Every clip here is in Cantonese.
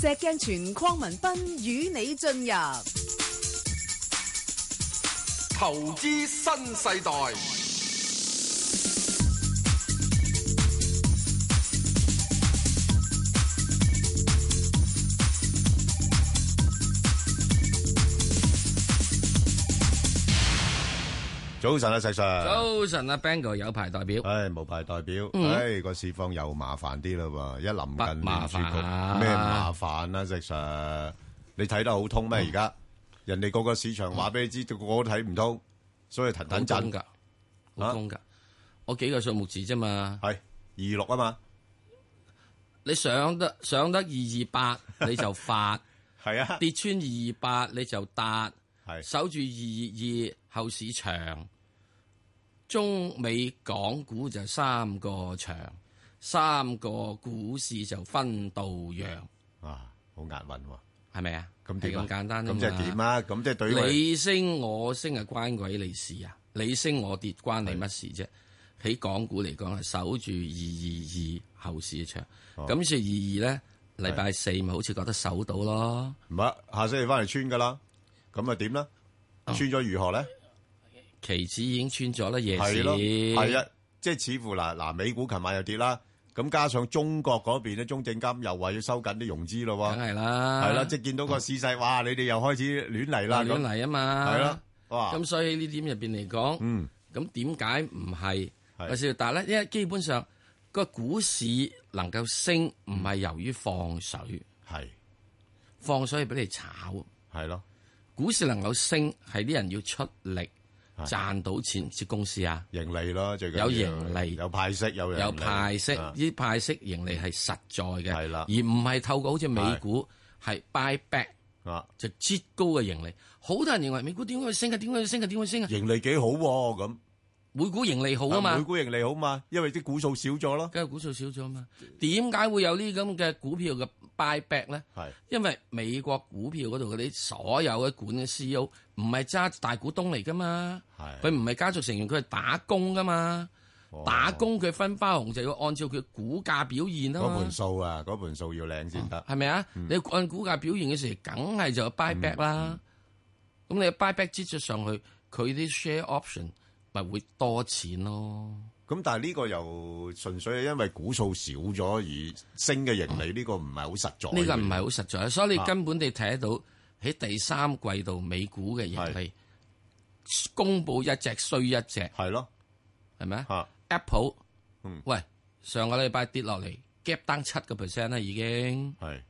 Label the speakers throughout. Speaker 1: 石鏡泉鄺民彬與你進入
Speaker 2: 投資新世代。
Speaker 3: 早晨啊，石 Sir。
Speaker 4: 早晨啊，Bang 哥有排代表，
Speaker 3: 唉，無牌代表，
Speaker 4: 嗯
Speaker 3: 唉，個市況又麻煩啲啦喎，一臨近
Speaker 4: 不麻
Speaker 3: 聯儲局
Speaker 4: 煩
Speaker 3: 咩麻煩啊，石 Sir，你睇得好通咩？而家人哋個個市場話俾你知，個個都睇唔通，所以騰
Speaker 4: 好
Speaker 3: 騰
Speaker 4: 通
Speaker 3: 震
Speaker 4: 噶，好通噶。我幾個數目字啫嘛，
Speaker 3: 係二六啊嘛，
Speaker 4: 你上得上得二二 八你就發，
Speaker 3: 係啊，
Speaker 4: 跌穿二二八你就達，
Speaker 3: 係
Speaker 4: 守住二二二後市場。中美港股就三個場，三個股市就分道揚，
Speaker 3: 啊，好押韻喎。
Speaker 4: 係咪啊？
Speaker 3: 咁
Speaker 4: 係
Speaker 3: 點啊
Speaker 4: 咁簡單啫
Speaker 3: 咁即係點啊？咁即係對佢
Speaker 4: 你升我升係關鬼你事啊！你升我跌關你乜事啫？喺港股嚟講係守住二二二後市場，
Speaker 3: 哦
Speaker 4: 咁所以二二咧，禮拜四咪好似覺得守到咯。
Speaker 3: 唔係下星期翻嚟穿噶啦，咁啊點咧？穿咗如何咧？
Speaker 4: 哦期指已經穿咗啦，夜
Speaker 3: 係
Speaker 4: 市
Speaker 3: 咯，係啊，即係似乎嗱嗱，美股琴晚又跌啦，咁加上中國嗰邊咧，中證監又話要收緊啲融資咯
Speaker 4: 梗
Speaker 3: 喎，
Speaker 4: 係啦，
Speaker 3: 係啦，即係見到個市勢，哇！你哋又開始亂嚟啦，
Speaker 4: 嗱
Speaker 3: 咁
Speaker 4: 咁嚟啊嘛，
Speaker 3: 係啦，哇，
Speaker 4: 咁所以呢點入邊嚟講，
Speaker 3: 嗯，
Speaker 4: 咁點解唔係
Speaker 3: 係
Speaker 4: 有少？但係咧，因為基本上個股市能夠升，唔係由於放水，
Speaker 3: 係
Speaker 4: 放水係俾你炒。
Speaker 3: 係咯，
Speaker 4: 股市能夠升，係啲人要出力
Speaker 3: 係
Speaker 4: 賺到錢，接公司啊，
Speaker 3: 盈利咯，最緊要
Speaker 4: 有盈利
Speaker 3: 有派息，有
Speaker 4: 有
Speaker 3: 盈利
Speaker 4: 派息，
Speaker 3: 啊
Speaker 4: 呢派息盈利係實在嘅，
Speaker 3: 係啦
Speaker 4: 而唔係透過好似美股係 buy back
Speaker 3: 啊，
Speaker 4: 就擠高嘅盈利。好多人認為美股點解會升啊？點解會升啊？點解會升啊？
Speaker 3: 盈利幾好喎，咁
Speaker 4: 每股盈利好啊
Speaker 3: 每
Speaker 4: 嘛，
Speaker 3: 股盈利好嘛，因為啲股數少咗咯，
Speaker 4: 梗係股數少咗啊嘛。點解會有呢咁嘅股票嘅 buy back 咧？
Speaker 3: 係
Speaker 4: 因為美國股票嗰度嗰啲所有嘅管嘅 CEO 唔係揸大股東嚟噶嘛。佢
Speaker 3: 係
Speaker 4: 唔係家族成員，佢係打工噶嘛。
Speaker 3: 哦
Speaker 4: 打工佢分花紅就要按照佢股價表現啊
Speaker 3: 嗰
Speaker 4: 嘛
Speaker 3: 盤，數啊，嗰盤數要靚先得，嗯
Speaker 4: 係咪啊？你按股價表現嘅時候，梗係就有 buy back 啦。
Speaker 3: 嗯
Speaker 4: 咁你 buy back 擠咗上去，佢啲 share option 咪會多錢咯。
Speaker 3: 咁但係呢個又純粹係因為股數少咗而升嘅盈利，呢個唔係好實在嘅。
Speaker 4: 呢個唔係好實在，所以你
Speaker 3: 啊
Speaker 4: 根本你睇得到喺第三季度美股嘅盈利公佈一隻衰一隻，
Speaker 3: 係咯
Speaker 4: 係咪啊
Speaker 3: 嚇，
Speaker 4: Apple，
Speaker 3: 嗯
Speaker 4: 喂，上個禮拜跌落嚟 gap down 七個 percent 啦已經。
Speaker 3: 係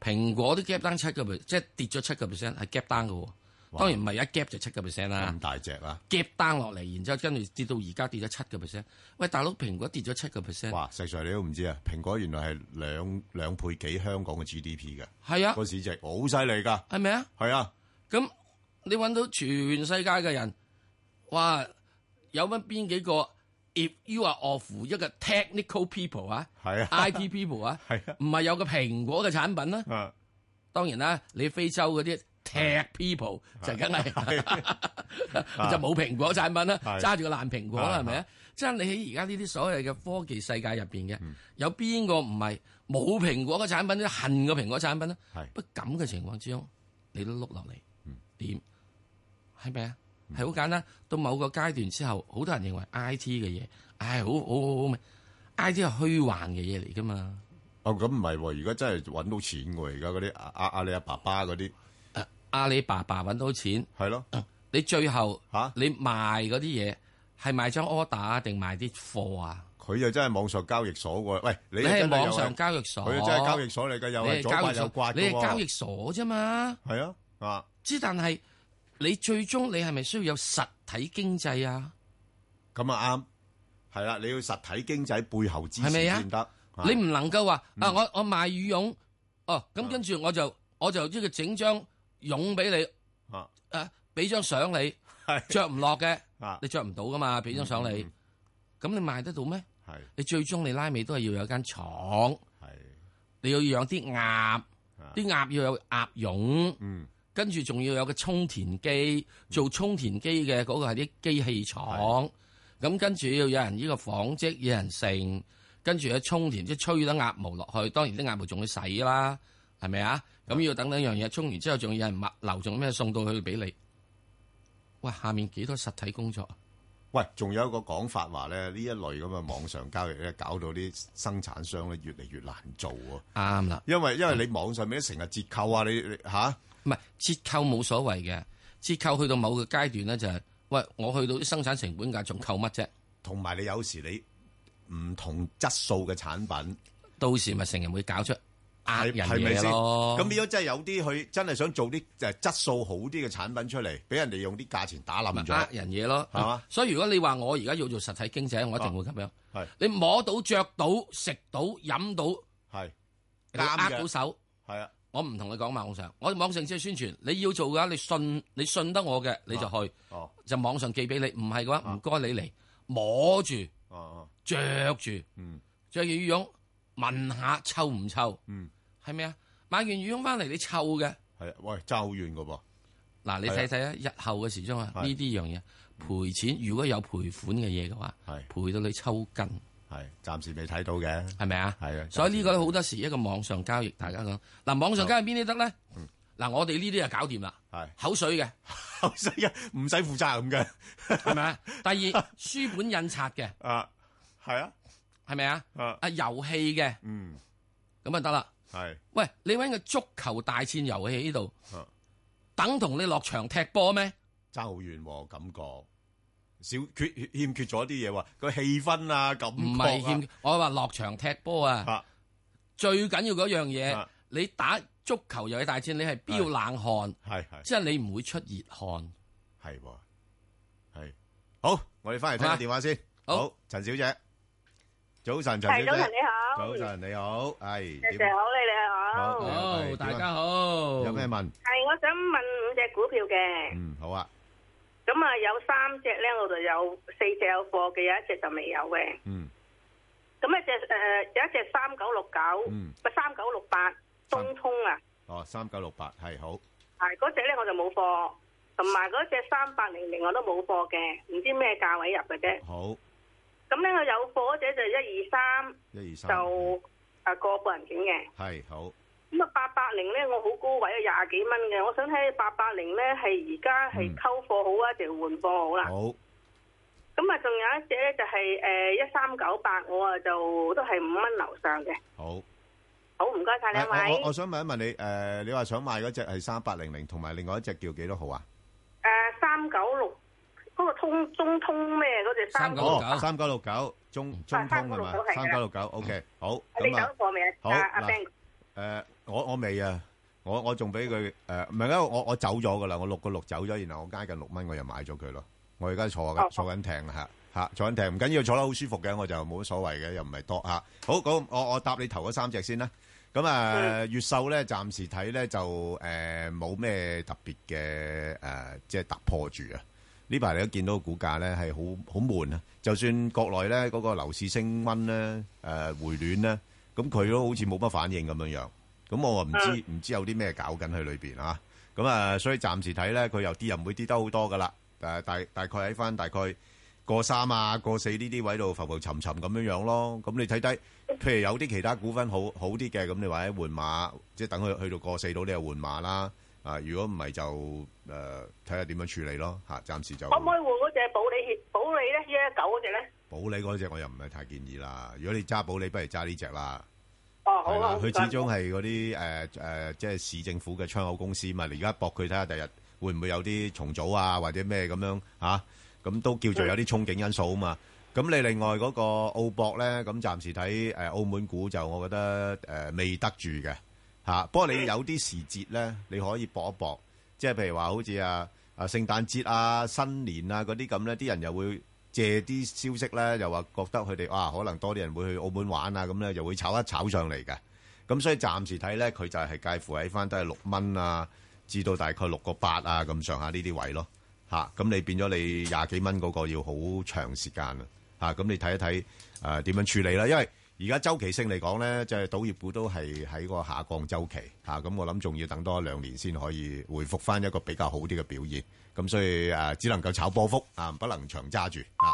Speaker 4: 蘋果都 gap down 七個 percent，即係跌咗七個 percent，係 gap down 嘅喎。當然唔係一 gap 就七個 percent 啦
Speaker 3: 咁大隻啊！
Speaker 4: ，gap down 落嚟，然之後跟住跌到而家跌咗七個 percent。喂，大佬，蘋果跌咗七個 percent，
Speaker 3: 哇，石 Sir 你都唔知啊！蘋果原來係兩兩倍幾香港嘅 GDP 嘅
Speaker 4: 係啊
Speaker 3: 個，市值，好犀利㗎。
Speaker 4: 係咪啊？
Speaker 3: 係啊，
Speaker 4: 咁你揾到全世界嘅人，哇，有乜邊幾個？If you are of 一個 technical people 啊
Speaker 3: 係啊，
Speaker 4: ，IT people 啊，
Speaker 3: 係啊
Speaker 4: 唔係有個蘋果嘅產品啦。
Speaker 3: 啊，
Speaker 4: 當然啦，你非洲嗰啲踢 people 就梗係
Speaker 5: 啊
Speaker 4: 就冇蘋果產品啦，
Speaker 3: 係
Speaker 4: 揸住個爛蘋果啦，
Speaker 3: 係
Speaker 4: 係咪啊？即係你喺而家呢啲所謂嘅科技世界入邊
Speaker 3: 嗯
Speaker 4: 嘅，有邊個唔係冇蘋果嘅產品咧，恨個蘋果產品咧？
Speaker 3: 係嗯
Speaker 4: 不過咁嘅情況之中，你都碌落嚟，點係咪啊？係好簡單，到某個階段之後，好多人認為 I T 嘅嘢，唉，好好好好咩？I T 係虛幻嘅嘢嚟噶嘛？
Speaker 3: 哦咁唔係喎，而家真係揾到錢喎！而家嗰啲阿阿阿里阿爸爸嗰啲
Speaker 4: 阿里巴巴揾到錢。
Speaker 3: 係咯，
Speaker 4: 你最後
Speaker 3: 嚇
Speaker 4: 你賣嗰啲嘢係賣張 order 啊定賣啲貨啊？
Speaker 3: 佢就真係網上交易所喎。喂，你
Speaker 4: 你
Speaker 3: 係
Speaker 4: 係網上交易所，
Speaker 3: 佢就真係交易所嚟㗎，又
Speaker 4: 你
Speaker 3: 係
Speaker 4: 係
Speaker 3: 左
Speaker 4: 交
Speaker 3: 刮
Speaker 4: 易
Speaker 3: 右刮
Speaker 4: 所，
Speaker 3: 㗎
Speaker 4: 你係交
Speaker 3: 喎
Speaker 4: 易。所啫嘛。
Speaker 3: 係啊，啊。
Speaker 4: 之但係你最終你係咪需要有實體經濟啊？
Speaker 3: 咁啊啱，係啦，你要實體經濟背後支持
Speaker 4: 係咪啊
Speaker 3: 先得。啊
Speaker 4: 你唔能夠話啊，我我賣羽絨哦，
Speaker 3: 啊
Speaker 4: 咁跟住我就我就呢個整張絨俾你
Speaker 3: 啊
Speaker 4: 啊，俾張相你
Speaker 3: 係
Speaker 4: 着唔落嘅
Speaker 3: 啊，
Speaker 4: 你着唔到噶嘛，俾張相你，
Speaker 3: 嗯
Speaker 4: 咁你賣得到咩？
Speaker 3: 係
Speaker 4: 你最終你拉尾都係要有間廠。
Speaker 3: 係啊
Speaker 4: 你要養啲鴨，啲鴨要有鴨蛹，
Speaker 3: 嗯
Speaker 4: 跟住仲要有個充田機，做充田機嘅嗰個係啲機器廠，咁跟住要有人呢個紡織，有人成，跟住喺充田即係吹咗鴨毛落去，當然啲鴨毛仲要洗啦，係咪啊？
Speaker 3: 嗯
Speaker 4: 咁要等等樣嘢，沖完之後仲要有人物流，仲咩送到去俾你？哇！下面幾多實體工作啊？
Speaker 3: 喂，仲有一個講法話咧，呢一類咁嘅網上交易咧，搞到啲生產商咧越嚟越難做喎。
Speaker 4: 啱啦，
Speaker 3: 因為因為你網上面成日折扣啊，你你吓
Speaker 4: 唔係折扣冇所謂嘅，折扣去到某個階段咧就係、喂，我去到啲生產成本價仲扣乜啫？
Speaker 3: 同埋你有時你唔同質素嘅產品
Speaker 4: 到時咪成日會搞出呃
Speaker 3: 係
Speaker 4: 人
Speaker 3: 係咪
Speaker 4: 嘢
Speaker 3: 先？
Speaker 4: 咯。
Speaker 3: 咁變咗真係有啲佢真係想做啲誒質素好啲嘅產品出嚟，俾人哋用啲價錢打冧
Speaker 4: 咪呃
Speaker 3: 咗。
Speaker 4: 人嘢咯，
Speaker 3: 係嘛
Speaker 4: 所以如果你話我而家要做實體經濟，我一定會咁樣。
Speaker 3: 啊係
Speaker 4: 你摸到、着到、食到、飲到，
Speaker 3: 係
Speaker 4: 你握
Speaker 3: 啱
Speaker 4: 到
Speaker 3: 嘅，
Speaker 4: 手，
Speaker 3: 係啊，
Speaker 4: 我唔同你講網上，我網上即係宣傳。你要做嘅，你信你信得我嘅，你就去
Speaker 3: 哦啊
Speaker 4: 就網上寄俾你。唔係嘅話，唔該你嚟摸住、
Speaker 3: 哦哦，
Speaker 4: 着住，
Speaker 3: 嗯
Speaker 4: 着件羽絨聞下臭唔臭，
Speaker 3: 嗯，
Speaker 4: 係咪啊？買件羽絨翻嚟你臭嘅，
Speaker 3: 係啊，喂，爭好遠嘅噃，
Speaker 4: 嗱你
Speaker 3: 係啊
Speaker 4: 睇睇啊，日後嘅時鐘啊，
Speaker 3: 係
Speaker 4: 呢啲樣嘢賠錢，如果有賠款嘅嘢嘅話，
Speaker 3: 係
Speaker 4: 賠到你抽筋。
Speaker 3: 係暫時未睇到嘅，
Speaker 4: 係咪啊？
Speaker 3: 係啊
Speaker 4: 所以呢個咧好多時一個網上交易，大家講嗱，網上交易邊啲得咧？
Speaker 6: 啊
Speaker 4: 嗱，我哋呢啲就搞掂啦，
Speaker 3: 係
Speaker 4: 口水嘅
Speaker 3: 口水嘅，唔使負責任嘅，
Speaker 4: 係 咪啊？第二書本印刷嘅
Speaker 3: 啊，係啊，
Speaker 4: 係咪啊？
Speaker 3: 啊，
Speaker 4: 啊遊戲嘅
Speaker 3: 嗯，
Speaker 4: 咁啊得啦。
Speaker 3: 係
Speaker 4: 喂，你揾個足球大戰遊戲呢度
Speaker 3: 啊，
Speaker 4: 等同你落場踢波咩？
Speaker 3: 爭好遠喎，感覺少缺欠缺咗啲嘢喎，個氣氛啊，感覺
Speaker 4: 唔係欠，我話落場踢波啊，
Speaker 3: 啊，
Speaker 4: 最緊要嗰樣嘢
Speaker 3: 啊，
Speaker 4: 你打足球遊戲大戰，你係飆冷汗，
Speaker 3: 係係
Speaker 4: 即係你唔會出熱汗。
Speaker 3: 係喎，係好，我哋翻嚟聽
Speaker 4: 好
Speaker 3: 下
Speaker 4: 啊
Speaker 3: 電話先，
Speaker 4: 好
Speaker 3: 好，陳小姐，早晨，陳
Speaker 7: 係
Speaker 3: 小
Speaker 7: 早晨
Speaker 3: 姐，
Speaker 7: 你好，
Speaker 3: 早，晨你好，係
Speaker 7: 謝
Speaker 3: 點
Speaker 7: 謝好你
Speaker 3: 好
Speaker 7: 哋好，
Speaker 3: 係
Speaker 4: 好，大家好。
Speaker 3: 有咩問？
Speaker 7: 係我想問五隻股票嘅，
Speaker 3: 嗯，好啊，
Speaker 7: 咁啊有三隻咧我就有四隻有貨嘅，有一隻就未有嘅，
Speaker 3: 嗯
Speaker 7: 咁一隻誒有一隻三九六九，
Speaker 3: 嗯，
Speaker 7: 唔三九六八
Speaker 3: 三
Speaker 7: 東通啊，
Speaker 3: 哦，三九六八係好，
Speaker 7: 係嗰只咧我就冇貨，同埋嗰隻三八零零我都冇貨嘅，唔知咩價位入嘅啫，
Speaker 3: 好
Speaker 7: 咁咧我有貨嗰只就一二三
Speaker 3: 一二三，
Speaker 7: 就啊個半人錢嘅。
Speaker 3: 係好，
Speaker 7: 咁啊，八八零咧，我好高位啊，廿幾蚊嘅。我想睇八八零咧，係而家係
Speaker 3: 嗯
Speaker 7: 溝貨好啊，定換貨好啦。
Speaker 3: 好
Speaker 7: 咁啊，仲有一隻咧就係呃誒一三九八，我啊就都係五蚊樓上嘅。
Speaker 3: 好。
Speaker 7: 好，唔該晒兩
Speaker 3: 啊我我我
Speaker 7: 位。
Speaker 3: 想問一問你，誒，你話想買嗰只係三八零零，同埋另外一隻叫幾多號啊？
Speaker 7: 誒，呃三九六嗰個通中通咩嗰隻三
Speaker 4: 396
Speaker 7: 九，
Speaker 3: 哦，三九六九中中通係嘛？
Speaker 7: 3969
Speaker 3: 三九六九，OK，好
Speaker 7: 你
Speaker 3: 咁
Speaker 7: 走
Speaker 3: 啊。
Speaker 7: 貨未啊？
Speaker 3: 好
Speaker 7: 阿阿
Speaker 3: 嗱
Speaker 7: Ben，
Speaker 3: 誒，呃我我未啊，我我仲俾佢呃誒，唔係因為我我走咗噶啦，我六個六走咗，然後我加近六蚊，我又買咗佢咯。我而家坐緊
Speaker 7: 哦
Speaker 3: 坐緊艇嚇嚇，坐緊艇唔緊要，坐得好舒服嘅，我就冇乜所謂嘅，又唔係多嚇。好，咁我我答你頭嗰三隻先啦。咁啊，越秀咧，暫時睇咧就誒冇咩特別嘅誒，即係突破住啊。呢排你都見到個股價咧係好好悶啊！就算國內咧嗰個樓市升温咧，誒、回暖咧，咁佢都好似冇乜反應咁樣樣。咁我唔知唔、知有啲咩搞緊喺裏邊啊！咁啊，所以暫時睇咧，佢又跌又唔會跌得好多噶啦。誒大大概喺翻大概過三啊、過四呢啲位度浮浮沉沉咁樣樣咯。咁你睇睇，譬如有啲其他股份好好啲嘅，咁你話咧換馬，即係等佢去到過四度，你又換馬啦。啊，如果唔係就誒睇下點樣處理咯嚇。暫時就
Speaker 7: 可唔可以換嗰隻保利協保利咧？一一九嗰隻咧？
Speaker 3: 保利嗰只我又唔係太建議啦。如果你揸保利，不如揸呢只啦。
Speaker 7: 哦，好
Speaker 3: 係啦
Speaker 7: 啊，，
Speaker 3: 佢始終係嗰啲誒誒，即係市政府嘅窗口公司嘛。你而家搏佢睇下，第日會唔會有啲重組啊，或者咩咁樣嚇？咁都叫做有啲憧憬因素啊嘛。咁你另外嗰個澳博咧，咁暫時睇誒澳門股就，我覺得誒未得住嘅嚇。不過你有啲時節咧，你可以搏一搏，即係譬如話好似啊啊聖誕節啊、新年啊嗰啲咁咧，啲人又會。借啲消息咧，又話覺得佢哋哇，可能多啲人會去澳門玩啊，咁咧就會炒一炒上嚟嘅。咁所以暫時睇咧，佢就係介乎喺翻都係六蚊啊，至到大概六個八啊咁上下呢啲位咯。嚇、咁你變咗你廿幾蚊嗰個要好長時間啊。嚇、咁你睇一睇呃誒點樣處理啦，因為而家周期性嚟講咧，即係賭業股都係喺個下降周期嚇，咁、我諗仲要等多一兩年先可以回復翻一個比較好啲嘅表現。咁所以誒、呃只能夠炒波幅啊，不能長揸住啊。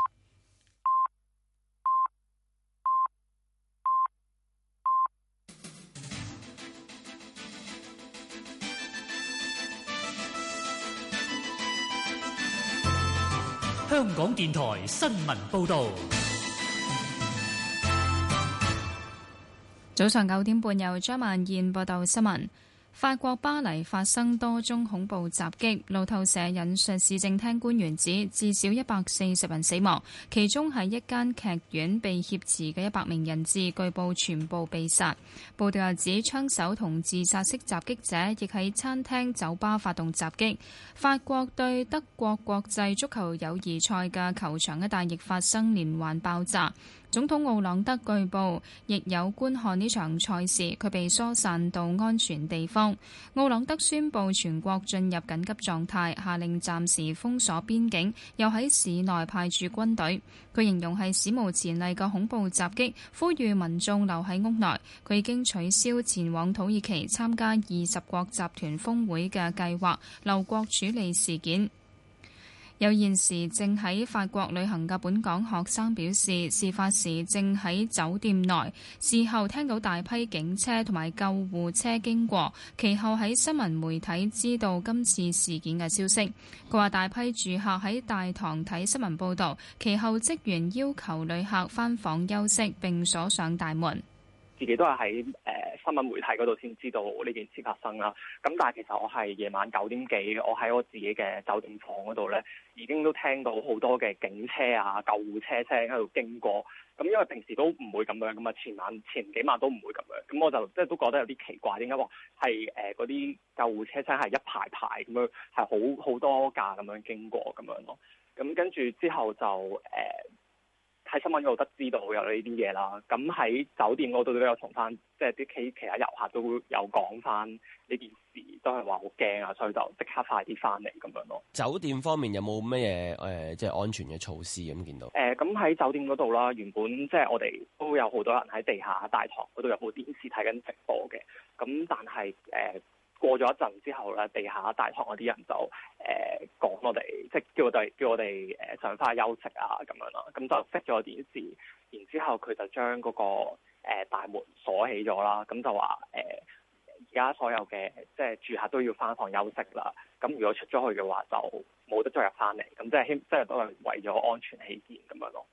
Speaker 8: 香港電台新聞報導。
Speaker 9: 早上九點半，由張萬燕報道新聞。法國巴黎發生多宗恐怖襲擊，路透社引述市政廳官員指，至少一百四十人死亡，其中喺一間劇院被挾持嘅一百名人質，據報全部被殺。報道又指，槍手同自殺式襲擊者亦喺餐廳、酒吧發動襲擊。法國對德國國際足球友誼賽嘅球場一帶亦發生連環爆炸。總統奧朗德據報亦有觀看呢場賽事，佢被疏散到安全地方。奧朗德宣布全國進入緊急狀態，下令暫時封鎖邊境，又喺市內派駐軍隊。佢形容係史無前例嘅恐怖襲擊，呼籲民眾留喺屋內。佢已經取消前往土耳其參加二十國集團峰會嘅計劃，留國處理事件。有現時正喺法國旅行嘅本港學生表示，事發時正喺酒店內，事後聽到大批警車同埋救護車經過，其後喺新聞媒體知道今次事件嘅消息。佢話大批住客喺大堂睇新聞報導，其後職員要求旅客返房休息並鎖上大門。
Speaker 10: 自己都係喺誒呃新聞媒體嗰度先知道呢件事發生啦。咁但係其實我係夜晚九點幾，我喺我自己嘅酒店房嗰度咧，已經都聽到好多嘅警車啊、救護車聲喺度經過。咁因為平時都唔會咁樣噶嘛，前晚前幾晚都唔會咁樣。咁我就即係都覺得有啲奇怪，點解話係誒嗰啲救護車聲係一排排咁樣，係好好多架咁樣經過咁樣咯。咁跟住之後就誒。呃喺新聞嗰度得知到有呢啲嘢啦，咁喺酒店嗰度都有同翻，即係啲其其他遊客都有講翻呢件事，都係話好驚啊，所以就即刻快啲翻嚟咁樣咯。
Speaker 11: 酒店方面有冇乜嘢誒，即係安全嘅措施咁見到？
Speaker 10: 誒咁喺酒店嗰度啦，原本即係我哋都有好多人喺地下大堂嗰度有部電視睇緊直播嘅，咁但係誒、呃、過咗一陣之後咧，地下大堂嗰啲人就誒、呃、講我哋，即係叫我哋叫我哋誒、呃、上翻休息啊咁樣啦，咁就熄咗電視，然之後佢就將嗰、個、呃、大門鎖起咗啦，咁就話誒。呃而家所有嘅即係住客都要翻房休息啦。咁如果出咗去嘅話，就冇得再入翻嚟。咁即係希，即係都係為咗安全起見咁樣咯。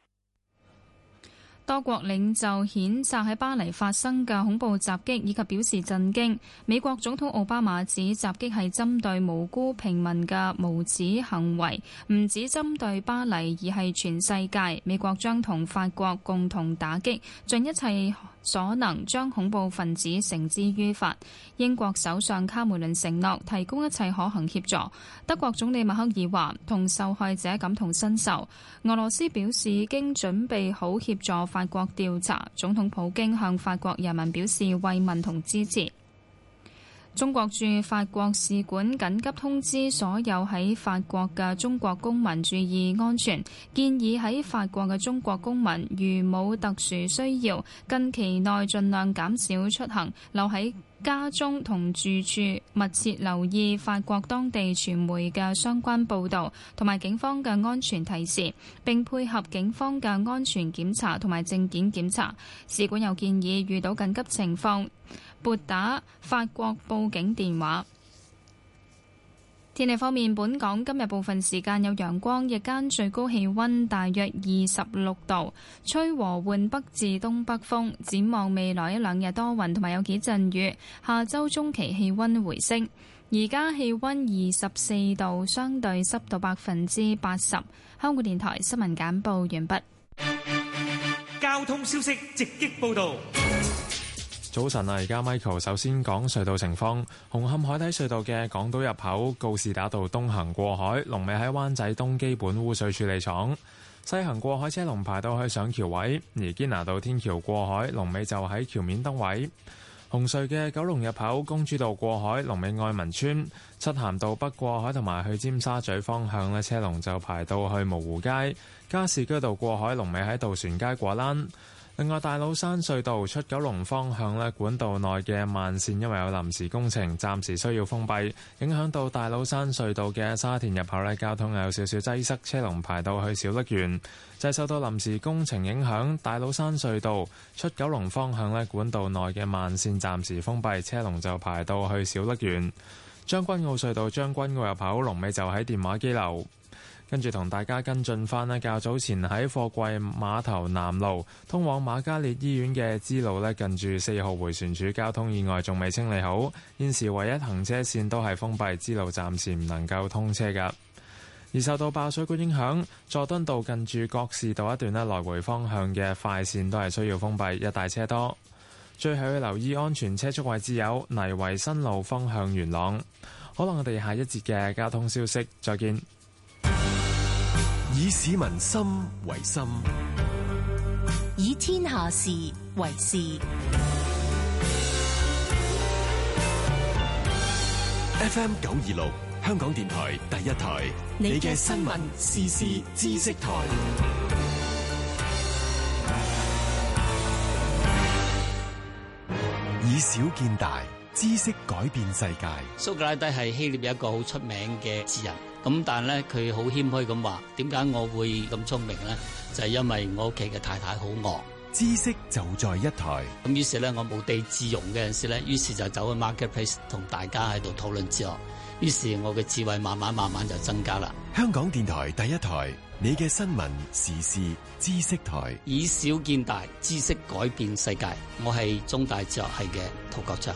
Speaker 9: 多國領袖譴責喺巴黎發生嘅恐怖襲擊，以及表示震驚。美國總統奧巴馬指襲擊係針對無辜平民嘅無恥行為，唔止針對巴黎，而係全世界。美國將同法國共同打擊，盡一切所能將恐怖分子繩之於法。英國首相卡梅倫承諾提供一切可行協助。德國總理默克爾話同受害者感同身受。俄羅斯表示已經準備好協助法國調查。總統普京向法國人民表示慰問同支持。中國駐法國使館緊急通知所有喺法國嘅中國公民注意安全，建議喺法國嘅中國公民如冇特殊需要，近期內盡量減少出行，留喺家中同住處，密切留意法國當地傳媒嘅相關報導同埋警方嘅安全提示，並配合警方嘅安全檢查同埋證件檢查。使館又建議遇到緊急情況，撥打法國報警電話。天氣方面，本港今日部分時間有陽光，日間最高氣溫大約二十六度，吹和緩北至東北風。展望未來一兩日多雲同埋有幾陣雨，下周中期氣溫回升。而家氣溫二十四度，相對濕度百分之八十。香港電台新聞簡報完畢。
Speaker 8: 交通消息直擊報導。
Speaker 12: 早晨啊！而家 Michael 首先講隧道情況。紅磡海底隧道嘅港島入口告士打道東行過海，龍尾喺灣仔東基本污水處理廠；西行過海車龍排到去上橋位。而堅拿道天橋過海，龍尾就喺橋面燈位。紅隧嘅九龍入口公主道過海，龍尾愛民村；漆咸道北過海同埋去尖沙咀方向呢，車龍就排到去蕪湖街。加士居道過海，龍尾喺渡船街果欄。另外，大老山隧道出九龍方向咧，管道內嘅慢線因為有臨時工程，暫時需要封閉，影響到大老山隧道嘅沙田入口咧，交通有少少擠塞，車龍排到去小瀝源。就係受到臨時工程影響，大老山隧道出九龍方向咧，管道內嘅慢線暫時封閉，車龍就排到去小瀝源。將軍澳隧道將軍澳入口龍尾就喺電話機樓。跟住同大家跟進翻呢，較早前喺貨櫃碼頭南路通往瑪嘉烈醫院嘅支路呢，近住四號迴旋處交通意外仲未清理好，現時唯一行車線都係封閉，支路暫時唔能夠通車㗎。而受到爆水管影響，佐敦道近住覺士道一段呢，來回方向嘅快線都係需要封閉，一大車多。最後要留意安全車速位置有泥圍新路方向元朗。可能我哋下一節嘅交通消息再見。
Speaker 5: 以市民心為心，
Speaker 13: 以天下事為事。
Speaker 5: FM 九二六，香港電台第一台，你嘅新聞時事知識台。以小見大，知識改變世界。
Speaker 14: 蘇格拉底係希臘一個好出名嘅哲人，咁但係咧佢好謙虛咁話：點解我會咁聰明咧？就係因為我屋企嘅太太好惡。
Speaker 5: 知識就在一台。
Speaker 14: 咁於是咧，我無地自容嘅陣時咧，於是就走去 marketplace 同大家喺度討論哲學。於是我嘅智慧慢慢慢慢就增加啦。
Speaker 5: 香港電台第一台，你嘅新聞時事知識台，
Speaker 14: 以小見大，知識改變世界。我係中大哲學系嘅陶國昌。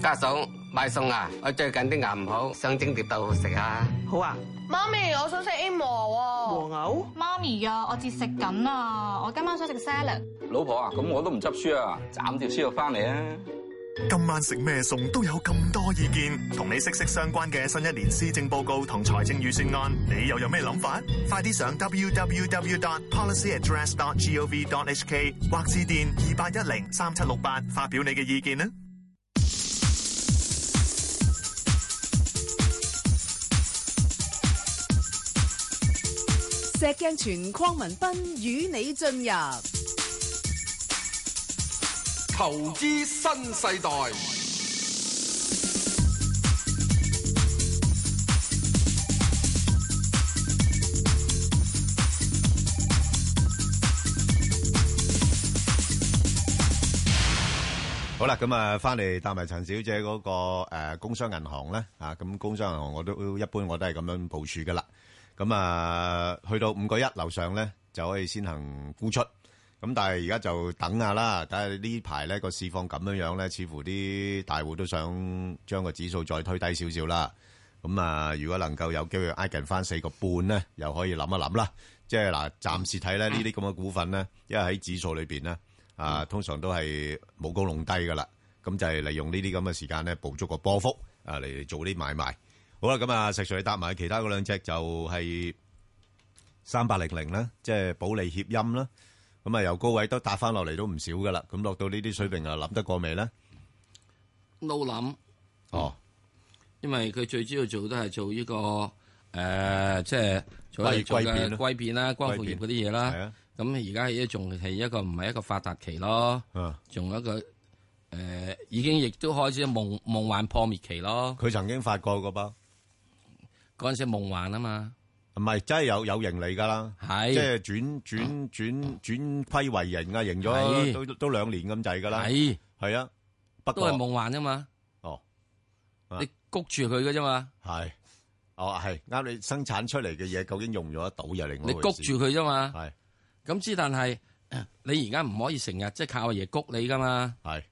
Speaker 15: 家嫂買餸啊！我最近啲牙唔好，想蒸碟豆腐食下。
Speaker 16: 好啊，
Speaker 17: 媽咪，我想食 A 和
Speaker 16: 和牛。
Speaker 17: 媽咪啊，我節食緊啊，我今晚想食 salad。
Speaker 18: 老婆
Speaker 4: 嗯
Speaker 18: 啊，咁我都唔執輸啊，斬條燒肉翻嚟啊！
Speaker 19: 今晚食咩餸都有咁多意見，同你息息相關嘅新一年施政報告同財政預算案，你又有咩諗法？快啲上 www.policyaddress.gov.hk 或致電二八一零三七六八發表你嘅意見啦。啊
Speaker 1: 石鏡泉鄺民彬與你進入
Speaker 2: 投資新世代，
Speaker 3: 好啦，咁啊，翻嚟答埋陳小姐嗰個誒工商銀行咧，啊，咁工商銀行我都一般我都係咁樣部署噶啦。咁啊，去到五個一樓上咧，就可以先行沽出。咁但係而家就等下啦，睇下呢排咧個市況咁樣樣咧，似乎啲大戶都想將個指數再推低少少啦。咁啊，如果能夠有機會挨近翻四個半咧，又可以諗一諗啦。即係嗱，暫時睇咧呢啲咁嘅股份咧，因為喺指數裏邊咧，啊通常都係冇高弄低噶啦。咁就係利用呢啲咁嘅時間咧，捕捉個波幅啊嚟做啲買賣。好啦，咁啊，石 Sir 你搭埋其他嗰兩隻就係三八零零啦，即係保利協鑫啦。咁啊，由高位都搭翻落嚟都唔少噶啦。咁落到呢啲水平啊，諗得過未咧？
Speaker 4: 冇諗
Speaker 3: 哦，
Speaker 4: 因為佢最主要做都係做呢、個誒、呃即係做
Speaker 3: 龜
Speaker 4: 做
Speaker 3: 龜片啦
Speaker 4: 嘅龜片啦、光
Speaker 3: 龜
Speaker 4: 伏業
Speaker 3: 片
Speaker 4: 嗰啲嘢
Speaker 3: 係
Speaker 4: 啦
Speaker 3: 啊。
Speaker 4: 咁而家依家仲係一個唔係一個發達期咯，
Speaker 3: 啊
Speaker 4: 仲有一個誒、呃已經亦都開始夢夢幻破滅期咯。
Speaker 3: 佢曾經發過個包，
Speaker 4: 嗰陣時夢幻啊嘛，
Speaker 3: 唔係真係有有盈利噶啦，
Speaker 4: 係
Speaker 3: 即係轉轉轉轉虧為盈啊，盈咗
Speaker 4: 係
Speaker 3: 都都兩年咁滯噶啦，
Speaker 4: 係
Speaker 3: 係啊，不
Speaker 4: 都係
Speaker 3: 過
Speaker 4: 夢幻啫嘛。
Speaker 3: 哦，
Speaker 4: 你谷住佢嘅啫嘛，
Speaker 3: 係哦係啱你生產出嚟嘅嘢究竟用咗得到又另外
Speaker 4: 你
Speaker 3: 一
Speaker 4: 谷
Speaker 3: 回事
Speaker 4: 住佢啫嘛。
Speaker 3: 係
Speaker 4: 咁之，但係 你而家唔可以成日即係靠阿爺谷你噶嘛。
Speaker 3: 係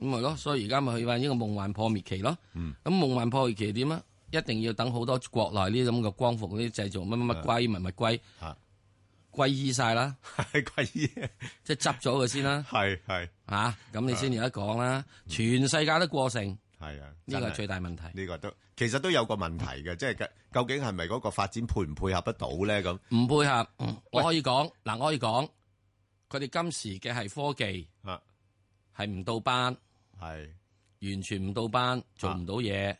Speaker 4: 咁咪咯，所以而家咪去翻呢個夢幻破滅期咯。
Speaker 3: 嗯
Speaker 4: 咁夢幻破滅期點啊？一定要等好多國內呢啲咁嘅光伏嗰啲製造乜
Speaker 3: 啊
Speaker 4: 乜乜龜乜乜龜，歸依晒啦，
Speaker 3: 係歸依，
Speaker 4: 即係執咗佢先啦。啊
Speaker 3: 係係
Speaker 4: 嚇，咁你先有得講啦。全世界都過剩，
Speaker 3: 係啊，
Speaker 4: 呢個係最
Speaker 3: 真係
Speaker 4: 大問題。
Speaker 3: 呢個都其實都有個問題嘅，即係究究竟係咪嗰個發展配唔配合得到咧？咁
Speaker 4: 唔配合，我可以講嗱，我可以講，佢哋今時嘅係科技，係唔到班，
Speaker 3: 啊係啊
Speaker 4: 完全唔到班，做唔到嘢。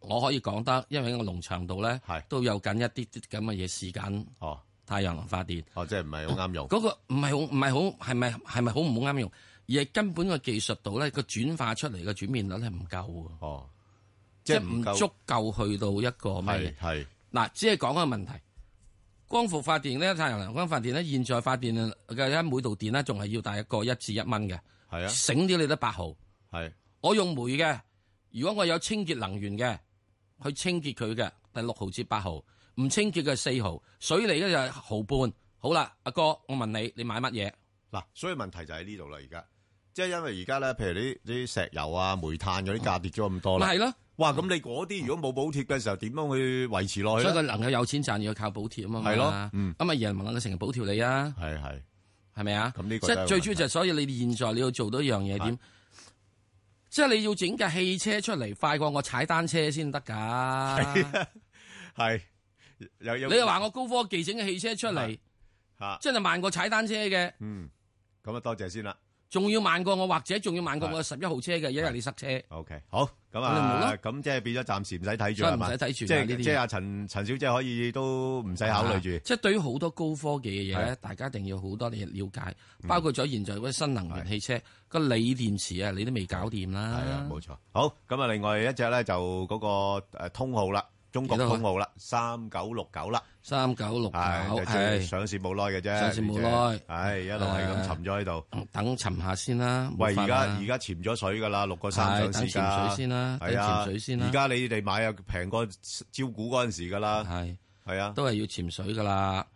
Speaker 4: 我可以講得，因為喺個農場度咧，都有緊一啲啲咁嘅嘢試緊。
Speaker 3: 哦，
Speaker 4: 太陽能發電，
Speaker 3: 哦，即係唔係好啱用
Speaker 4: 嗰個唔係好唔係好係咪係咪好唔好啱用？而係根本個技術度咧，個轉化出嚟嘅轉變率係唔夠嘅。
Speaker 3: 哦，
Speaker 4: 即係
Speaker 3: 即係唔
Speaker 4: 唔
Speaker 3: 夠
Speaker 4: 足夠去到一個咩嘢？
Speaker 3: 係
Speaker 4: 嗱，只係講個問題。光伏發電咧，太陽能光發電咧，現在發電嘅一每度電咧，仲係要大一個一至一蚊嘅。
Speaker 3: 係啊，
Speaker 4: 醒啲你得八毫。
Speaker 3: 係
Speaker 4: 我用煤嘅，如果我有清潔能源嘅，去清潔佢嘅，第六毫至八毫，唔清潔嘅四毫，水泥咧就係毫半。好啦，阿哥，我問你，你買乜嘢？
Speaker 3: 嗱，所以問題就喺呢度啦，而家即係因為而家咧，譬如啲啲石油啊、煤炭嗰啲價跌咗咁多啦，
Speaker 4: 咪係咯。
Speaker 3: 哇，咁你嗰啲如果冇補貼嘅時候，點樣去維持落去
Speaker 4: 所以佢
Speaker 3: 咧？
Speaker 4: 能夠有錢賺，要靠補貼啊嘛。
Speaker 3: 係咯嗯
Speaker 4: 咁啊，人民能夠成日補貼你啊。
Speaker 3: 係係，
Speaker 4: 係咪啊？
Speaker 3: 咁呢個都
Speaker 4: 即
Speaker 3: 係
Speaker 4: 係
Speaker 3: 一個
Speaker 4: 最主要就係，所以你現在你要做到一樣嘢點？即係你要整架汽車出嚟，快過我踩單車先得㗎。
Speaker 3: 啊係有有，
Speaker 4: 你又話我高科技整嘅汽車出嚟，
Speaker 3: 啊嚇，
Speaker 4: 真係慢過踩單車嘅，
Speaker 3: 嗯，咁啊，多謝先啦。
Speaker 4: 仲要慢過我，或者仲要慢過我十一號車嘅，因為你塞車。
Speaker 3: OK，好，咁
Speaker 4: 咁你冇
Speaker 3: 啊
Speaker 4: 咯，
Speaker 3: 咁即係變咗暫時唔使睇住
Speaker 4: 所以
Speaker 3: 係嘛
Speaker 4: 唔使睇住
Speaker 3: 即
Speaker 4: 㗎呢
Speaker 3: 係
Speaker 4: 啲嘢
Speaker 3: 即係阿陳陳小姐可以都唔使考慮
Speaker 4: 啊
Speaker 3: 住。
Speaker 4: 即係對於好多高科技嘅嘢
Speaker 3: 係嗯
Speaker 4: 咧，大家一定要好多嘢了解，包括咗現在嗰啲新能源汽車個鋰電池啊，你都未搞掂啦。係啊，
Speaker 3: 冇錯。好，咁啊，另外一隻咧就嗰個誒通號啦，中國
Speaker 4: 幾多號
Speaker 3: 通號啦，三九六九啦，
Speaker 4: 三九六
Speaker 3: 係即係
Speaker 4: 係
Speaker 3: 上市冇耐嘅啫，
Speaker 4: 上市冇耐
Speaker 3: 係一路係咁沉咗喺度，
Speaker 4: 等沉下先啦。
Speaker 3: 喂，
Speaker 4: 冇法
Speaker 3: 而家
Speaker 4: 啦
Speaker 3: 而家潛咗水㗎啦，六個三
Speaker 4: 係
Speaker 3: 上市
Speaker 4: 等
Speaker 3: 㗎
Speaker 4: 潛水先啦
Speaker 3: 係啊
Speaker 4: 等潛水先啦
Speaker 3: 而家你哋買啊平過招股嗰陣時㗎啦，
Speaker 4: 係
Speaker 3: 係啊，
Speaker 4: 都係要潛水噶啦，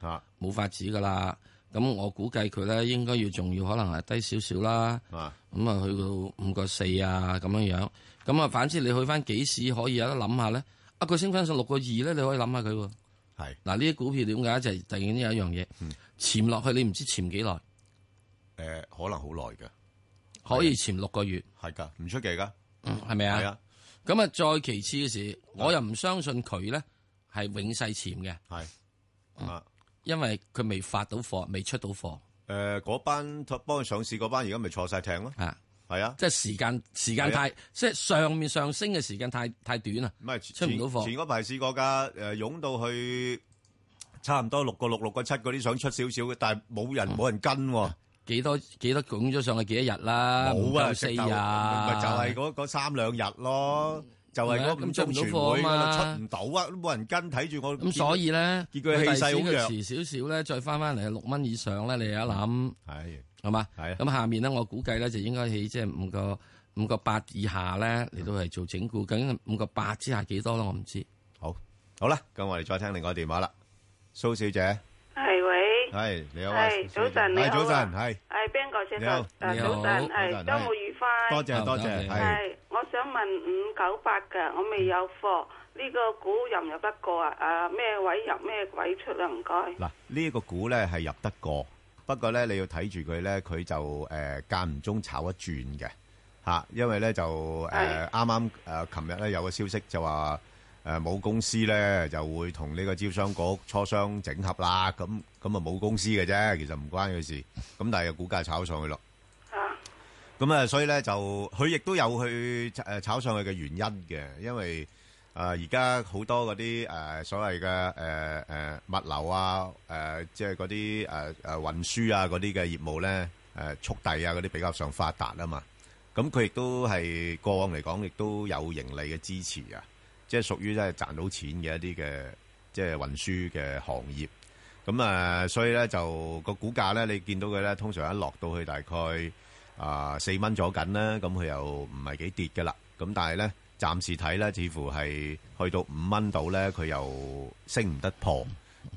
Speaker 4: 冇法子噶啦。咁我估計佢咧應該要仲要可能係低少少啦，
Speaker 3: 咁啊
Speaker 4: 去到五個四啊咁樣樣。咁啊，反之你去翻幾時可以有得諗下咧？啊，佢升翻上六個二咧，你可以諗下佢喎。
Speaker 3: 係嗯
Speaker 4: 嗱，呢啲股票點解就係突然間有一樣嘢潛落去，你唔知潛幾耐，
Speaker 3: 誒可能好耐㗎，
Speaker 4: 可以潛六個月，
Speaker 3: 係㗎，唔出奇㗎，
Speaker 4: 係咪啊？咁啊，再其次嘅時，
Speaker 3: 啊
Speaker 4: 我又唔相信佢咧係永世潛嘅，嗯
Speaker 3: 係啊，
Speaker 4: 因為佢未發到貨，未出到貨。
Speaker 3: 誒嗰班幫佢上市嗰班而家咪坐晒艇咯，
Speaker 4: 啊
Speaker 3: 係啊，
Speaker 4: 即係時間時間太，即係上面上升嘅時間太太短啊，
Speaker 3: 唔係
Speaker 4: 出唔到貨。
Speaker 3: 前前嗰排試過㗎，誒湧到去差唔多六個六六個七嗰啲想出少少嘅，但係冇人冇人跟喎。
Speaker 4: 幾多幾多拱咗上去幾多日啦？
Speaker 3: 冇啊
Speaker 4: 唔夠四日，
Speaker 3: 直頭咪就係嗰嗰三兩日咯，就係嗰五中全會㗎啦，出唔到啊，都冇人跟睇住我。
Speaker 4: 咁所以咧，
Speaker 3: 見佢氣勢好
Speaker 4: 佢
Speaker 3: 弱
Speaker 4: 第，時佢遲少少咧，再翻翻嚟六蚊以上咧，你有一諗
Speaker 3: 係
Speaker 4: 係嘛？
Speaker 3: 係啊
Speaker 4: 咁下面咧，我估計咧就應該起即係五個五個八以下咧嚟到係做整固，究竟五個八之下幾多咧？我唔知。
Speaker 3: 好，好啦，咁我哋再聽另外一個電話啦，蘇小姐，
Speaker 7: 係喂，
Speaker 3: 係你好啊，
Speaker 7: 係早晨，你
Speaker 3: 係
Speaker 7: 好
Speaker 3: 早晨，
Speaker 7: 啊
Speaker 3: 係
Speaker 7: 係邊個先
Speaker 3: 你好
Speaker 7: 生？
Speaker 17: À,
Speaker 7: 啊
Speaker 3: 你好
Speaker 7: 早晨，
Speaker 3: 早晨
Speaker 7: 係周末愉快。
Speaker 3: 多謝多謝，係
Speaker 7: 係，我想問五九八
Speaker 17: à,
Speaker 7: 嘅，我未有貨，呢個股入唔入得過啊？啊，
Speaker 17: À,
Speaker 7: 咩位入咩位出啊？唔該。
Speaker 3: 嗱呢個股咧係入得過，不過咧你要睇住佢咧，佢就誒間唔中炒一轉嘅嚇，因為咧就誒啱啱誒琴日咧有個消息就話誒母公司咧就會同呢個招商局磋商整合啦，咁咁啊母公司嘅啫，其實唔關佢事，咁但係個股價炒上去咯。咁啊，所以咧就佢亦都有去誒炒上去嘅原因嘅，因為誒啊而家好多嗰啲誒所謂嘅誒誒物流啊，誒、即係嗰啲誒誒運輸啊嗰啲嘅業務咧，誒、速遞啊嗰啲比較上發達啊嘛。咁佢亦都係過往嚟講，亦都有盈利嘅支持啊，即係屬於真係賺到錢嘅一啲嘅即係運輸嘅行業。咁啊，所以咧就個股價咧，你見到佢咧，通常一落到去大概啊四蚊左緊啦，咁佢又唔係幾跌嘅啦。咁但係咧，暫時睇咧，似乎係去到五蚊度咧，佢又升唔得破。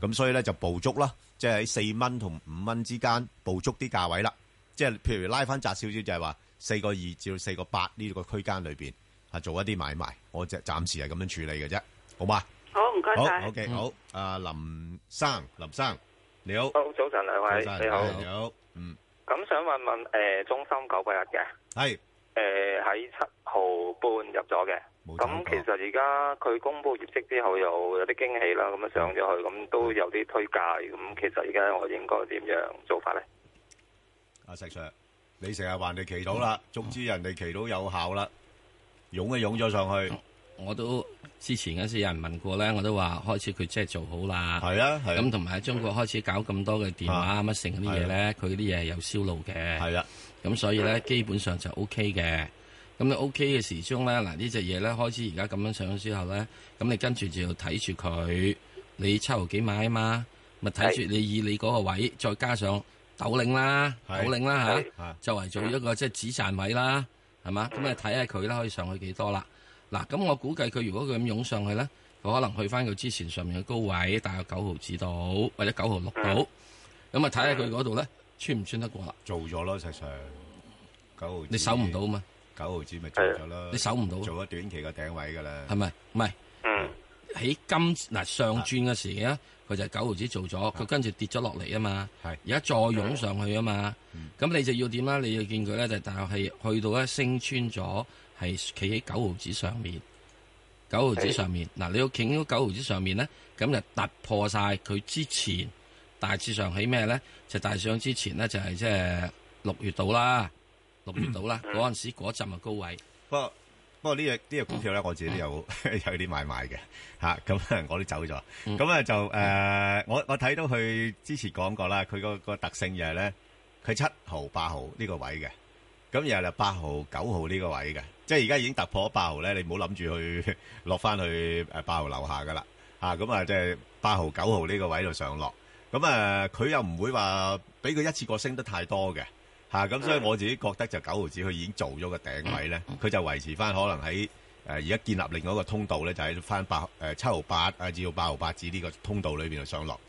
Speaker 3: 咁所以咧就捕捉啦，即係喺四蚊同五蚊之間捕捉啲價位啦。即係譬如拉翻窄少少，就係話四個二至到四個八呢個區間裏邊啊，做一啲買賣。我就暫時係咁樣處理嘅啫，好嘛？
Speaker 7: 好，唔該
Speaker 3: 好
Speaker 7: 晒。
Speaker 3: ，OK，好。阿林生，林生，你好。
Speaker 16: 好，早晨兩位
Speaker 3: 早，晨
Speaker 16: 你好。
Speaker 3: 你好。嗯，
Speaker 16: 咁想問問誒、呃中心九八日嘅，
Speaker 3: 係
Speaker 16: 誒呃喺七毫半入咗嘅。咁其實而家佢公布業績之後又有啲驚喜啦，咁啊上咗去，咁都有啲推介。咁其實而家我應該點樣做法咧？
Speaker 3: 阿啊石 Sir，你成日話人哋祈禱啦，
Speaker 4: 嗯
Speaker 3: 總之人哋祈禱有效啦，湧一湧咗上去。
Speaker 4: 嗯我都之前嗰時有人問過咧，我都話開始佢真係做好啦。
Speaker 3: 係啊，係啊啊
Speaker 4: 咁同埋喺中國開始搞咁多嘅電話乜成嗰啲嘢咧，佢啲嘢係有銷路嘅。
Speaker 3: 係啊啦。
Speaker 4: 咁所以咧，基本上就 O K 嘅。咁你 O K 嘅時鐘咧，嗱呢只嘢咧開始而家咁樣上咗之後咧，咁你跟住就要睇住佢，你七毫幾買啊嘛，咪睇住你以你嗰個位，再加上斗領啦，斗
Speaker 11: 係
Speaker 4: 領啦
Speaker 11: 係
Speaker 4: 嚇，作為做一個即係止賺位啦，啊係嘛？咁你睇下佢啦，可以上去幾多啦？嗱，咁我估計佢如果佢咁湧上去咧，佢可能去翻佢之前上面嘅高位，大約九毫子度或者九毫六度，咁啊睇下佢嗰度咧穿唔穿得過啦。
Speaker 3: 做咗咯，實上九毫。
Speaker 4: 你守唔到嘛？
Speaker 3: 九毫子咪做咗咯。
Speaker 4: 你守唔到啊
Speaker 3: 做咗短期嘅頂位㗎啦。
Speaker 4: 係咪？唔係。喺今嗱上轉嘅時咧，佢就九毫子做咗，佢跟住跌咗落嚟啊嘛。而家再湧上去啊嘛。咁你就要點啦？啊你要見佢咧，就大約係去到咧升穿咗，係企喺九毫子上面。九毫子上面嗱，你要企喺九毫子上面咧，咁就突破晒佢之前大致上喺咩咧？就大致上之前咧就係即係六月度啦，六月度啦，嗰陣時嗰陣嘅高位。
Speaker 3: 嗯
Speaker 4: 嗯
Speaker 3: 不過不過呢隻呢隻股票咧，我自己都有 有啲買賣嘅嚇，咁、啊、我都走咗。
Speaker 4: 嗯
Speaker 3: 咁啊就誒、呃我我睇到佢之前講過啦，佢個個特性就係咧，佢七號八號呢個位嘅，咁然後就八號九號呢個位嘅，即係而家已經突破咗八號咧，你唔好諗住去 落翻去誒八號樓下噶啦嚇，咁啊即係八號九號呢個位度上落，咁啊佢又唔會話俾佢一次過升得太多嘅。嚇，啊咁、所以我自己覺得就九毫子佢已經做咗個頂位咧，佢就維持翻可能喺誒呃而家建立另外一個通道咧，就喺翻八誒七毫八啊至到八毫八至呢個通道裏邊度上落。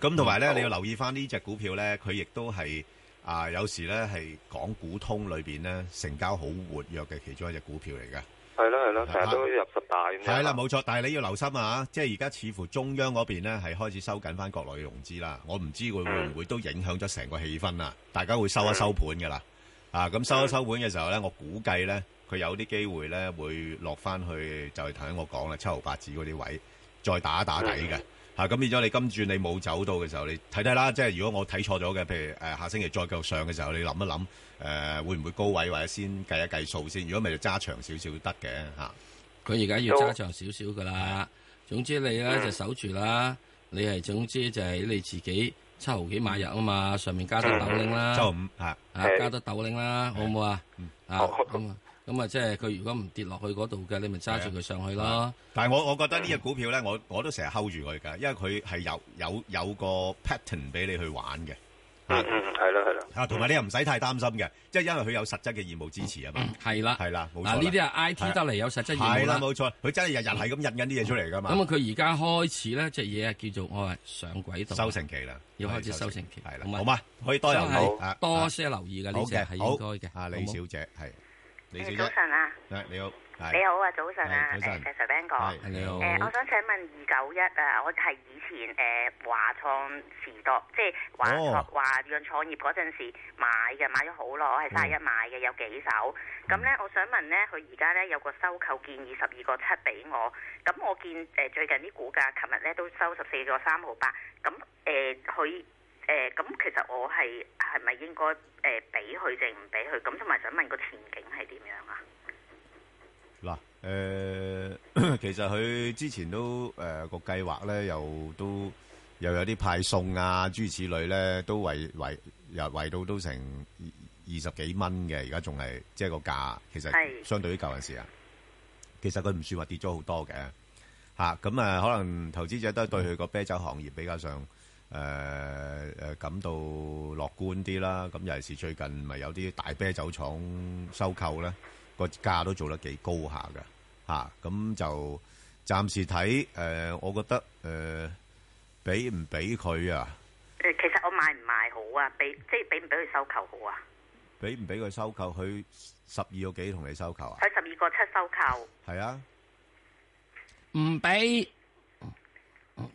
Speaker 3: 咁同埋咧，你要留意翻呢只股票咧，佢亦都係啊有時咧係港股通裏邊咧成交好活躍嘅其中一隻股票嚟嘅。
Speaker 16: 係咯係咯，成日都入十大咁樣。
Speaker 3: 啊係啦，冇錯，但係你要留心啊！即係而家似乎中央嗰邊咧係開始收緊翻國內嘅融資啦。我唔知佢會唔會都影響咗成個氣氛啊！大家會收一收盤㗎啦。啊，咁收一收盤嘅時候咧，我估計咧佢有啲機會咧會落翻去，就係頭先我講啦，七毫八子嗰啲位再打一打底嘅。嚇咁變咗你今轉你冇走到嘅時候，你睇睇啦。即係如果我睇錯咗嘅，譬如誒、呃下星期再繼續上嘅時候，你諗一諗誒、呃、會唔會高位或者先計一計數先。如果咪就揸長少少得嘅嚇。
Speaker 4: 佢而家要揸長少少噶啦。總之你
Speaker 3: 嗯
Speaker 4: 咧就守住啦，你係總之就係你自己七毫幾買入啊嘛，上面加多豆鈴啦，
Speaker 3: 嗯周五嗯嚇
Speaker 4: 啊加多豆鈴啦，好唔好啊？啊咁啊咁啊，即係佢如果唔跌落去嗰度嘅，你咪揸住佢上去咯。
Speaker 3: 但係我我覺得呢只股票咧，我我都成日 hold 住佢㗎，因為佢係有有有個 pattern 俾你去玩嘅。
Speaker 16: 嗯嗯，係咯係咯。
Speaker 3: 啊，同埋你又唔使太擔心嘅，即係因為佢有實質嘅業務支持啊嘛。
Speaker 4: 嗯係啦，
Speaker 3: 係啦，冇錯啦。
Speaker 4: 嗱呢啲係啊 I T 得嚟有實質業務
Speaker 3: 係啦，
Speaker 4: 啦。
Speaker 3: 冇錯，佢真係日日係咁印緊啲嘢出嚟噶嘛。
Speaker 4: 咁啊，佢而家開始咧，隻嘢啊叫做我係上軌道，啊
Speaker 3: 收成期啦，
Speaker 4: 要開始收成期，
Speaker 3: 係啦，好嘛，可以多留
Speaker 4: 真係
Speaker 3: 意啊
Speaker 4: 多些留意嘅呢
Speaker 3: 好
Speaker 4: 隻係
Speaker 3: 好
Speaker 4: 應該嘅。
Speaker 3: 啊，李小姐係，李小姐，
Speaker 20: 早晨啊，
Speaker 3: 係你好，係
Speaker 20: 你好啊，早晨啊，
Speaker 3: 係
Speaker 20: 誒
Speaker 3: 早晨
Speaker 20: 石 Sir Ben 哥，
Speaker 3: 係你好
Speaker 20: 誒我想請問二九一啊，我係以前誒華創時代，即係華創
Speaker 21: 哦
Speaker 20: 華潤創業嗰陣時買嘅，買咗好耐，我
Speaker 3: 嗯
Speaker 20: 係三十一買嘅，有幾手。咁咧，我想問咧，佢而家咧有個收購建議十二個七俾我，咁我見誒最近啲股價，琴日咧都收十四個三毫八，咁誒佢。誒咁、其實我係係咪應該誒俾佢定唔俾佢？咁同埋想問個前景係點樣啊？
Speaker 3: 嗱，誒、 其實佢之前都誒個、計劃咧，又都又有啲派送啊，諸如此類咧，都圍圍又圍到都成二二十幾蚊嘅，而家仲係即係個價，其實
Speaker 6: 係
Speaker 3: 相對於舊陣時啊，其實佢唔算話跌咗好多嘅嚇，咁啊可能投資者都對佢個啤酒行業比較上。誒誒、呃感到樂觀啲啦，咁尤其是最近咪有啲大啤酒廠收購咧，個價都做得幾高下嘅嚇，咁、就暫時睇誒、呃我覺得誒俾唔俾佢啊，
Speaker 20: 誒，呃其實我買唔買好啊？俾即係俾唔俾佢收購好啊？
Speaker 3: 俾唔俾佢收購？佢十二個幾同你收購啊？
Speaker 20: 佢十二個七收購，
Speaker 3: 係啊，
Speaker 4: 唔俾，嗯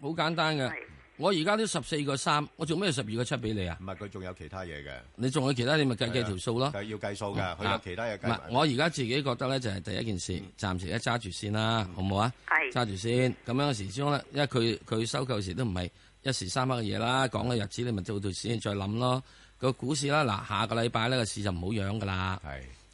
Speaker 4: 好簡單嘅。我而家都十四個三，我做咩十二個七俾你啊？
Speaker 3: 唔係佢仲有其他嘢嘅。
Speaker 4: 你仲有其他，你咪計計條數咯。
Speaker 3: 係要計數㗎，佢有
Speaker 4: 啊
Speaker 3: 其他嘢計
Speaker 4: 唔係
Speaker 3: 埋。
Speaker 4: 我而家自己覺得咧，就係第一件事，暫時一揸住先啦，好唔好啊？揸住先，咁樣嘅時鐘咧，因為佢佢收購時都唔係一時三刻嘅嘢啦，講嘅日子你咪到到時先再諗咯。個股市啦，嗱，下個禮拜呢個市就唔好養噶啦，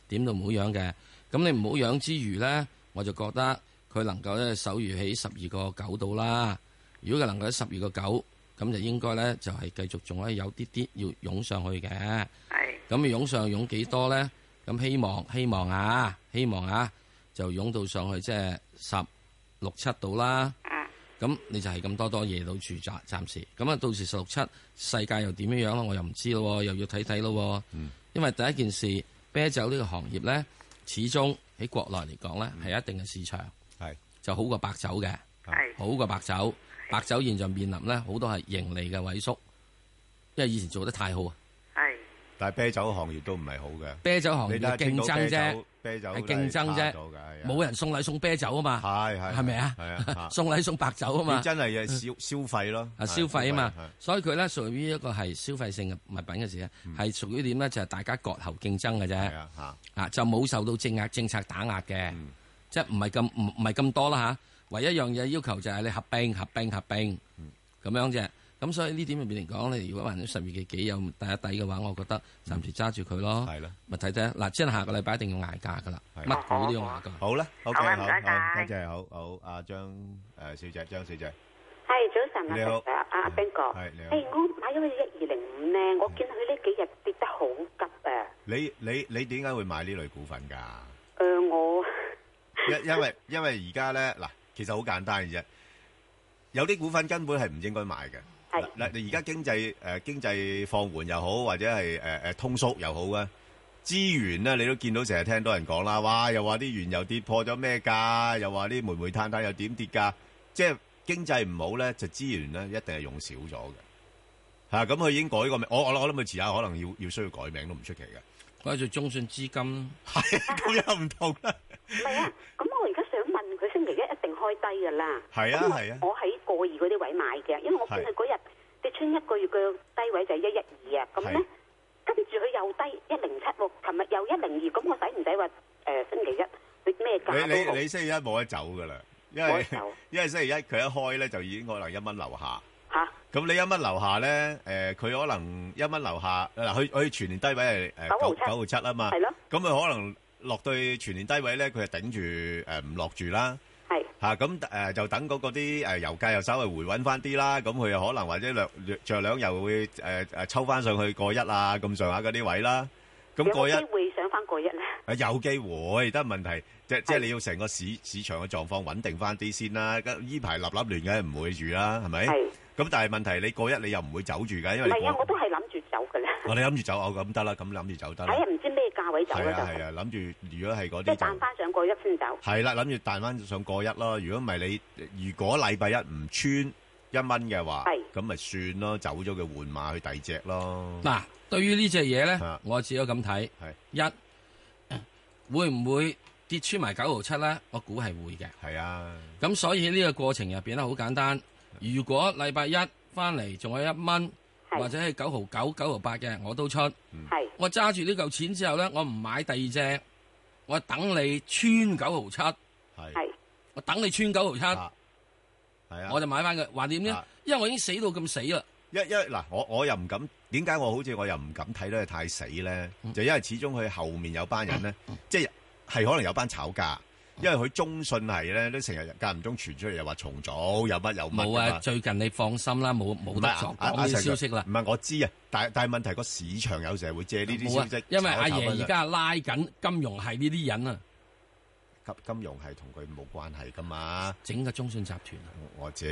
Speaker 4: 點都唔好養嘅。咁你唔好養之餘咧，我就覺得佢能夠咧守住喺十二個九度啦。如果佢能夠喺十二個九，咁就應該咧就係繼續仲可以有啲啲要湧上去嘅。咁湧上湧幾多咧？咁希望希望啊，希望啊，就湧到上去即係十六七度啦。咁你就係咁多多嘢到住暫暫時。咁啊，到時十六七世界又點樣樣咯？我又唔知咯喎，又要睇睇咯喎。因為第一件事，啤酒呢個行業咧，始終喺國內嚟講咧係一定嘅市場。
Speaker 3: 係
Speaker 4: 就好過白酒嘅，好過白酒。白酒現在面臨咧好多係盈利嘅萎縮，因為以前做得太好啊。
Speaker 3: 但係啤酒行業都唔係好嘅，
Speaker 4: 啤酒行業
Speaker 3: 你睇下
Speaker 4: 嘅競爭啫，
Speaker 3: 啤酒
Speaker 4: 係競爭啫，冇人送禮送啤酒啊嘛，
Speaker 3: 啊係係
Speaker 4: 係咪
Speaker 3: 係啊
Speaker 4: 啊？ 送禮送白酒啊嘛，
Speaker 3: 你真係嘅消消費咯，
Speaker 4: 啊消費啊嘛
Speaker 3: 係，
Speaker 4: 所以佢咧屬於一個係消費性嘅物品嘅時咧，係屬於點咧就係大家割喉競爭嘅啫，嗯啊嗯就冇受到政壓政策打壓嘅，即係唔係咁唔唔係咁多啦嚇。唯一一樣嘢要求就係你合併合併合併咁樣啫。咁所以呢點入邊嚟講，你如果話你十二月幾有第一底嘅話，我覺得暫時揸住佢咯。嗯係
Speaker 3: 啦，
Speaker 4: 咪睇睇嗱，即係下個禮拜一定要捱價噶啦，乜股都要捱價。
Speaker 3: 好啦，OK，
Speaker 4: 好啊
Speaker 3: 好，
Speaker 4: 唔該
Speaker 3: 好，多謝，好好，阿張誒小姐，張小姐，
Speaker 21: 係早晨啊，
Speaker 3: 你好
Speaker 21: Sir，阿阿 Ben 哥，
Speaker 3: 係你好
Speaker 21: 誒我買咗佢一二零五咧，我見佢呢幾日跌得好急啊！
Speaker 3: 你你你點解會買呢類股份㗎？
Speaker 21: 誒我
Speaker 3: 因因為因為而家咧嗱，其實好簡單嘅啫，有啲股份根本係唔應該買嘅。嗱嗱，你而家經濟誒、呃、經濟放緩又好，或者係誒誒通縮又好啊，資源咧你都見到成日聽到人講啦，哇！又話啲原油跌破咗咩價，又話啲煤煤炭炭又點跌價，即係經濟唔好咧，就資源咧一定係用少咗嘅。嚇、咁佢已經改個名，我我我諗佢遲下可能要要需要改名都唔出奇嘅。
Speaker 4: 改做中信資金。
Speaker 3: 係咁又唔同啦。
Speaker 21: 唔係啊，咁我而家想問佢星期一一定開低㗎啦。
Speaker 3: 係啊
Speaker 21: 咁我
Speaker 3: 係啊
Speaker 21: 我喺過二嗰啲位買嘅，因為我見佢嗰日跌穿一個月嘅低位就係一一二啊，咁咧
Speaker 3: 係
Speaker 21: 跟住佢又低一零七喎，琴日又一零二，咁我使唔使話誒星期一你咩價
Speaker 3: 你
Speaker 21: 都好
Speaker 3: 你你星期一冇得走噶啦，因為 因為星期一佢一開咧就已經可能一蚊樓下。
Speaker 21: 嚇
Speaker 3: 咁你一蚊樓下咧，誒、佢可能一蚊樓下嗱，佢佢全年低位係誒九九號七啊嘛。
Speaker 21: 係咯。
Speaker 3: 咁佢可能落到去全年低位咧，佢係頂住誒唔落住啦。
Speaker 21: 係。
Speaker 3: 嚇咁誒就等嗰嗰啲誒油價又稍微回穩翻啲啦，咁佢又可能或者略略著兩又會誒誒、抽翻上去過一啊咁上下嗰啲位啦。咁
Speaker 21: 有冇
Speaker 3: 過一。
Speaker 21: 機會上翻過一咧？
Speaker 3: 啊，有機會，得問題即即係你要成個市市場嘅狀況穩定翻啲先啦。咁依排立立亂嘅唔會住啦，係咪？咁但係問題你過一你又唔會走住㗎，因
Speaker 21: 唔
Speaker 3: 為你
Speaker 21: 係啊，
Speaker 3: 過
Speaker 21: 我都係諗住走㗎啦，
Speaker 3: 我哋諗住走，我咁得啦，咁諗住走得啦
Speaker 21: 睇。下啊唔知咩價位走
Speaker 3: 係
Speaker 21: 啦
Speaker 3: 啊
Speaker 21: 就
Speaker 3: 係。啊，諗住如果係嗰
Speaker 21: 即
Speaker 3: 啲
Speaker 21: 係彈
Speaker 3: 就
Speaker 21: 翻上過一先走。
Speaker 3: 係啦，諗住彈翻上過一咯。如果唔係你，如果禮拜一唔穿一蚊嘅話，咁咪算咯，走咗佢換馬去第二隻咯。
Speaker 4: 嗱，對於呢只嘢
Speaker 3: 啊
Speaker 4: 咧，我只有咁睇。一 會唔會跌穿埋九毫七咧？我估係會嘅。
Speaker 3: 係啊。
Speaker 4: 咁所以呢個過程入邊咧，好簡單。如果禮拜一翻嚟仲有一蚊，或者係九毫九、九毫八嘅，我都出。
Speaker 3: 嗯
Speaker 4: 我揸住呢嚿錢之後咧，我唔買第二隻，我等你穿九毫七。
Speaker 3: 係。
Speaker 4: 我等你穿九毫七。係
Speaker 3: 啊。
Speaker 4: 我就買翻佢。話點咧？因為我已經死到咁死啦。
Speaker 3: 因因為嗱，我我又唔敢，點解我好似我又唔敢睇得佢太死咧？
Speaker 4: 嗯
Speaker 3: 就因為始終佢後面有班人咧，即係係可能有班炒價，因為佢中信係咧都成日間唔中傳出嚟又話重組，有乜有乜㗎嘛。
Speaker 4: 冇啊！最近你放心啦，冇冇
Speaker 3: 唔係
Speaker 4: 得
Speaker 3: 啊
Speaker 4: 作
Speaker 3: 啊
Speaker 4: 講
Speaker 3: 啊
Speaker 4: 呢啲
Speaker 3: ，Sir，
Speaker 4: 消息啦。
Speaker 3: 唔係我知啊，但係但係問題個市場有時係會借呢啲
Speaker 4: 冇啊
Speaker 3: 消息，，
Speaker 4: 因為阿爺而家
Speaker 3: 炒
Speaker 4: 係拉緊金融係呢啲人啊，
Speaker 3: 炒金金融係同佢冇關係噶嘛。
Speaker 4: 整個中信集團啊，
Speaker 3: 我知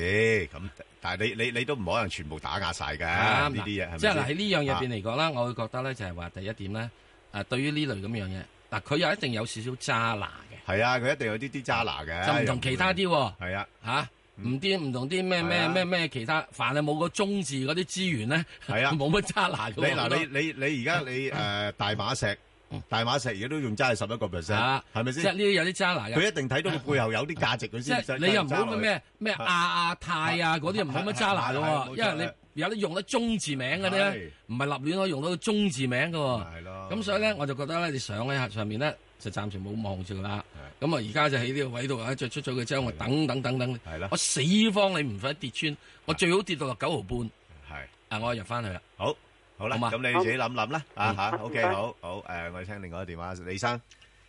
Speaker 3: 咁，但係你你你都唔可能全部打壓晒㗎
Speaker 4: 啱
Speaker 3: 啊呢啲嘢，係咪
Speaker 4: 嗱即係嗱喺
Speaker 3: 先
Speaker 4: 呢樣入邊
Speaker 3: 啊
Speaker 4: 嚟講啦，我會覺得咧就係話第一點咧，誒對於呢類咁樣嘢，嗱佢又一定有少少渣拿
Speaker 3: 係啊，佢一定有啲啲渣拿
Speaker 4: 嘅，
Speaker 3: 嘅，
Speaker 4: 就唔同其他啲喎，
Speaker 3: 係啊
Speaker 4: 嚇。唔啲唔同啲咩
Speaker 3: 係
Speaker 4: 咩
Speaker 3: 啊
Speaker 4: 咩咩其他，凡係冇個中字嗰啲資源咧，
Speaker 3: 係啊
Speaker 4: 冇乜渣拿嘅
Speaker 3: 你
Speaker 4: 喎。
Speaker 3: 嗱，
Speaker 4: 好多
Speaker 3: 你你你而家你誒大馬石，大馬石而家都仲揸係十一個 percent，
Speaker 4: 啊
Speaker 3: 係咪
Speaker 4: 即係
Speaker 3: 先？
Speaker 4: 呢啲有啲渣拿嘅
Speaker 3: 佢一定睇到佢背後有啲價值，佢
Speaker 4: 即
Speaker 3: 先
Speaker 4: 係你又唔好咩咩咩亞亞太啊嗰啲又唔好乜渣拿嘅
Speaker 3: 係係係冇
Speaker 4: 喎，
Speaker 3: 錯
Speaker 4: 因為你有得用得中字名嘅咧，唔係立亂可以用到中字名嘅喎。咁所以咧，我就覺得咧，你上喺上面咧就暫時冇望住佢啦。咁啊，而家就喺呢個位度啊，再出咗佢之後，我等等等等，我死方你唔使跌穿，我最好跌到落九毫半。
Speaker 3: 係
Speaker 4: 啊，我入翻去啦。
Speaker 3: 好，好啦，
Speaker 4: 嘛
Speaker 3: 咁你自己諗諗啦，啊
Speaker 4: 嗯
Speaker 3: 嚇
Speaker 4: 好
Speaker 3: ，OK，
Speaker 4: 唔該
Speaker 3: 好好誒，我哋聽另外一個電話，李生，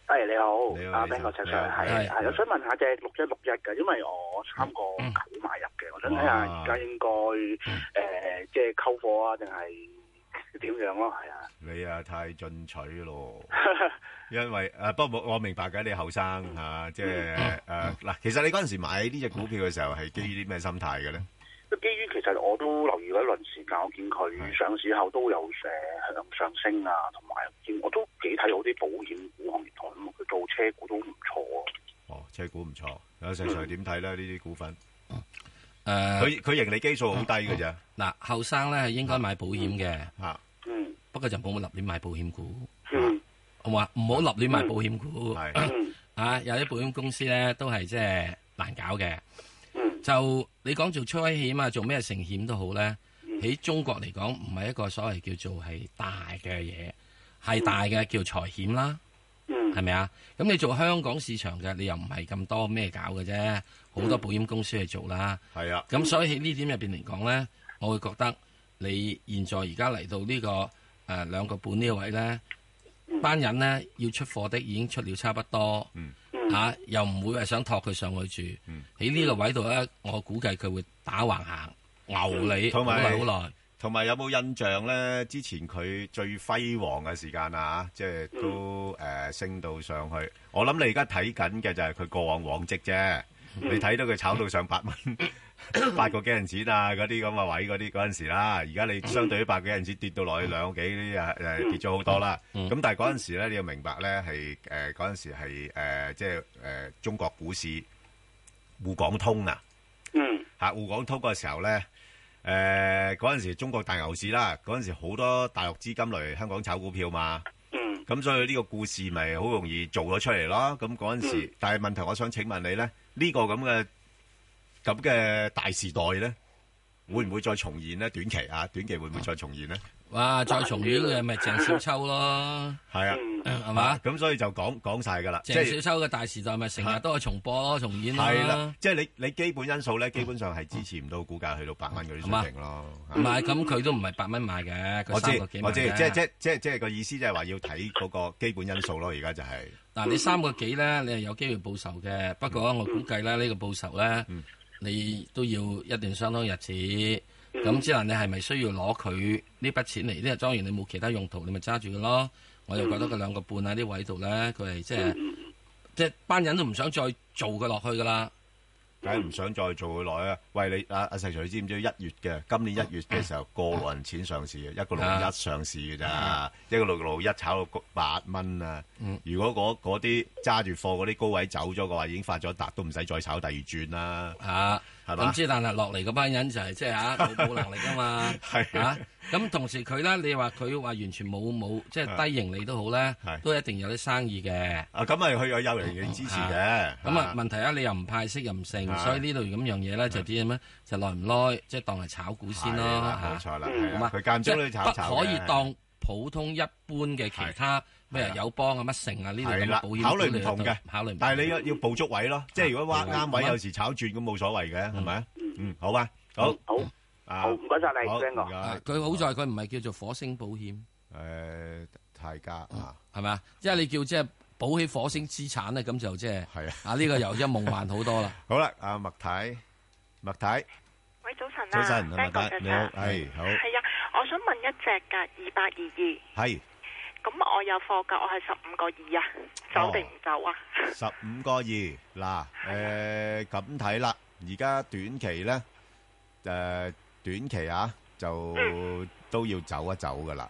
Speaker 6: 係你
Speaker 3: 你
Speaker 6: 好，
Speaker 3: 好
Speaker 6: 阿
Speaker 3: 李
Speaker 6: Ben
Speaker 3: 生
Speaker 6: 個卓
Speaker 3: 你
Speaker 6: Sir
Speaker 3: 好
Speaker 6: 係
Speaker 3: 係
Speaker 6: 係，我想問下隻六一六一嘅，因為我三個
Speaker 3: 嗯
Speaker 6: 九買入嘅，我想睇下
Speaker 3: 哇
Speaker 6: 而家應該誒
Speaker 3: 嗯
Speaker 6: 即係溝貨啊，定係點樣咯？係啊，
Speaker 3: 你啊太進取咯，因為誒不過我明白嘅，你後生嚇，即係誒嗱，其實你嗰陣時買呢隻股票嘅時候係基於啲咩心態嘅咧？
Speaker 6: 基於其實我都留意咗一輪時間，我見
Speaker 3: 嗯
Speaker 6: 佢上市後都有誒向上升嗯啊，同埋見我都幾睇好啲保險股行業同埋佢做車股都唔錯啊。
Speaker 3: 哦，車股唔錯，有石 Sir 點睇咧？呢啲股份
Speaker 4: 诶，
Speaker 3: 佢佢盈利基數好低嘅啫。
Speaker 4: 啊哦嗱，後生咧係應該買保險嘅，
Speaker 3: 吓，
Speaker 4: 嗯，不過就冇立亂買保險股，啊我話唔好立亂買保險
Speaker 3: 嗯
Speaker 4: 股，啊，有啲保險公司咧都係即係難搞嘅，就你講做初險啊，做咩成險都好咧，喺中國嚟講唔係一個所謂叫做係大嘅嘢，係大嘅叫財險啦。係咪啊？咁你做香港市場嘅，你又唔係咁多咩搞嘅啫，好多保險公司去做啦。
Speaker 3: 嗯係啊，
Speaker 4: 咁所以喺呢點入邊嚟講咧，我會覺得你現在而家嚟到呢、個誒、呃、兩個半呢個位咧，班人咧要出貨的已經出了差不多，
Speaker 3: 嗯
Speaker 4: 嚇、又唔會係想托佢上去住。喺呢、個位度咧，我估計佢會打橫行，牛你好
Speaker 3: 嗯同埋
Speaker 4: 耐好耐。
Speaker 3: 同埋有冇印象咧？之前佢最輝煌嘅時間啊，即係都誒、呃升到上去。我諗你而家睇緊嘅就係佢過往往績啫。你睇到佢炒到上八蚊、八個幾銀錢啊，嗰啲咁嘅位嗰啲嗰陣時啦。而家你相對於八個幾銀錢跌到落去兩個幾呢啊誒跌咗好多啦。咁但係嗰陣時咧，你要明白咧係誒嗰陣時係誒即係誒中國股市滬港通啊。嚇滬港通嘅時候咧，誒嗰陣時中國大牛市啦，嗰陣時好多大陸資金嚟香港炒股票嘛。咁所以呢個故事咪好容易做咗出嚟咯。咁嗰陣時，但係問題，我想請問你咧，呢、個咁嘅咁嘅大時代咧，會唔會再重現咧？短期啊，短期會唔會再重現咧？
Speaker 4: 哇！再重演嘅咪鄭少秋咯，
Speaker 3: 係啊，
Speaker 4: 係嘛？
Speaker 3: 咁所以就講講晒㗎啦，即係
Speaker 4: 鄭少秋嘅大時代咪成日都係重播咯，重演
Speaker 3: 係
Speaker 4: 啦嗯
Speaker 3: 啦。，即係你你基本因素咧，基本上係支持唔到股價去到八蚊嗰啲水平咯。
Speaker 4: 唔係咁，佢都唔係八蚊買嘅，佢
Speaker 3: 嗯啊我
Speaker 4: 三個幾
Speaker 3: 知我
Speaker 4: 買
Speaker 3: 知，
Speaker 4: 嘅
Speaker 3: 即係即係即係即係個意思就係話要睇嗰個基本因素咯。而家就係嗯
Speaker 4: 嗱，你三個幾咧，你係有機會報仇嘅。不過我估計咧，呢個報仇咧，
Speaker 3: 嗯
Speaker 4: 你都要一段相當日子。咁之但你係咪需要攞佢呢筆錢嚟？呢當然你冇其他用途，你咪揸住佢咯。我就覺得佢兩個半喺啲位度咧，佢係即係即係班人都唔想再做佢落去噶啦。
Speaker 3: 梗係唔想再做佢耐啊！喂，你阿阿石 Sir，你知唔知一月嘅今年一月嘅時候個六銀錢上市嘅，一個六
Speaker 4: 啊
Speaker 3: 一上市嘅咋，一個六六一炒到八蚊啊！
Speaker 4: 嗯
Speaker 3: 如果嗰嗰啲揸住貨嗰啲高位走咗嘅話，已經發咗達，都唔使再炒第二轉啦。
Speaker 4: 嚇，
Speaker 3: 係嘛
Speaker 4: 啊咁？之但係落嚟嗰班人就係即係 嚇冇冇能力噶嘛，
Speaker 3: 係
Speaker 4: 嚇。咁同時佢咧，你話佢話完全冇冇即係低盈利都好咧，都一定有啲生意嘅。
Speaker 3: 啊，咁咪佢有有人嘅支持嘅。啊
Speaker 4: 咁啊，問題啊，你又唔派息又唔剩，所以呢度咁樣嘢咧就點咧？就耐唔耐，即係當係炒股先咯
Speaker 3: 係啦
Speaker 4: 嚇
Speaker 3: 冇錯啦
Speaker 4: 嗯
Speaker 3: 係啦
Speaker 4: 咁啊
Speaker 3: 佢間中都
Speaker 4: 即
Speaker 3: 炒
Speaker 4: 係
Speaker 3: 炒
Speaker 4: 不可以
Speaker 3: 嘅
Speaker 4: 當普通一般嘅其他咩
Speaker 3: 係啦
Speaker 4: 友邦啊乜成啊呢啲咁
Speaker 3: 係
Speaker 4: 嘅
Speaker 3: 啦，
Speaker 4: 保險
Speaker 3: 考慮
Speaker 4: 股
Speaker 3: 唔
Speaker 4: 你
Speaker 3: 同
Speaker 4: 都
Speaker 3: 嘅，
Speaker 4: 考慮唔同。
Speaker 3: 但係你要要捕捉位咯，即係如果挖啱位，
Speaker 4: 嗯
Speaker 3: 有時炒轉咁冇所謂嘅，係咪啊？嗯，好啊，好，
Speaker 6: 好，
Speaker 3: 好，唔
Speaker 6: 該晒
Speaker 3: 你，Frank 哥
Speaker 4: 啊佢好在佢唔係叫做火星保險，
Speaker 3: 誒泰家啊，
Speaker 4: 係咪啊？即係你叫即係保起火星資產咧，咁就即係
Speaker 3: 係啊！
Speaker 4: 啊呢個又即係夢幻好 多啦。
Speaker 3: 好啦，阿麥太，麥太，
Speaker 10: 喂，早晨
Speaker 3: 早
Speaker 10: 啊，
Speaker 3: 晨，麥
Speaker 10: Bang 哥
Speaker 3: 太，你好，
Speaker 10: 係
Speaker 3: 係好，
Speaker 10: 係啊，我想問一隻噶二八二二，
Speaker 3: 係
Speaker 10: 咁我有貨噶，我係十五個二啊，走定唔走啊？
Speaker 3: 十五個二嗱，誒咁睇啦，而家短期咧誒短期啊就都要走一走噶啦。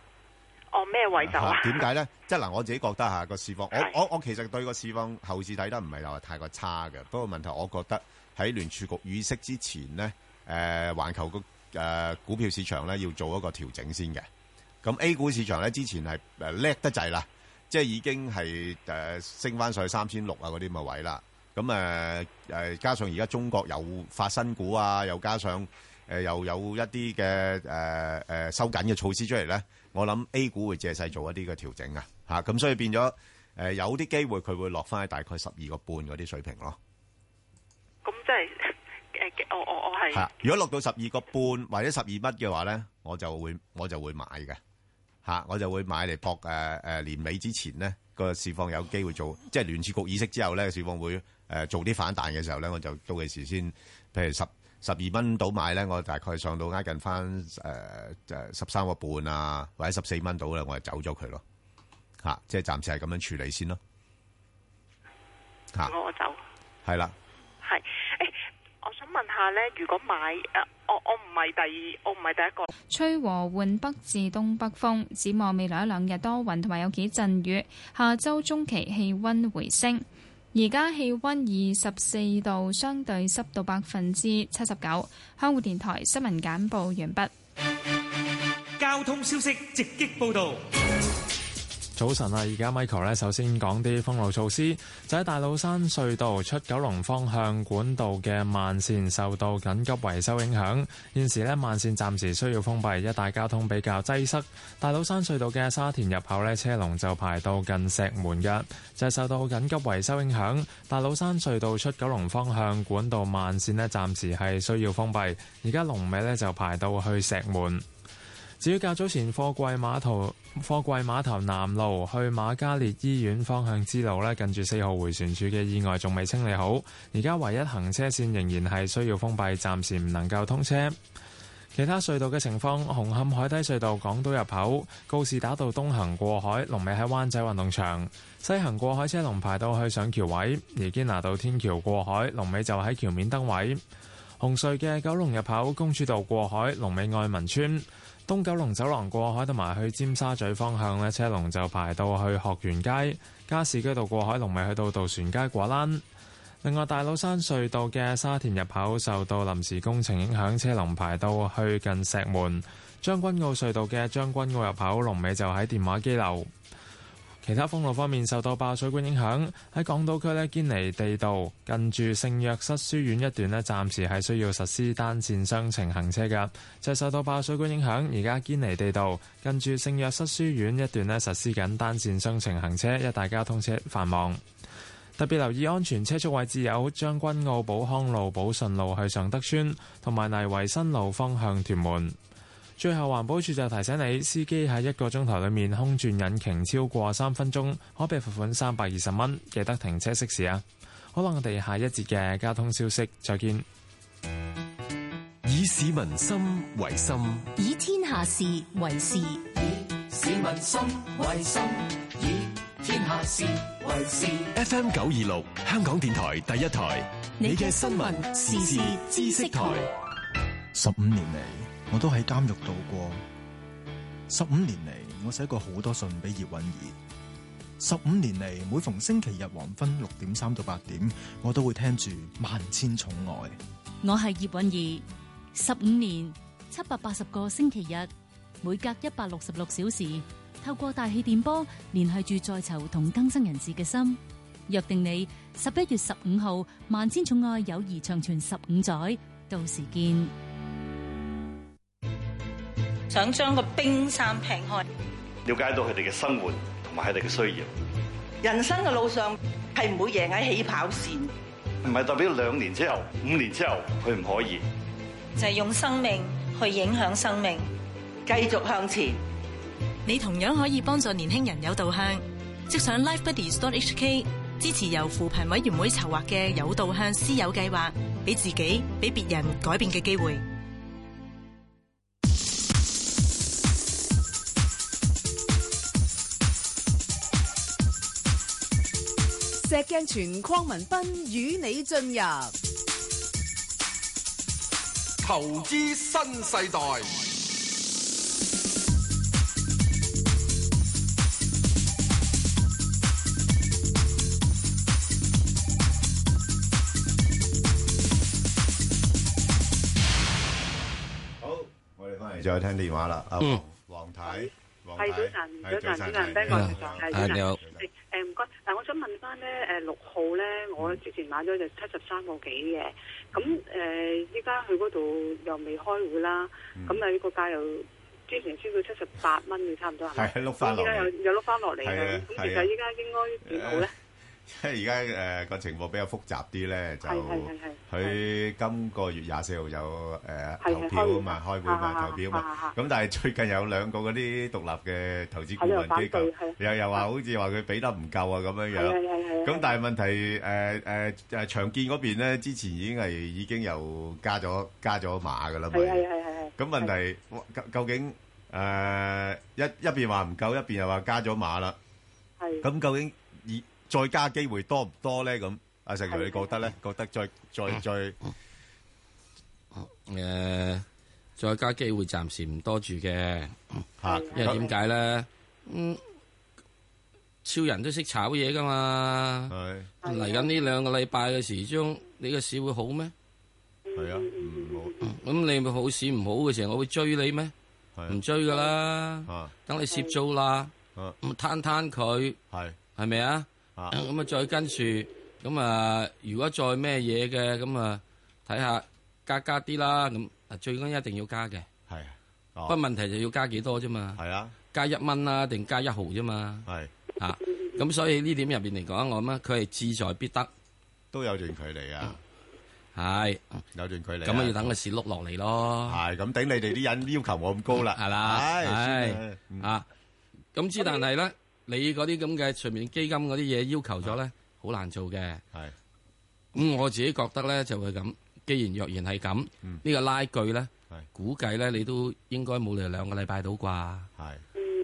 Speaker 10: 我咩位走啊
Speaker 3: 嚇？點解咧？即係嗱，我自己覺得嚇個市況，我我我其實對個市況後市睇得唔係話太過差嘅。不過問題，我覺得喺聯儲局議息之前咧，誒、環球個誒、股票市場咧要做一個調整先嘅。咁 A 股市場咧之前係誒叻得滯啦，即係已經係誒、呃升翻上去三千六啊嗰啲咁嘅位啦。咁誒誒，加上而家中國又發新股啊，又加上誒、呃又有一啲嘅誒誒收緊嘅措施出嚟咧，我諗 A 股會借勢做一啲嘅調整啊，嚇咁所以變咗誒、有啲機會佢會落翻喺大概十二個半嗰啲水平咯。
Speaker 10: 咁即係誒，我我我係
Speaker 3: 吓，啊如果落到十二個半或者十二蚊嘅話咧，我就會我就會買嘅吓、我就會買嚟搏誒誒年尾之前咧個市況有機會做，即係聯儲局議息之後咧，市況會誒、呃做啲反彈嘅時候咧，我就到期時先，譬如十十二蚊到買咧，我大概上到挨近翻誒誒十三個半啊，或者十四蚊到啦，我就走咗佢咯吓、即係暫時係咁樣處理先咯吓，
Speaker 10: 我走
Speaker 3: 係啦。
Speaker 10: 係誒，我想問下咧，如果買誒，我我唔係第二，我唔係第一個。
Speaker 9: 吹和緩北至東北風，展望未來一兩日多雲同埋有幾陣雨，下周中期氣温回升。而家氣温二十四度，相對濕度百分之七十九。香港電台新聞簡報完畢。
Speaker 8: 交通消息直擊報道。
Speaker 12: 早晨啊！而家 Michael 咧，首先講啲封路措施，就喺大老山隧道出九龍方向管道嘅慢線受到緊急維修影響，現時咧慢線暫時需要封閉，一帶交通比較擠塞。大老山隧道嘅沙田入口咧，車龍就排到近石門嘅，就係受到緊急維修影響，大老山隧道出九龍方向管道慢線咧，暫時係需要封閉，而家龍尾咧就排到去石門。至於較早前貨櫃碼頭貨櫃碼頭南路去瑪嘉烈醫院方向支路咧，近住四號迴旋處嘅意外仲未清理好，而家唯一行車線仍然係需要封閉，暫時唔能夠通車。其他隧道嘅情況，紅磡海底隧道港島入口告士打道東行過海，龍尾喺灣仔運動場；西行過海車龍排到去上橋位，而堅拿道天橋過海龍尾就喺橋面燈位。紅隧嘅九龍入口公主道過海，龍尾愛民村。東九龍走廊過海同埋去尖沙咀方向咧，車龍就排到去學園街、加士居道過海，龍尾去到渡船街果欄。另外，大老山隧道嘅沙田入口受到臨時工程影響，車龍排到去近石門。將軍澳隧道嘅將軍澳入口，龍尾就喺電話機樓。其他封路方面，受到爆水管影響，喺港島區呢，堅尼地道近住聖約瑟書院一段呢，暫時係需要實施單線雙程行車㗎。就係受到爆水管影響，而家堅尼地道近住聖約瑟書院一段呢，實施緊單線雙程行車，一帶交通車繁忙。特別留意安全車速位置有將軍澳寶康路、寶順路去尚德村，同埋泥圍新路方向屯門。最後，環保署就提醒你，司機喺一個鐘頭裏面空轉引擎超過三分鐘，可被罰款三百二十蚊。記得停車熄匙啊！好啦，我哋下一節嘅交通消息再見。
Speaker 5: 以市民心為心，
Speaker 13: 以天下事為事，
Speaker 22: 市民心為心，以天下事為事。
Speaker 5: FM 九二六，香港電台第一台，你嘅新聞時事知識台。
Speaker 23: 十五年嚟。我都喺監獄度過，十五年嚟我寫過好多信俾葉韻儀。十五年嚟每逢星期日黃昏六點三到八點，我都會聽住萬千寵愛。
Speaker 24: 我係葉韻儀，十五年七百八十個星期日，每隔一百六十六小時，透過大氣電波聯繫住在囚同更生人士嘅心。約定你十一月十五號萬千寵愛友誼長存十五載，到時見。
Speaker 25: 想將個冰山劈開，
Speaker 26: 了解到佢哋嘅生活同埋佢哋嘅需要。
Speaker 27: 人生嘅路上係唔會贏喺起跑線，
Speaker 26: 唔係代表兩年之後、五年之後佢唔可以。
Speaker 25: 就係用生命去影響生命，
Speaker 27: 繼續向前。
Speaker 24: 你同樣可以幫助年輕人有導向，即上 lifebuddies.hk 支持由扶貧委員會籌劃嘅有導向師友計劃，俾自己、俾別人改變嘅機會。
Speaker 1: 石鏡泉鄺民彬與你進入
Speaker 2: 投資新世代。
Speaker 3: 好，我哋翻嚟再聽電話啦。阿
Speaker 4: 嗯
Speaker 3: 黃太，黃太
Speaker 28: 係早晨，
Speaker 3: 係
Speaker 28: 早晨，早
Speaker 3: 係
Speaker 28: 晨，邊個早晨？係
Speaker 3: 係
Speaker 28: 早晨。
Speaker 3: 啊好
Speaker 28: 誒誒唔該，嗱，我想問翻咧，誒六號咧，
Speaker 3: 嗯
Speaker 28: 我之前買咗就七十三個幾嘅，咁誒依家去嗰度又未開會啦，
Speaker 3: 嗯
Speaker 28: 咁啊呢個價又之前升到七十八蚊嘅差唔多係咪？
Speaker 3: 係碌返落嚟
Speaker 28: 咁依家又又碌翻落嚟
Speaker 3: 係
Speaker 28: 啦
Speaker 3: 啊，係
Speaker 28: 咁
Speaker 3: 啊
Speaker 28: 其實依家應該點好咧？
Speaker 3: 因為而家誒個情況比較複雜啲咧，就
Speaker 28: 係係係係
Speaker 3: 佢今個月廿四號有誒投
Speaker 28: 係
Speaker 3: 票啊嘛，
Speaker 28: 開
Speaker 3: 開
Speaker 28: 會
Speaker 3: 會嘛，
Speaker 28: 啊
Speaker 3: 投票啊
Speaker 28: 啊
Speaker 3: 嘛
Speaker 28: 啊。
Speaker 3: 咁但係最近有兩個嗰啲獨立嘅投資顧
Speaker 28: 喺度
Speaker 3: 問
Speaker 28: 反
Speaker 3: 機
Speaker 28: 對
Speaker 3: 構
Speaker 28: 係，
Speaker 3: 又又話好似話佢俾得唔夠啊咁樣
Speaker 28: 係係係係
Speaker 3: 樣。
Speaker 28: 係
Speaker 3: 咁但係問題誒誒誒長建嗰邊咧，之前已經係已經又加咗加咗碼㗎啦，
Speaker 28: 係係係係係。
Speaker 3: 咁問題哇究究竟誒一一邊話唔夠，一邊又話加咗碼啦。
Speaker 28: 係
Speaker 3: 咁究竟以再加機會多唔多咧？咁阿石 Sir，你覺得咧？覺得再再再
Speaker 4: 哦誒、再加機會暫時唔多住嘅，
Speaker 3: 嚇
Speaker 4: 因為點解咧？嗯，超人都識炒嘢噶嘛。嚟緊呢兩個禮拜嘅時鐘，你個市會好咩？嗯
Speaker 3: 係啊，
Speaker 4: 咁你咪好市唔好嘅時候，我會追你咩？唔追噶啦
Speaker 3: 啊，
Speaker 4: 等你涉租啦，咁攤攤佢，
Speaker 3: 係
Speaker 4: 係咪啊？咁啊再跟住，咁啊如果再咩嘢嘅，咁啊睇下加加啲啦，咁啊最緊一定要加嘅。
Speaker 3: 係，
Speaker 4: 不過問題就要加幾多啫嘛。
Speaker 3: 啊哦係啊，
Speaker 4: 加一蚊啦，定加一毫啫嘛。
Speaker 3: 係
Speaker 4: 啊，咁所以呢點入邊嚟講，我諗咧佢係志在必得。
Speaker 3: 都有段距離啊。
Speaker 4: 係
Speaker 3: 有段距離啊。
Speaker 4: 咁啊要等個市碌落嚟咯。
Speaker 3: 係咁，頂你哋啲人要求我咁高啦。
Speaker 4: 係啦，
Speaker 3: 唉嗯
Speaker 4: 係
Speaker 3: 算
Speaker 4: 啊。咁之但係咧，你嗰啲咁嘅上面基金嗰啲嘢要求咗咧，好難做嘅。
Speaker 3: 啊係。
Speaker 4: 咁我自己覺得咧就會咁。既然若然係咁，
Speaker 3: 嗯
Speaker 4: 呢個拉鋸咧，估計咧你都應該冇嚟兩個禮拜到啩。
Speaker 3: 係。啊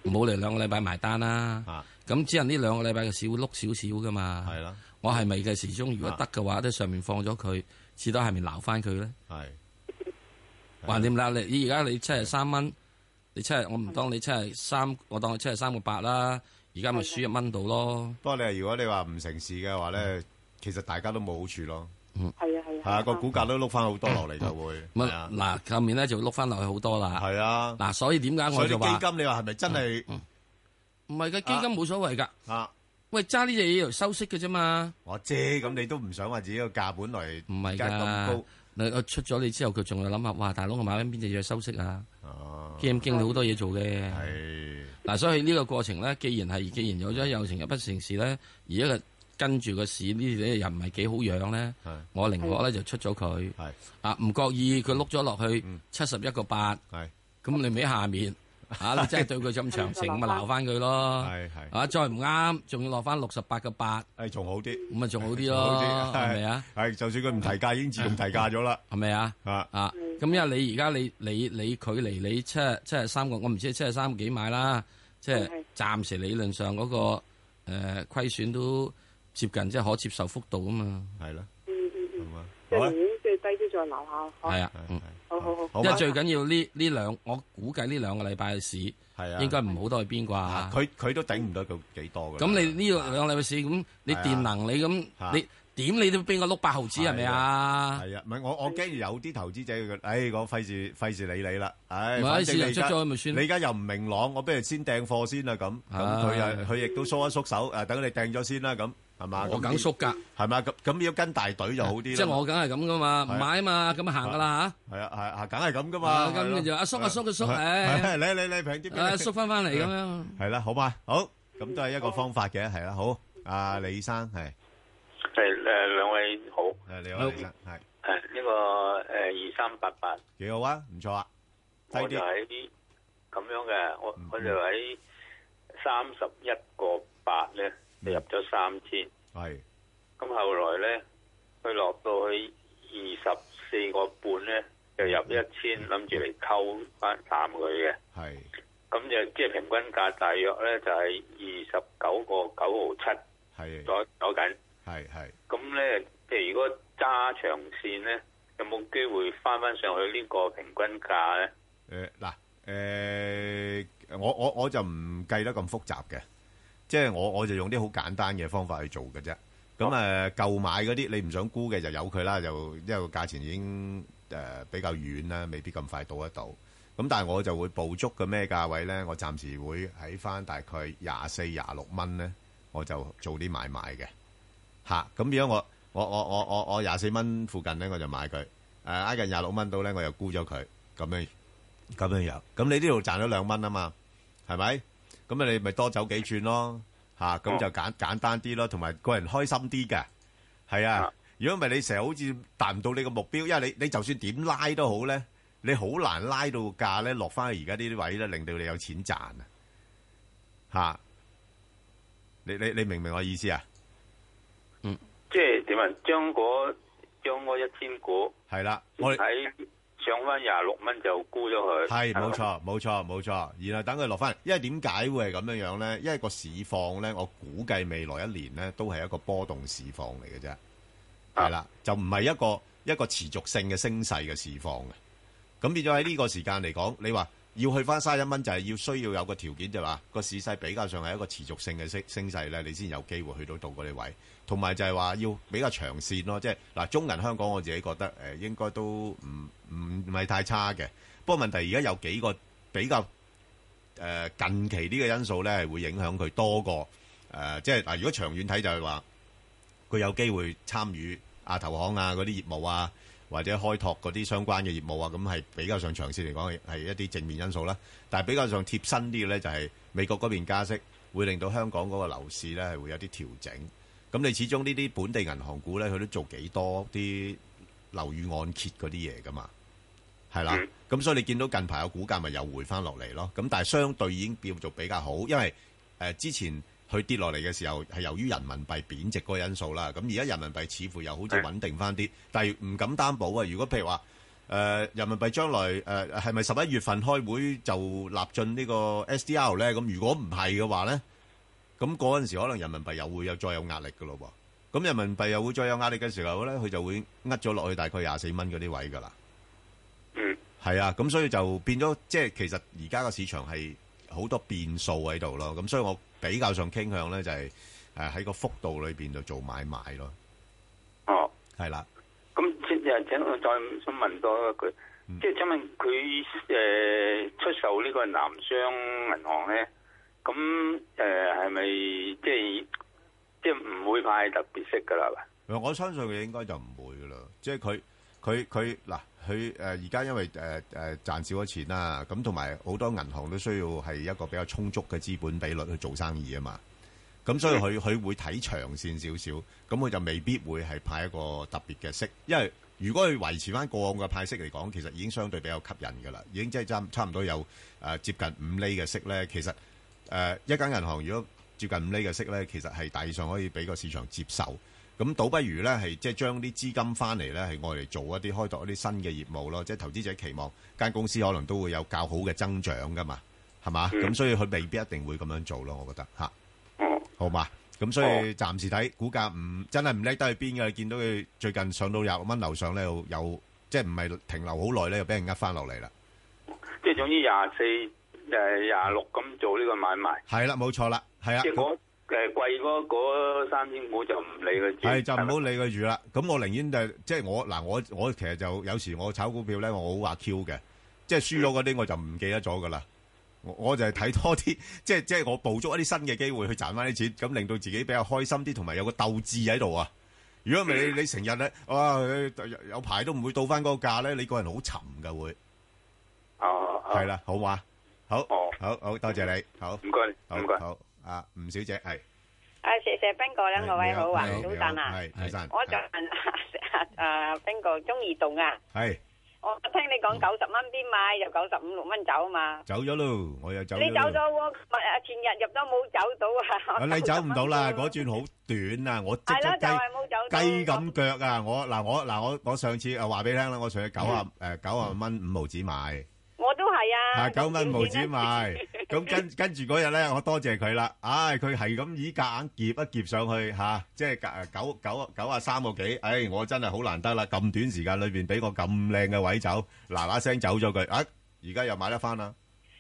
Speaker 4: 冇嚟兩個禮拜埋單啦。咁只係呢兩個禮拜嘅市會碌少少噶嘛。
Speaker 3: 係啦。
Speaker 4: 我係咪嘅時鐘？如果得嘅話，都上面放咗佢，至多下面撈翻佢咧。
Speaker 3: 係。
Speaker 4: 橫掂啦，你而家你七十三蚊，你七十我唔當你七十三，我當你七十三個八啦。而家咪輸一蚊度咯。
Speaker 3: 不過你如果你話唔成事嘅話咧，其實大家都冇好處咯。
Speaker 4: 嗯
Speaker 28: 係啊係啊。
Speaker 3: 係啊，個股價都碌翻好多落嚟就會。
Speaker 4: 咁啊嗱，後面咧就碌翻落去好多啦。
Speaker 3: 係啊。
Speaker 4: 嗱，所以點解
Speaker 3: 所
Speaker 4: 我
Speaker 3: 以
Speaker 4: 就
Speaker 3: 啲
Speaker 4: 話
Speaker 3: 基金你話係咪真係？
Speaker 4: 唔係嘅基金冇所謂㗎。
Speaker 3: 啊，
Speaker 4: 喂，揸呢隻嘢嚟收息嘅啫嘛。
Speaker 3: 我知，咁你都唔想話自己個價本來
Speaker 4: 唔係
Speaker 3: 而家咁
Speaker 4: 㗎
Speaker 3: 高。，
Speaker 4: 你我出咗你之後，佢仲要諗下，哇！大佬，我買緊邊只嘢收息啊？基金經理好多嘢做嘅。
Speaker 3: 哦係
Speaker 4: 嗱，所以呢個過程咧，既然係，既然有咗有成日不成事咧，而家個跟住個市呢啲嘢又唔係幾好樣咧，我寧可咧就出咗佢。啊，唔覺意佢碌咗落去
Speaker 3: 嗯
Speaker 4: 七十一個八。咁你咪喺下面。啊！你真係對佢咁長情，咁咪鬧翻佢咯。係係啊，再唔啱，仲要落翻六十八個八。
Speaker 3: 誒，仲好啲。
Speaker 4: 咁咪仲好啲
Speaker 3: 好
Speaker 4: 咯，
Speaker 3: 啲
Speaker 4: 哎係咪啊？
Speaker 3: 係，就算佢唔提價，已經自動提價咗啦，
Speaker 4: 係咪啊？
Speaker 3: 啊
Speaker 4: 啊！咁因為你而家你你你距離你七七十三個，我唔知七十三幾買啦，即係暫時理論上嗰、個誒、呃、虧損都接近即係可接受幅度啊嘛。
Speaker 3: 係啦，
Speaker 28: 嗯嗯嗯，即
Speaker 4: 好啊
Speaker 28: 係寧願最低啲再留下。好
Speaker 4: 係啊，嗯
Speaker 28: 好好好。
Speaker 4: 因為最緊要呢呢兩，我估計呢兩個禮拜嘅市
Speaker 3: 係啊
Speaker 4: 應該唔好多去邊啩。
Speaker 3: 佢佢都頂唔到佢幾多㗎啦。
Speaker 4: 咁你呢個兩個禮拜市咁，你
Speaker 3: 係啊
Speaker 4: 電能你咁
Speaker 3: 嚇
Speaker 4: 你點你都俾我碌八毫子係咪啊？
Speaker 3: 係啊，唔係我我驚有啲投資者佢，唉，我費事費事理你啦，唉，
Speaker 4: 唔係
Speaker 3: 反正
Speaker 4: 市場
Speaker 3: 你而家
Speaker 4: 出咗咪算
Speaker 3: 你而家又唔明朗，我不如先訂貨先啦，咁咁佢又
Speaker 4: 唉
Speaker 3: 佢亦都縮一縮手，誒，等你訂咗先啦，咁係嘛？
Speaker 4: 我梗縮㗎，
Speaker 3: 係嘛？咁咁要跟大隊就好啲啦。
Speaker 4: 即係我梗係咁噶嘛，唔
Speaker 3: 係啊
Speaker 4: 買啊嘛，咁行噶啦
Speaker 3: 係啊係啊，梗係咁噶
Speaker 4: 嚇。
Speaker 3: 嘛。係咯
Speaker 4: 咁就阿叔阿叔嘅 叔，
Speaker 3: 係
Speaker 4: 誒，
Speaker 3: 你你你平啲俾
Speaker 4: 啊
Speaker 3: 你
Speaker 4: 縮翻翻嚟咁樣。
Speaker 3: 係啦，好嘛，好，咁都係一個方法嘅，係啦，好，阿李生係，
Speaker 7: 係誒兩位好，
Speaker 3: 誒你好，李生係，
Speaker 7: 誒呢個誒二三八八，
Speaker 3: 幾好啊，唔錯啊，低
Speaker 7: 我就
Speaker 3: 啲，嗯
Speaker 7: 喺啲咁樣嘅，我我就喺三十一個八咧就入咗三千，
Speaker 3: 嗯係，
Speaker 7: 咁後來咧佢落到去二十四個半咧就入
Speaker 3: 嗯
Speaker 7: 一千，諗住嚟溝翻淡佢嘅，
Speaker 3: 係，
Speaker 7: 咁就即係平均價大約咧就係二十九個九毫七
Speaker 3: 係，
Speaker 7: 左左緊。
Speaker 3: 係係。
Speaker 7: 咁咧，譬如如果揸長線咧，有冇機會翻翻上去呢個平均價咧？
Speaker 3: 誒呃嗱誒，我我我就唔計得咁複雜嘅，即係我我就用啲好簡單嘅方法去做嘅啫。咁誒購買嗰啲你唔想沽嘅就由佢啦，就因為個價錢已經誒、呃比較遠啦，未必咁快到得到。咁但係我就會捕捉嘅咩價位咧，我暫時會喺翻大概廿四廿六蚊咧，我就做啲買賣嘅。吓，咁如果我我我我我我廿四蚊附近咧，我就買佢，誒、挨近廿六蚊到咧，我又沽咗佢，咁樣咁樣樣。咁你呢度賺咗兩蚊啊嘛，係咪？咁啊，你咪多走幾轉咯，吓、咁就簡簡單啲咯，同埋個人開心啲嘅，係啊。如果唔係你成日好似達唔到你個目標，因為你你就算點拉都好咧，你好難拉到個價咧落翻去而家呢啲位咧，令到你有錢賺啊，吓。你你你明唔明我意思啊？
Speaker 7: 即係點啊？將嗰將嗰一千股
Speaker 3: 係啦，我哋。
Speaker 7: 喺上翻廿六蚊就沽咗佢。啊
Speaker 3: 係冇
Speaker 7: 咪。
Speaker 3: 錯，冇錯，冇錯。然後等佢落翻嚟，因為點解會係咁樣樣咧？因為個市況咧，我估計未來一年咧都係一個波動市況嚟嘅啫。係啦，就唔係一個一個持續性嘅升勢嘅市況嘅。咁變咗喺呢個時間嚟講，你話要去翻三一蚊，就係要需要有個條件就係話個市勢比較上係一個持續性嘅升升勢咧，你先有機會去到到嗰啲位。同埋就係話要比較長線咯，即係嗱中銀香港我自己覺得誒、呃、應該都唔唔唔係太差嘅。不過問題而家有幾個比較誒、呃近期呢個因素咧，係會影響佢多過誒、呃即係嗱、如果長遠睇就係話。佢有機會參與亞投行啊嗰啲業務啊，或者開拓嗰啲相關嘅業務啊，咁係比較上長線嚟講係係一啲正面因素啦。但係比較上貼身啲嘅咧，就係美國嗰邊加息，會令到香港嗰個樓市咧係會有啲調整。咁你始終呢啲本地銀行股咧，佢都做幾多啲樓宇按揭嗰啲嘢噶嘛，係啦。咁所以你見到近排個股價咪又回翻落嚟咯。咁但係相對已經叫做比較好，因為誒、呃之前佢跌落嚟嘅時候係由於人民幣貶值嗰個因素啦，咁而家人民幣似乎又好似穩定翻啲，但係唔敢擔保啊！如果譬如話誒、呃人民幣將來誒係咪十一月份開會就納進呢個 SDR 咧？咁如果唔係嘅話咧，咁嗰陣時可能人民幣又會有再有壓力嘅咯喎。咁人民幣又會再有壓力嘅時候咧，佢就會呃咗落去大概廿四蚊嗰啲位㗎啦。係啊，咁所以就變咗，即係其實而家個市場係好多變數喺度咯。咁所以我比較上傾向咧，就係誒喺個幅度裏邊就做買賣咯。
Speaker 7: 哦，
Speaker 3: 係啦，
Speaker 7: 咁即係請我再想問多一句，
Speaker 3: 嗯
Speaker 7: 即係請問佢誒出售呢個南商銀行咧，咁誒係咪即係即係唔會派特別息㗎啦？
Speaker 3: 我相信佢應該就唔會噶啦，即係佢佢佢嗱，佢誒而家因為誒誒賺少咗錢啦，咁同埋好多銀行都需要係一個比較充足嘅資本比率去做生意啊嘛，咁所以佢佢會睇長線少少，咁佢就未必會係派一個特別嘅息，因為如果佢維持翻過往嘅派息嚟講，其實已經相對比較吸引噶啦，已經即係差差唔多有誒、呃接近五厘嘅息咧，其實。誒、一間銀行如果接近五厘嘅息咧，其實係大致上可以俾個市場接受。咁倒不如咧係即係將啲資金翻嚟咧係愛嚟做一啲開拓一啲新嘅業務咯，即係投資者期望間公司可能都會有較好嘅增長噶嘛，係嘛？咁、所以佢未必一定會咁樣做咯，我覺得嚇。好嘛？咁所以暫時睇股價唔真係唔叻得去邊嘅，見到佢最近上到廿六蚊樓上咧，又又即係唔係停留好耐咧，又俾人呃翻落嚟啦。
Speaker 7: 即係總之廿四誒廿六咁做呢個買賣，
Speaker 3: 係啦，冇錯啦，係啊
Speaker 7: 即。係嗰誒貴嗰嗰三千股就唔理佢住，
Speaker 3: 係就唔好理佢住啦。咁我寧願就即係我嗱，我我其實就有時我炒股票咧，我好話 Q 嘅，即係輸咗嗰啲我就唔記得咗噶啦。我我就係睇多啲，即係即係我捕捉一啲新嘅機會去賺翻啲錢，咁令到自己比較開心啲，同埋有個鬥志喺度啊。如果唔係你你成日咧，哇有有排都唔會到翻嗰個價咧，你個人好沉噶會。
Speaker 7: 哦，
Speaker 3: 係啦，好嘛，好，好好多謝你，好，哦唔該，唔該，好，啊吳小姐係。
Speaker 11: 啊，謝謝邊個咧？
Speaker 3: 係
Speaker 11: 各位好啊
Speaker 3: 你，好
Speaker 11: 早晨啊
Speaker 3: 你好係早晨，
Speaker 11: 我就問 啊啊邊個中移動啊？
Speaker 3: 係
Speaker 11: 我聽你講九十蚊邊買，又九十五六蚊走嘛？
Speaker 3: 走咗咯，我又走。
Speaker 11: 你走咗。喎，咪啊前日入都冇走到啊！
Speaker 3: 啊，你走唔到啦，嗰轉好短啊，我即
Speaker 11: 係
Speaker 3: 刻雞
Speaker 11: 咯，就係冇走到。
Speaker 3: 雞咁腳啊！我嗱我嗱我我上次啊話俾你聽啦，我
Speaker 11: 嗯
Speaker 3: 上次九啊誒九啊蚊五毫子買，
Speaker 11: 我都係啊，
Speaker 3: 啊九蚊五毫子買，咁 跟跟住嗰日咧，我多謝佢啦，唉佢係咁以夾硬夾一夾上去嚇，即係夾九九九啊三個幾，唉我真係好難得啦，咁短時間裏邊俾個咁靚嘅位走，嗱嗱聲走咗佢，啊而家又買得翻啦。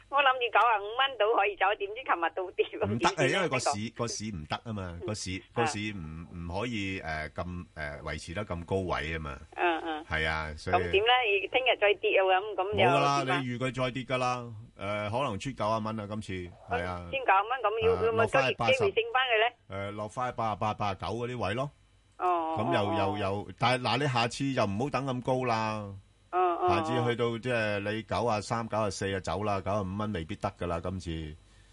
Speaker 11: 我諗住九啊五蚊到可以走，點知琴日到跌 喎。
Speaker 3: 唔得啊，
Speaker 11: 點知
Speaker 3: 因為個
Speaker 11: 呢
Speaker 3: 市個市唔得啊嘛，個市
Speaker 11: 啊
Speaker 3: 個市唔唔可以誒咁誒維持得咁高位啊嘛，
Speaker 11: 嗯嗯，
Speaker 3: 係啊，所
Speaker 11: 咁
Speaker 3: 以
Speaker 11: 點咧？聽日再跌啊咁，咁
Speaker 3: 冇
Speaker 11: 又
Speaker 3: 噶啦，
Speaker 11: 點啊
Speaker 3: 你預佢再跌噶啦，誒可能出九啊蚊啊，今次係啊，
Speaker 11: 千九蚊咁要，
Speaker 3: 啊
Speaker 11: 咁咪
Speaker 3: 落返去
Speaker 11: 跟住機會
Speaker 3: 80
Speaker 11: 升翻佢咧？
Speaker 3: 誒落翻八啊八八啊九嗰啲位咯，
Speaker 11: 哦，
Speaker 3: 咁又又又，但係嗱你下次又唔好等咁高啦，
Speaker 11: 哦哦，
Speaker 3: 下次去到即係你九啊三九啊四啊走啦，九啊五蚊未必得噶啦，今次。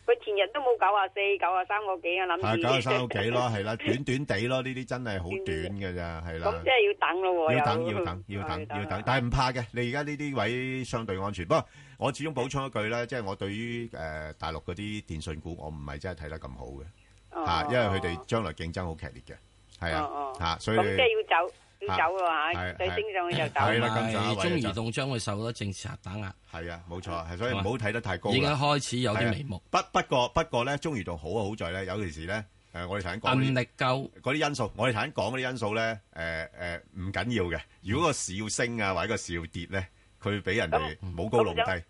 Speaker 11: 佢前日都冇九啊四、九啊三個幾啊，諗
Speaker 3: 係
Speaker 11: 住
Speaker 3: 九啊三個幾咯，係啦，短短地咯，呢啲真係好短嘅咋，係啦。
Speaker 11: 咁即係要等咯喎，
Speaker 3: 要等
Speaker 11: 又
Speaker 3: 要 等要
Speaker 11: 哎
Speaker 3: 等要等，但係唔怕嘅。你而家呢啲位相對安全。不過我始終補充一句咧，即係我對於誒大陸嗰啲電信股，我唔係真係睇得咁好嘅
Speaker 11: 哦
Speaker 3: 嚇，因為佢哋將來競爭好劇烈嘅，係啊嚇，所以
Speaker 11: 咁即係要走，要走咯
Speaker 3: 係
Speaker 11: 嚇，
Speaker 3: 係
Speaker 11: 再升上去就走。
Speaker 3: 係啦咁上下位
Speaker 4: 係
Speaker 3: 就
Speaker 4: 中移
Speaker 3: 走
Speaker 4: 動將會受到政治下打壓。
Speaker 3: 係啊，冇錯，係所以唔好睇得太高啦。
Speaker 4: 已經開始有啲眉目。
Speaker 3: 係啊不不過不過咧，中移動好啊，好在咧，尤其是咧誒，我哋頭先講
Speaker 4: 韌
Speaker 3: 力
Speaker 4: 夠
Speaker 3: 嗰啲因素，我哋頭先講嗰啲因素咧誒誒唔緊要嘅。如果個市要升啊，或者個市要跌咧，佢俾人哋冇高
Speaker 11: 咁
Speaker 3: 露
Speaker 11: 就
Speaker 3: 低。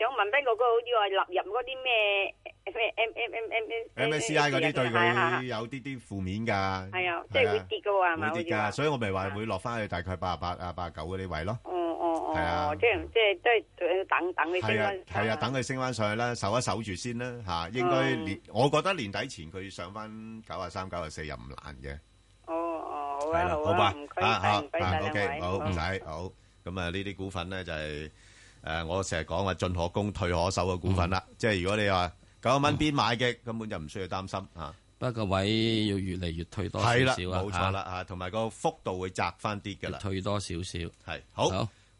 Speaker 11: 想問邊個嗰個好似話納入嗰啲咩咩 M M M M M
Speaker 3: MSCI 嗰啲對
Speaker 11: 係啊
Speaker 3: 佢有啲啲負面㗎，
Speaker 11: 係啊，即係會跌嘅喎，係咪？
Speaker 3: 會跌
Speaker 11: 好似話
Speaker 3: 㗎，所以我咪話會落翻去大概八十八啊、八十九嗰啲位咯。
Speaker 11: 哦哦
Speaker 3: 係啊
Speaker 11: 哦，即係即係都係等等佢升
Speaker 3: 係啊，
Speaker 11: 翻。
Speaker 3: 係啊，等佢升翻上去啦，守一守住先啦嚇。應該
Speaker 11: 嗯
Speaker 3: 年，我覺得年底前佢上翻九啊三、九啊四又唔難嘅。
Speaker 11: 哦哦，好
Speaker 3: 係
Speaker 11: 啊
Speaker 3: 啦，
Speaker 11: 好
Speaker 3: 好吧
Speaker 11: 啊，唔，該
Speaker 3: 啊
Speaker 11: 晒，
Speaker 3: 啊
Speaker 11: 唔該
Speaker 3: 啊
Speaker 11: 晒兩
Speaker 3: ，OK，
Speaker 11: 位。
Speaker 3: 好，唔使，好。咁啊，呢啲股份咧就係誒，我成日講話進可攻、退可守嘅股份啦。即係如果你話九蚊邊買嘅，根本就唔需要擔心啊。
Speaker 4: 不過個位要越嚟越退多少
Speaker 3: 係啦，
Speaker 4: 少啊，
Speaker 3: 冇錯啦啊，同埋個幅度會窄翻啲㗎啦。
Speaker 4: 退多少少
Speaker 3: 係好。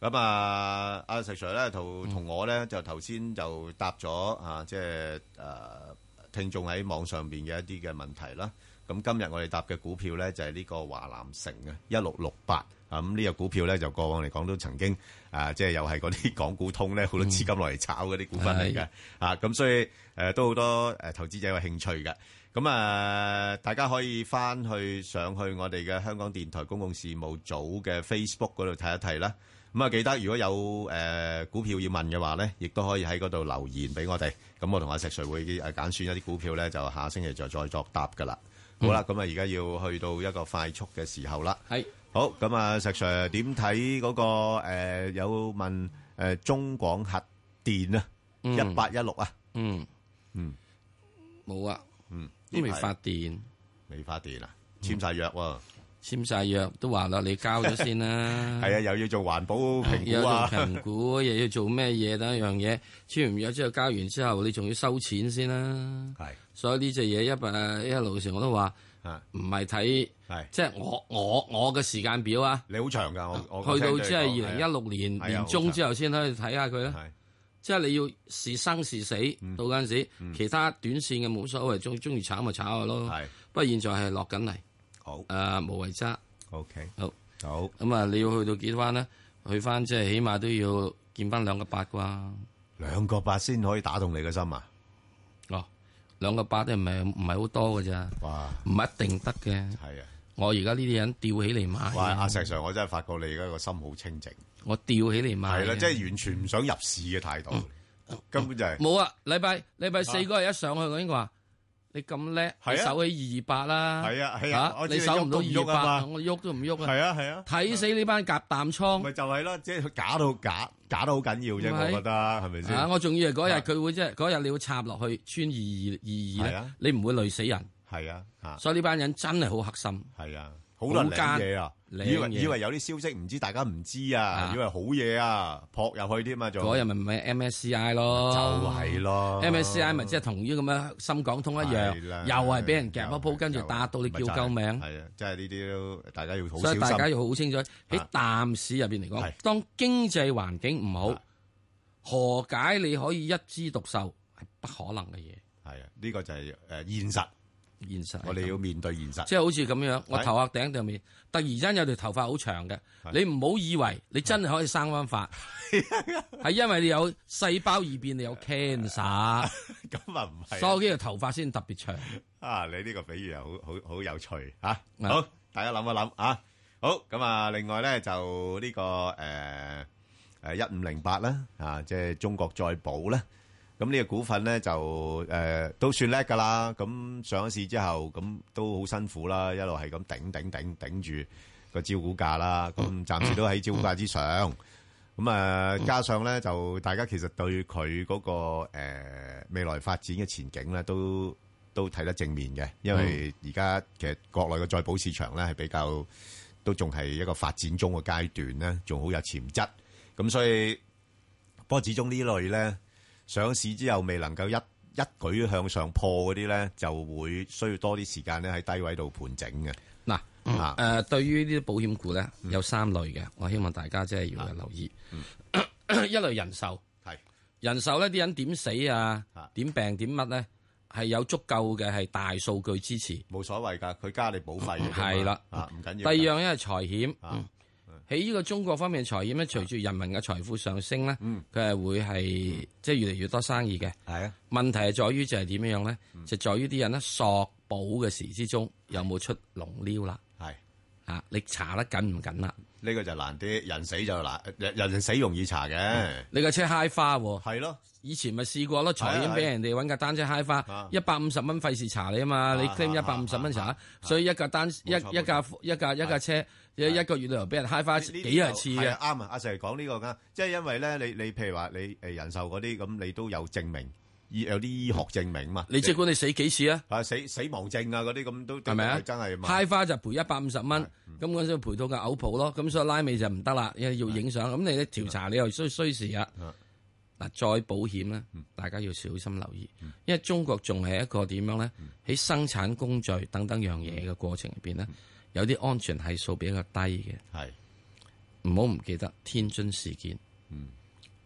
Speaker 3: 咁啊，阿石 Sir 咧同同我咧就頭先就答咗啊，即係誒聽眾喺網上邊嘅一啲嘅問題啦。咁今日我哋答嘅股票咧就係呢個華南城嘅一六六八啊，咁呢個股票咧就過往嚟講都曾經啊，即係又係嗰啲 港股通咧好多資金落嚟炒嗰啲股份嚟嘅
Speaker 4: 係
Speaker 3: 啊，咁所以誒都好多誒投資者有興趣嘅。咁啊，大家可以翻去上去我哋嘅香港電台公共事務組嘅 Facebook 嗰度睇一睇啦。咁啊，記得如果有誒、呃股票要問嘅話咧，亦都可以喺嗰度留言俾我哋。咁我同阿石 Sir 會呃誒揀選一啲股票咧，就下星期就再作答噶啦。好啦，咁啊，而家要去到一個快速嘅時候啦。
Speaker 4: 係
Speaker 3: 好，咁啊，石 Sir 點睇嗰個、呃、有問誒、呃中廣核電啊，
Speaker 4: 嗯
Speaker 3: 一八一六啊，
Speaker 4: 嗯
Speaker 3: 嗯，
Speaker 4: 冇啊，
Speaker 3: 嗯，
Speaker 4: 都未發電，
Speaker 3: 未發電啊，簽晒約喎，
Speaker 4: 簽晒約都話啦，你交咗先啦，
Speaker 3: 係啊，又要做環保評
Speaker 4: 又
Speaker 3: 估
Speaker 4: 要
Speaker 3: 啊，
Speaker 4: 做評估，又要做咩嘢等一樣嘢，簽完約之後交完之後，你仲要收錢先啦。
Speaker 3: 係，
Speaker 4: 所以呢隻嘢一百一路嘅時候我都話，
Speaker 3: 啊
Speaker 4: 唔係睇，即係我我我嘅時間表啊。
Speaker 3: 你好長㗎，我我
Speaker 4: 去到即係二
Speaker 3: 聽咗
Speaker 4: 零
Speaker 3: 你講
Speaker 4: 一六年
Speaker 3: 係啊
Speaker 4: 年中之後先可以睇下佢啦
Speaker 3: 係。
Speaker 4: 即係你要是生是死，
Speaker 3: 嗯
Speaker 4: 到嗰陣時，其他短線嘅冇所謂，中中意炒咪炒下咯。不過現在係落緊嚟。
Speaker 3: 好。
Speaker 4: 誒，無謂揸。
Speaker 3: OK。
Speaker 4: 好。
Speaker 3: 好。
Speaker 4: 咁啊，你要去到幾翻呢？去翻即係起碼都要見翻兩個八啩。
Speaker 3: 兩個八先可以打動你嘅心啊！
Speaker 4: 哦，兩個八都唔係唔係好多嘅咋。
Speaker 3: 哇！
Speaker 4: 唔一定得嘅。
Speaker 3: 係啊。
Speaker 4: 我而家呢啲人吊起嚟買。啊
Speaker 3: 哇！阿石 Sir，我真係發覺你而家個心好清靜，
Speaker 4: 哎我吊起嚟買
Speaker 3: 係啦，
Speaker 4: 嘅嗯
Speaker 3: 即係完全唔想入市嘅態度，根本就係
Speaker 4: 冇啊！禮拜禮拜四嗰日一上去，我已經話你咁叻，
Speaker 3: 係啊
Speaker 4: 你守起二二八啦。
Speaker 3: 係啊係啊
Speaker 4: 嚇
Speaker 3: 我知
Speaker 4: 你守唔到
Speaker 3: 你喐都唔
Speaker 4: 二二
Speaker 3: 喐啊嘛
Speaker 4: 八，我喐都唔喐啊。
Speaker 3: 係啊係啊，
Speaker 4: 睇死呢班夾淡倉。
Speaker 3: 咪就係咯，即係佢假到假假得好緊要啫，
Speaker 4: 咪係
Speaker 3: 我覺得係咪
Speaker 4: 啊！
Speaker 3: 先？
Speaker 4: 我仲以為嗰日佢會即係嗰日你會插落去
Speaker 3: 係
Speaker 4: 穿二二二二
Speaker 3: 啊
Speaker 4: 咧，你唔會累死人。
Speaker 3: 係啊，嚇
Speaker 4: 所以呢班人真係好黑心。
Speaker 3: 係啊，好撚靚嘢啊！以為以為
Speaker 4: 有
Speaker 3: 有啲消息唔知大家唔知啊，以為好嘢啊，撲入去添啊，仲
Speaker 4: 嗰日咪咪 MSCI 咯，
Speaker 3: 就係咯
Speaker 4: MSCI 咪即係同呢咁樣深港通一樣，
Speaker 3: 係啦
Speaker 4: 又係俾人夾一鋪，跟住打到你叫救命。
Speaker 3: 係啊，即係呢啲都大家要好小
Speaker 4: 所以
Speaker 3: 心。啊
Speaker 4: 大家要好清楚喺淡市入邊嚟講，當經濟環境唔
Speaker 3: 啊
Speaker 4: 好，何解你可以一枝獨秀？係不可能嘅嘢。
Speaker 3: 係啊，呢個就係誒現實，
Speaker 4: 現實
Speaker 3: 我哋要面對現實。
Speaker 4: 即係好似咁樣，我
Speaker 3: 係
Speaker 4: 頭殼頂上面突然間有條頭髮好長嘅，你唔好以為你真係可以生翻髮，
Speaker 3: 啊
Speaker 4: 係因為你有細胞異變，你有 cancer，
Speaker 3: 咁啊唔係
Speaker 4: 所以呢條頭髮先特別長。
Speaker 3: 啊，你呢個比喻又好好好有趣吓、啊好，大家諗一諗啊。好，咁啊，另外咧就呢、個誒誒一五零八啦，啊，即係中國再保咧。咁呢個股份咧就誒、呃都算叻噶啦。咁上咗市之後，咁都好辛苦啦，一路係咁頂頂頂頂住個招股價啦。咁暫時都喺招股價之上。咁啊，加上咧就大家其實對佢嗰、個、呃、未來發展嘅前景咧，都都睇得正面嘅，因為而家其實國內嘅再保市場咧係比較都仲係一個發展中嘅階段咧，仲好有潛質。咁所以不過始終呢類咧上市之後未能夠一一舉向上破嗰啲咧，就會需要多啲時間咧喺低位度盤整嘅。啊
Speaker 4: 嗱，誒、對於呢啲保險股咧，
Speaker 3: 嗯
Speaker 4: 有三類嘅，我希望大家即係要留意。 一類人壽，
Speaker 3: 係
Speaker 4: 人壽呢啲人點死啊？點病點乜咧？係有足夠嘅係大數據支持，
Speaker 3: 冇所謂㗎，佢加你保費㗎啫嘛
Speaker 4: 係啦，
Speaker 3: 啊唔緊
Speaker 4: 第
Speaker 3: 要㗎啊
Speaker 4: 二樣咧係財險，嗯喺呢個中國方面嘅財險咧，隨住人民嘅財富上升咧，佢係會係即係越嚟越多生意嘅。
Speaker 3: 嗯係啊，嗯
Speaker 4: 問題係在於就係點樣咧？就在於啲人咧索保嘅時之中有冇出龍溜啦？
Speaker 3: 係
Speaker 4: 嚇，你查得緊唔緊啦？啊
Speaker 3: 呢個就難啲，人死就難，人人死容易查嘅。
Speaker 4: 你架車 high 花喎，
Speaker 3: 係咯，
Speaker 4: 以前咪試過咯，財險俾人哋揾架單車 high 花，一百五十蚊費事查你啊嘛，你 claim 一百五十蚊查，所以一架單一一架一架一架車一一個月旅遊俾人 high 花幾廿次
Speaker 3: 係
Speaker 4: 嘅
Speaker 3: 啊，啱啊！阿 Sir 講呢個啱，即係因為咧，你你譬如話你誒人壽嗰啲咁，你都有證明，醫有啲醫學證明嘛。
Speaker 4: 你即管你死幾次啊？
Speaker 3: 啊死死亡證啊嗰啲咁都
Speaker 4: 係咪啊？
Speaker 3: 真係嘛
Speaker 4: ？high 花就賠一百五十蚊，咁嗰陣時賠到個嘔泡咯，咁所以拉尾就唔得啦，因為要影相，咁你咧調查你又需需時啊。嗱，再保險咧，大家要小心留意，因為中國仲係一個點樣咧？喺生產工序等等樣嘢嘅過程入邊咧，有啲安全係數比較低嘅。
Speaker 3: 係
Speaker 4: 唔好唔記得天津事件。
Speaker 3: 嗯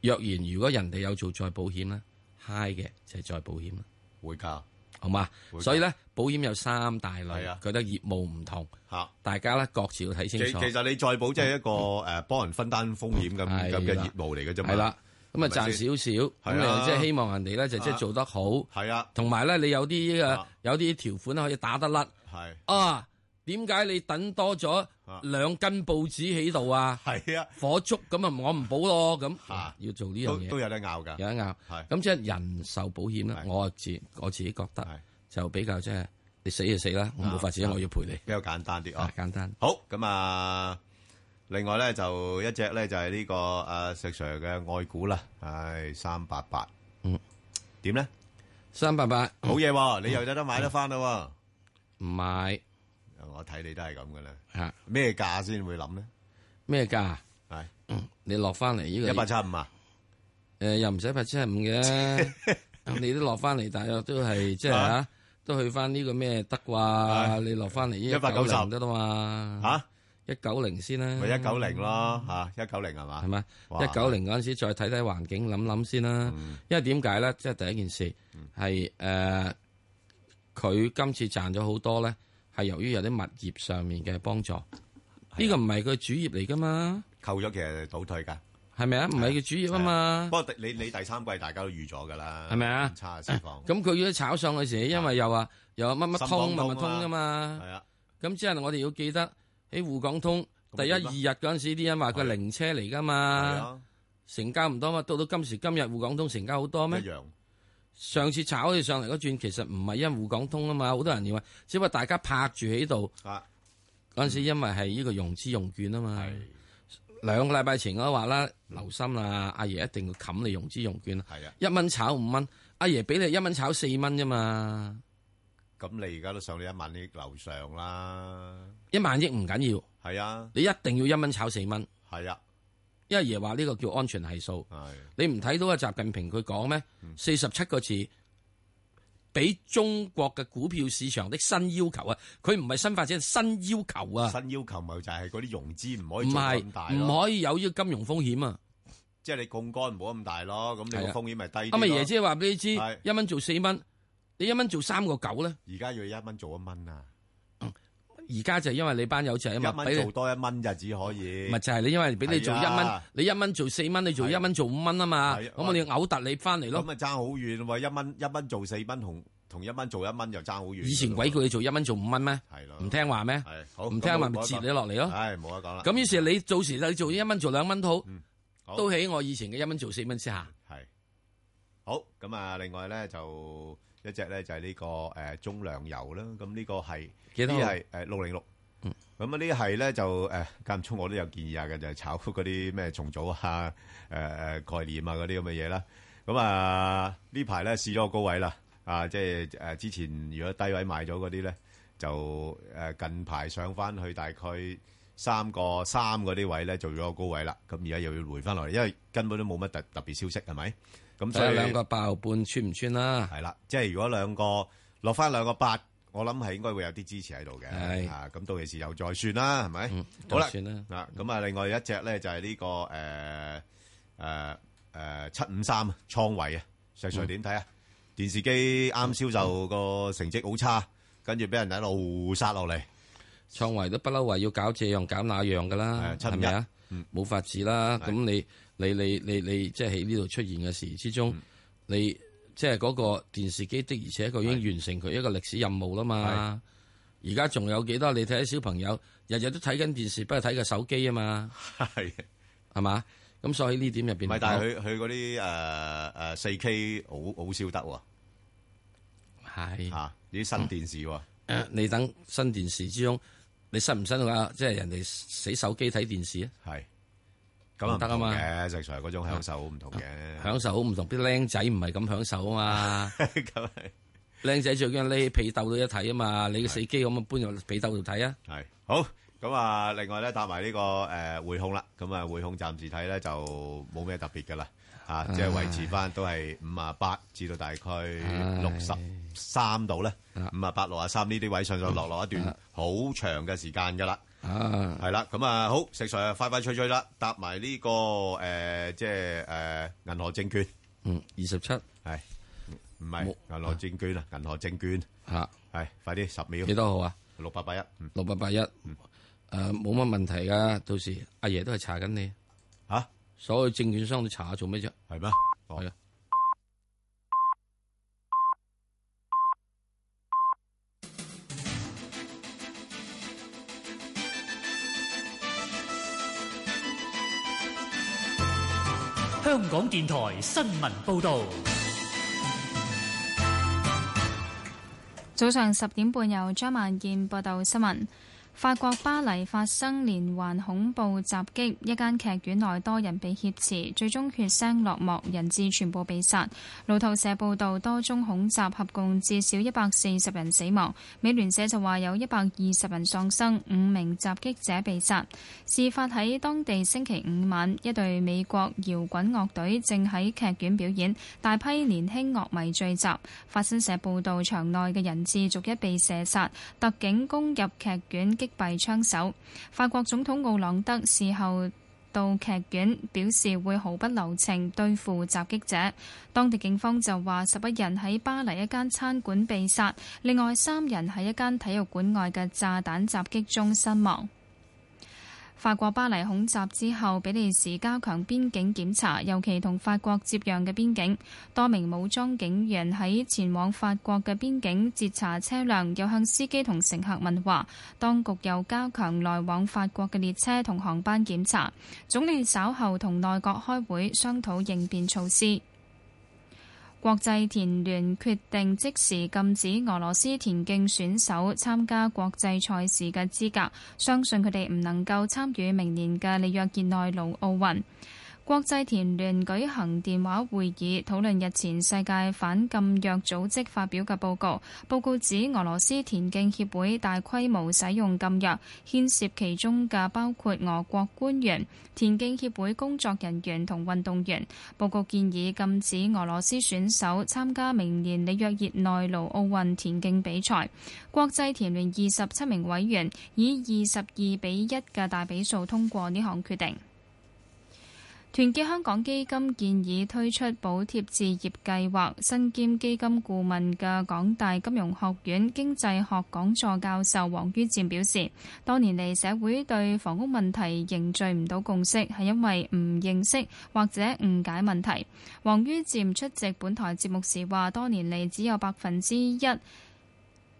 Speaker 4: 若然如果人哋有做再保險咧，high 嘅就係再保險啦。
Speaker 3: 會㗎，
Speaker 4: 好嘛？
Speaker 3: 會㗎
Speaker 4: 所以咧，保險有三大類
Speaker 3: 係啊，
Speaker 4: 佢得業務唔同
Speaker 3: 嚇，
Speaker 4: 大家咧各自要睇
Speaker 3: 其
Speaker 4: 清楚。
Speaker 3: 其實你再保即係一個誒幫人分擔風險咁
Speaker 4: 係
Speaker 3: 咁
Speaker 4: 啦
Speaker 3: 嘅業務嚟嘅啫嘛。
Speaker 4: 係啦，咁啊
Speaker 3: 係咪
Speaker 4: 賺
Speaker 3: 先
Speaker 4: 少少，
Speaker 3: 係
Speaker 4: 咁
Speaker 3: 啊
Speaker 4: 啊即係希望人哋咧就即係做得好。
Speaker 3: 係啊，
Speaker 4: 同埋咧你有啲嘅有啲條款可以打得甩。
Speaker 3: 係啊
Speaker 4: 啊，點解你等多咗兩斤報紙喺度啊？
Speaker 3: 係啊，
Speaker 4: 火燭咁啊，我唔保咯咁。要做呢樣嘢
Speaker 3: 都都有得拗㗎，
Speaker 4: 有得拗。咁即係人壽保險咧，我自我自己覺得就比較即係你死就死啦，我冇法子，
Speaker 3: 啊
Speaker 4: 我要賠你。
Speaker 3: 比較簡單啲啊，
Speaker 4: 簡單。
Speaker 3: 好咁啊，另外咧就一隻咧就係呢個誒石 Sir 嘅愛股啦，唉三八八，
Speaker 4: 嗯，
Speaker 3: 點咧？
Speaker 4: 三八八
Speaker 3: 好嘢喎，你又有得買得翻啦？
Speaker 4: 唔買，
Speaker 3: 我睇你都係咁嘅啦。
Speaker 4: 嚇
Speaker 3: 啊咩價先會諗咧？
Speaker 4: 啊咩價？嗯
Speaker 3: 係
Speaker 4: 你落翻嚟呢個
Speaker 3: 175啊？
Speaker 4: 誒，又唔使一百七十五 嘅，你都落翻嚟，大約都係即係
Speaker 3: 啊
Speaker 4: 嚇，都去翻呢個咩得啩？你落翻嚟呢
Speaker 3: 190
Speaker 4: 得啦嘛？嚇，一九零先啦，
Speaker 3: 咪一九零咯，吓一九零係嘛？
Speaker 4: 係嘛？
Speaker 3: 啊哇嗯
Speaker 4: 一九零嗰陣時再睇睇環境，諗諗先啦。因為點解咧？即係第一件事係誒，佢、今次賺咗好多咧，係由於有啲物業上面嘅幫助。呢個唔係佢主業嚟噶嘛？
Speaker 3: 啊扣咗其實倒退㗎，
Speaker 4: 係咪啊？唔係佢主業啊嘛。
Speaker 3: 不過第你你第三季大家都預咗㗎啦，
Speaker 4: 係咪啊
Speaker 3: 唔差嘅市況。
Speaker 4: 咁佢要炒上去時，因為又話又話乜乜通
Speaker 3: 深港
Speaker 4: 乜乜
Speaker 3: 通啊
Speaker 4: 通噶嘛。
Speaker 3: 係啊。
Speaker 4: 咁之後我哋要記得喺滬港通第一二
Speaker 3: 點啊
Speaker 4: 日嗰陣時，啲人話佢零車嚟噶嘛
Speaker 3: 啊，
Speaker 4: 成交唔多嘛。到到今時今日，滬港通成交好多咩？
Speaker 3: 一樣
Speaker 4: 上次炒起上嚟嗰轉，其實唔係因為滬港通啊嘛，好多人認為，只不過大家拍住喺度。
Speaker 3: 啊
Speaker 4: 嗰陣時因為係呢個融資融券啊嘛。兩個禮拜前我都話啦，留心啦，阿爺一定要冚你融資融券啦。
Speaker 3: 係啊，
Speaker 4: 一蚊炒五蚊，阿爺俾你一蚊炒四蚊啫嘛，
Speaker 3: 咁你而家都上到一萬億樓上啦，
Speaker 4: 一萬億唔緊要。
Speaker 3: 係啊，
Speaker 4: 你一定要一蚊炒四蚊。
Speaker 3: 係啊，
Speaker 4: 因為爺話呢個叫安全係數。
Speaker 3: 係
Speaker 4: 你唔睇到啊？習近平佢講咩？
Speaker 3: 嗯
Speaker 4: 四十七個字，俾中國嘅股票市場的新要求啊！佢唔係新發展，係新要求啊！
Speaker 3: 新要求咪就係嗰啲融資唔可
Speaker 4: 唔
Speaker 3: 以做得咁大
Speaker 4: 係
Speaker 3: 咯
Speaker 4: 唔可以有呢個金融風險啊！
Speaker 3: 即係你槓桿唔好咁大咯，咁你
Speaker 4: 係
Speaker 3: 個
Speaker 4: 啊
Speaker 3: 風險咪低啲
Speaker 4: 咁啊，
Speaker 3: 咯
Speaker 4: 爺姐話俾你知，
Speaker 3: 係
Speaker 4: 一蚊做四蚊，你一蚊做三個九咧，
Speaker 3: 而家要一蚊做一蚊啊，
Speaker 4: 而家就因為你班友仔啊
Speaker 3: 一
Speaker 4: 嘛，俾
Speaker 3: 蚊
Speaker 4: 你
Speaker 3: 做多一蚊就只可以，
Speaker 4: 咪就係你因為俾你做一
Speaker 3: 係
Speaker 4: 蚊
Speaker 3: 啊，
Speaker 4: 你一蚊做四蚊，你做一蚊做五蚊啊嘛，
Speaker 3: 係啊
Speaker 4: 咁我哋嘔突你翻嚟咯
Speaker 3: 咁。啊爭好遠喎，一蚊一蚊做四蚊同同一蚊做一蚊又爭好遠。
Speaker 4: 以前鬼叫你做一蚊做五蚊咩？
Speaker 3: 係咯，
Speaker 4: 唔聽話咩？
Speaker 3: 係好
Speaker 4: 唔聽話咪截你落嚟咯。
Speaker 3: 唉，冇得講啦。
Speaker 4: 咁於是你到時你做一蚊做兩蚊都好，
Speaker 3: 嗯好嗯
Speaker 4: 都喺我以前嘅一蚊做四蚊之下。
Speaker 3: 係好咁啊！另外咧就一隻咧就係呢個誒中糧油啦。咁呢個係
Speaker 4: 幾多
Speaker 3: 呢係誒六零六。咁啊呢係咧就誒間唔中我都有建議下嘅，就係炒嗰啲咩重組啊、 誒誒概念啊嗰啲咁嘅嘢啦。咁啊呢排咧試咗個高位啦，啊即係誒之前如果低位買咗嗰啲咧，就誒近排上翻去大概三個三嗰啲位咧做咗個高位啦。咁而家又要回翻落嚟，因為根本都冇乜特特別消息係咪？咁
Speaker 4: 睇下
Speaker 3: 所以
Speaker 4: 啊兩個爆半穿唔穿啊啦。
Speaker 3: 係啦，即係如果兩個落翻兩個八，我諗係應該會有啲支持喺度嘅。
Speaker 4: 係嗯
Speaker 3: 啊，咁到時又再算啦，係咪？好啦，
Speaker 4: 再算啦
Speaker 3: 啊，咁啊，另外一隻咧就係呢個誒誒誒七五三啊，倉位啊，石 Sir
Speaker 4: 嗯
Speaker 3: 點睇啊？電視機啱銷售個成績好差，跟住俾人一路殺落嚟。
Speaker 4: 創維都不嬲話要搞這樣搞那樣噶啦，
Speaker 3: 七五一嗯
Speaker 4: 係咪啊？冇法子啦。咁你你你你你即係喺呢度出現嘅時之
Speaker 3: 嗯
Speaker 4: 中，你即係嗰個電視機的而且確已經完成佢一個歷史任務啦嘛。而家仲有幾多？你睇啲小朋友日日都睇緊電視，不過睇個手機啊嘛，
Speaker 3: 係
Speaker 4: 係嘛？咁所以呢點入邊
Speaker 3: 唔係，但係佢佢嗰啲誒誒四 K 好好燒得喎，
Speaker 4: 係嗯
Speaker 3: 嚇啲新電視喎，
Speaker 4: 誒呃你等新電視之中，你新唔新啊？即係人哋死手機睇電視啊？
Speaker 3: 係咁啊
Speaker 4: 唔得啊嘛
Speaker 3: 唔同嘅，石 Sir 嗰種享受好唔同嘅，
Speaker 4: 享受好唔同，啲僆仔唔係咁享受啊嘛。
Speaker 3: 咁
Speaker 4: 僆仔最緊匿喺被竇度一睇啊嘛，你個死機咁啊搬入被竇度睇啊。
Speaker 3: 係好。咁啊，另外咧搭埋呢個誒匯控啦，咁啊匯控暫時睇咧就冇咩特別噶啦，啊即係維持翻都係五啊八至到大概六十三度咧，五啊八六啊三呢啲位上上
Speaker 4: 嗯
Speaker 3: 落落一段
Speaker 4: 啊
Speaker 3: 好長嘅時間噶啦，係啦，咁啊好，石 Sir 快快脆脆啦，搭埋呢個誒即係誒銀河證券，
Speaker 4: 嗯，二十七
Speaker 3: 係唔係銀河證券啊？銀河證券
Speaker 4: 嚇
Speaker 3: 係快啲十秒
Speaker 4: 啊幾多號啊？
Speaker 3: 六八八一，嗯
Speaker 4: 六八八一，誒冇乜問題噶，到時阿爺都係查緊你
Speaker 3: 嚇，
Speaker 4: 所有證券商都查下做咩啫？
Speaker 3: 係咩？
Speaker 4: 係啊，
Speaker 8: 香港電台新聞報導，
Speaker 9: 早上十點半，由張萬燕報道新聞。法國巴黎發生連環恐怖襲擊，一間劇院內多人被挾持，最終血腥落幕，人質全部被殺。路透社報道，多宗恐襲合共至少一百四十人死亡。美聯社就話有一百二十人喪生，五名襲擊者被殺。事發喺當地星期五晚，一隊美國搖滾樂隊正喺劇院表演，大批年輕樂迷聚集。法新社報道，場內嘅人質逐一被射殺，特警攻入劇院擊斃槍手。法國總統奧朗德事後到劇院表示會毫不留情對付襲擊者。當地警方就話十一人喺巴黎一間餐館被殺，另外三人喺一間體育館外嘅炸彈襲擊中身亡。法國巴黎恐襲之後，比利時加強邊境檢查，尤其同法國接壤嘅邊境。多名武裝警員喺前往法國嘅邊境截查車輛，又向司機同乘客問話。當局又加強來往法國嘅列車同航班檢查。總理稍後同內閣開會，商討應變措施。國際田聯決定即時禁止俄羅斯田徑選手參加國際賽事嘅資格，相信佢哋唔能夠參與明年嘅里約熱內盧奧運。國際田聯舉行電話會議，討論日前世界反禁藥組織發表嘅報告。報告指俄羅斯田徑協會大規模使用禁藥，牽涉其中嘅包括俄國官員、田徑協會工作人員同運動員。報告建議禁止俄羅斯選手參加明年里約熱內盧奧運田徑比賽。國際田聯二十七名委員以二十二比一嘅大比數通過呢項決定。團結香港基金建議推出補貼置業計劃，身兼基金顧問嘅港大金融學院經濟學講座教授黃於漸表示，多年嚟社會對房屋問題凝聚唔到共識，係因為唔認識或者誤解問題。黃於漸出席本台節目時話，多年嚟只有百分之一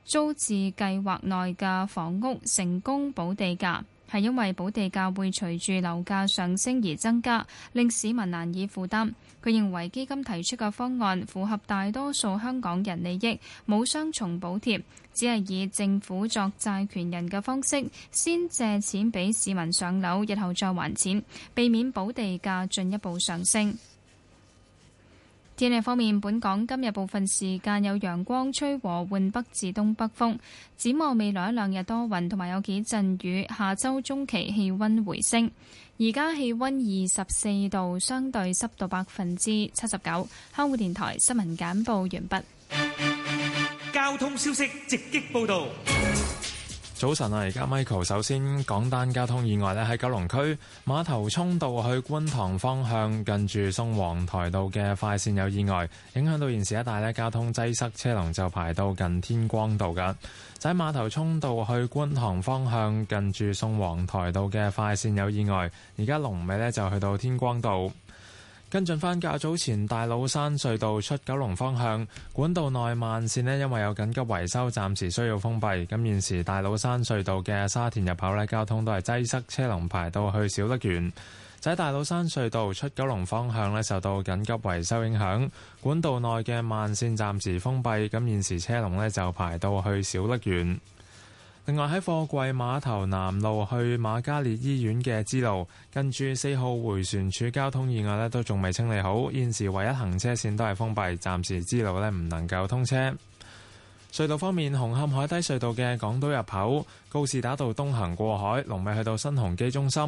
Speaker 9: 租置計劃內嘅房屋成功補地價。係因為補地價會隨住樓價上升而增加，令市民難以負擔。佢認為基金提出嘅方案符合大多數香港人利益，冇雙重補貼，只係以政府作債權人嘅方式，先借錢俾市民上樓，日後再還錢，避免補地價進一步上升。天氣方面，本港今日部分時間有陽光，吹和緩北至東北風。展望未來一兩日多雲同埋有幾陣雨，下周中期氣温回升。而家氣温二十四度，相對濕度百分之七十九。香港電台新聞簡報完畢。
Speaker 8: 交通消息直擊報導。
Speaker 12: 早晨啊，而家 Michael 首先講單交通意外咧，喺九龍區馬頭涌道去觀塘方向，近住宋皇台道嘅快線有意外，影響到現時一帶咧交通擠塞，車龍就排到近天光道噶。就喺馬頭涌道去觀塘方向，近住宋皇台道嘅快線有意外，而家龍尾咧就去到天光道。跟進翻較早前大老山隧道出九龍方向管道內慢線呢，因為有緊急維修，暫時需要封閉。咁現時大老山隧道嘅沙田入口呢，交通都係擠塞，車龍排到去小瀝源。就喺大老山隧道出九龍方向呢，受到緊急維修影響，管道內嘅慢線暫時封閉。咁現時車龍呢，就排到去小瀝源。另外喺貨櫃碼頭南路去瑪嘉烈醫院嘅支路，近住四號迴旋處交通意外呢都仲未清理好，現時唯一行車線都係封閉，暫時支路呢唔能夠通車。隧道方面，紅磡海底隧道嘅港島入口告士打道東行過海，龍尾去到新鴻基中心；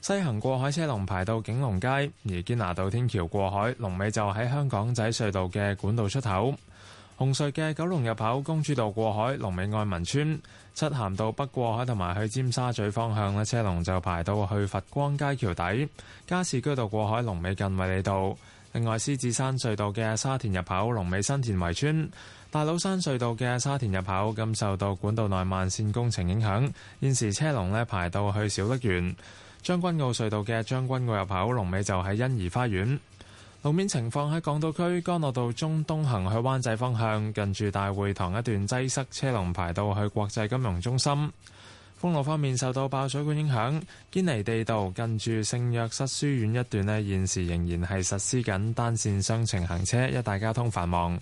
Speaker 12: 西行過海車龍排到景隆街，而堅拿道天橋過海龍尾就喺香港仔隧道嘅管道出口。紅隧嘅九龍入口公主道過海，龍尾愛民村；漆咸道北過海同埋去尖沙咀方向咧，車龍就排到去佛光街橋底；加士居道過海，龍尾近衛理道。另外，獅子山隧道嘅沙田入口，龍尾新田圍村；大老山隧道嘅沙田入口，咁受到管道內慢線工程影響，現時車龍咧排到去小瀝源。將軍澳隧道嘅將軍澳入口，龍尾就喺欣怡花園。路面情況喺港島區干諾道中東行去灣仔方向，近住大會堂一段擠塞，車龍排到去國際金融中心。封路方面受到爆水管影響，堅尼地道近住聖約瑟書院一段呢，現時仍然係實施緊單線雙程行車，一帶交通繁忙。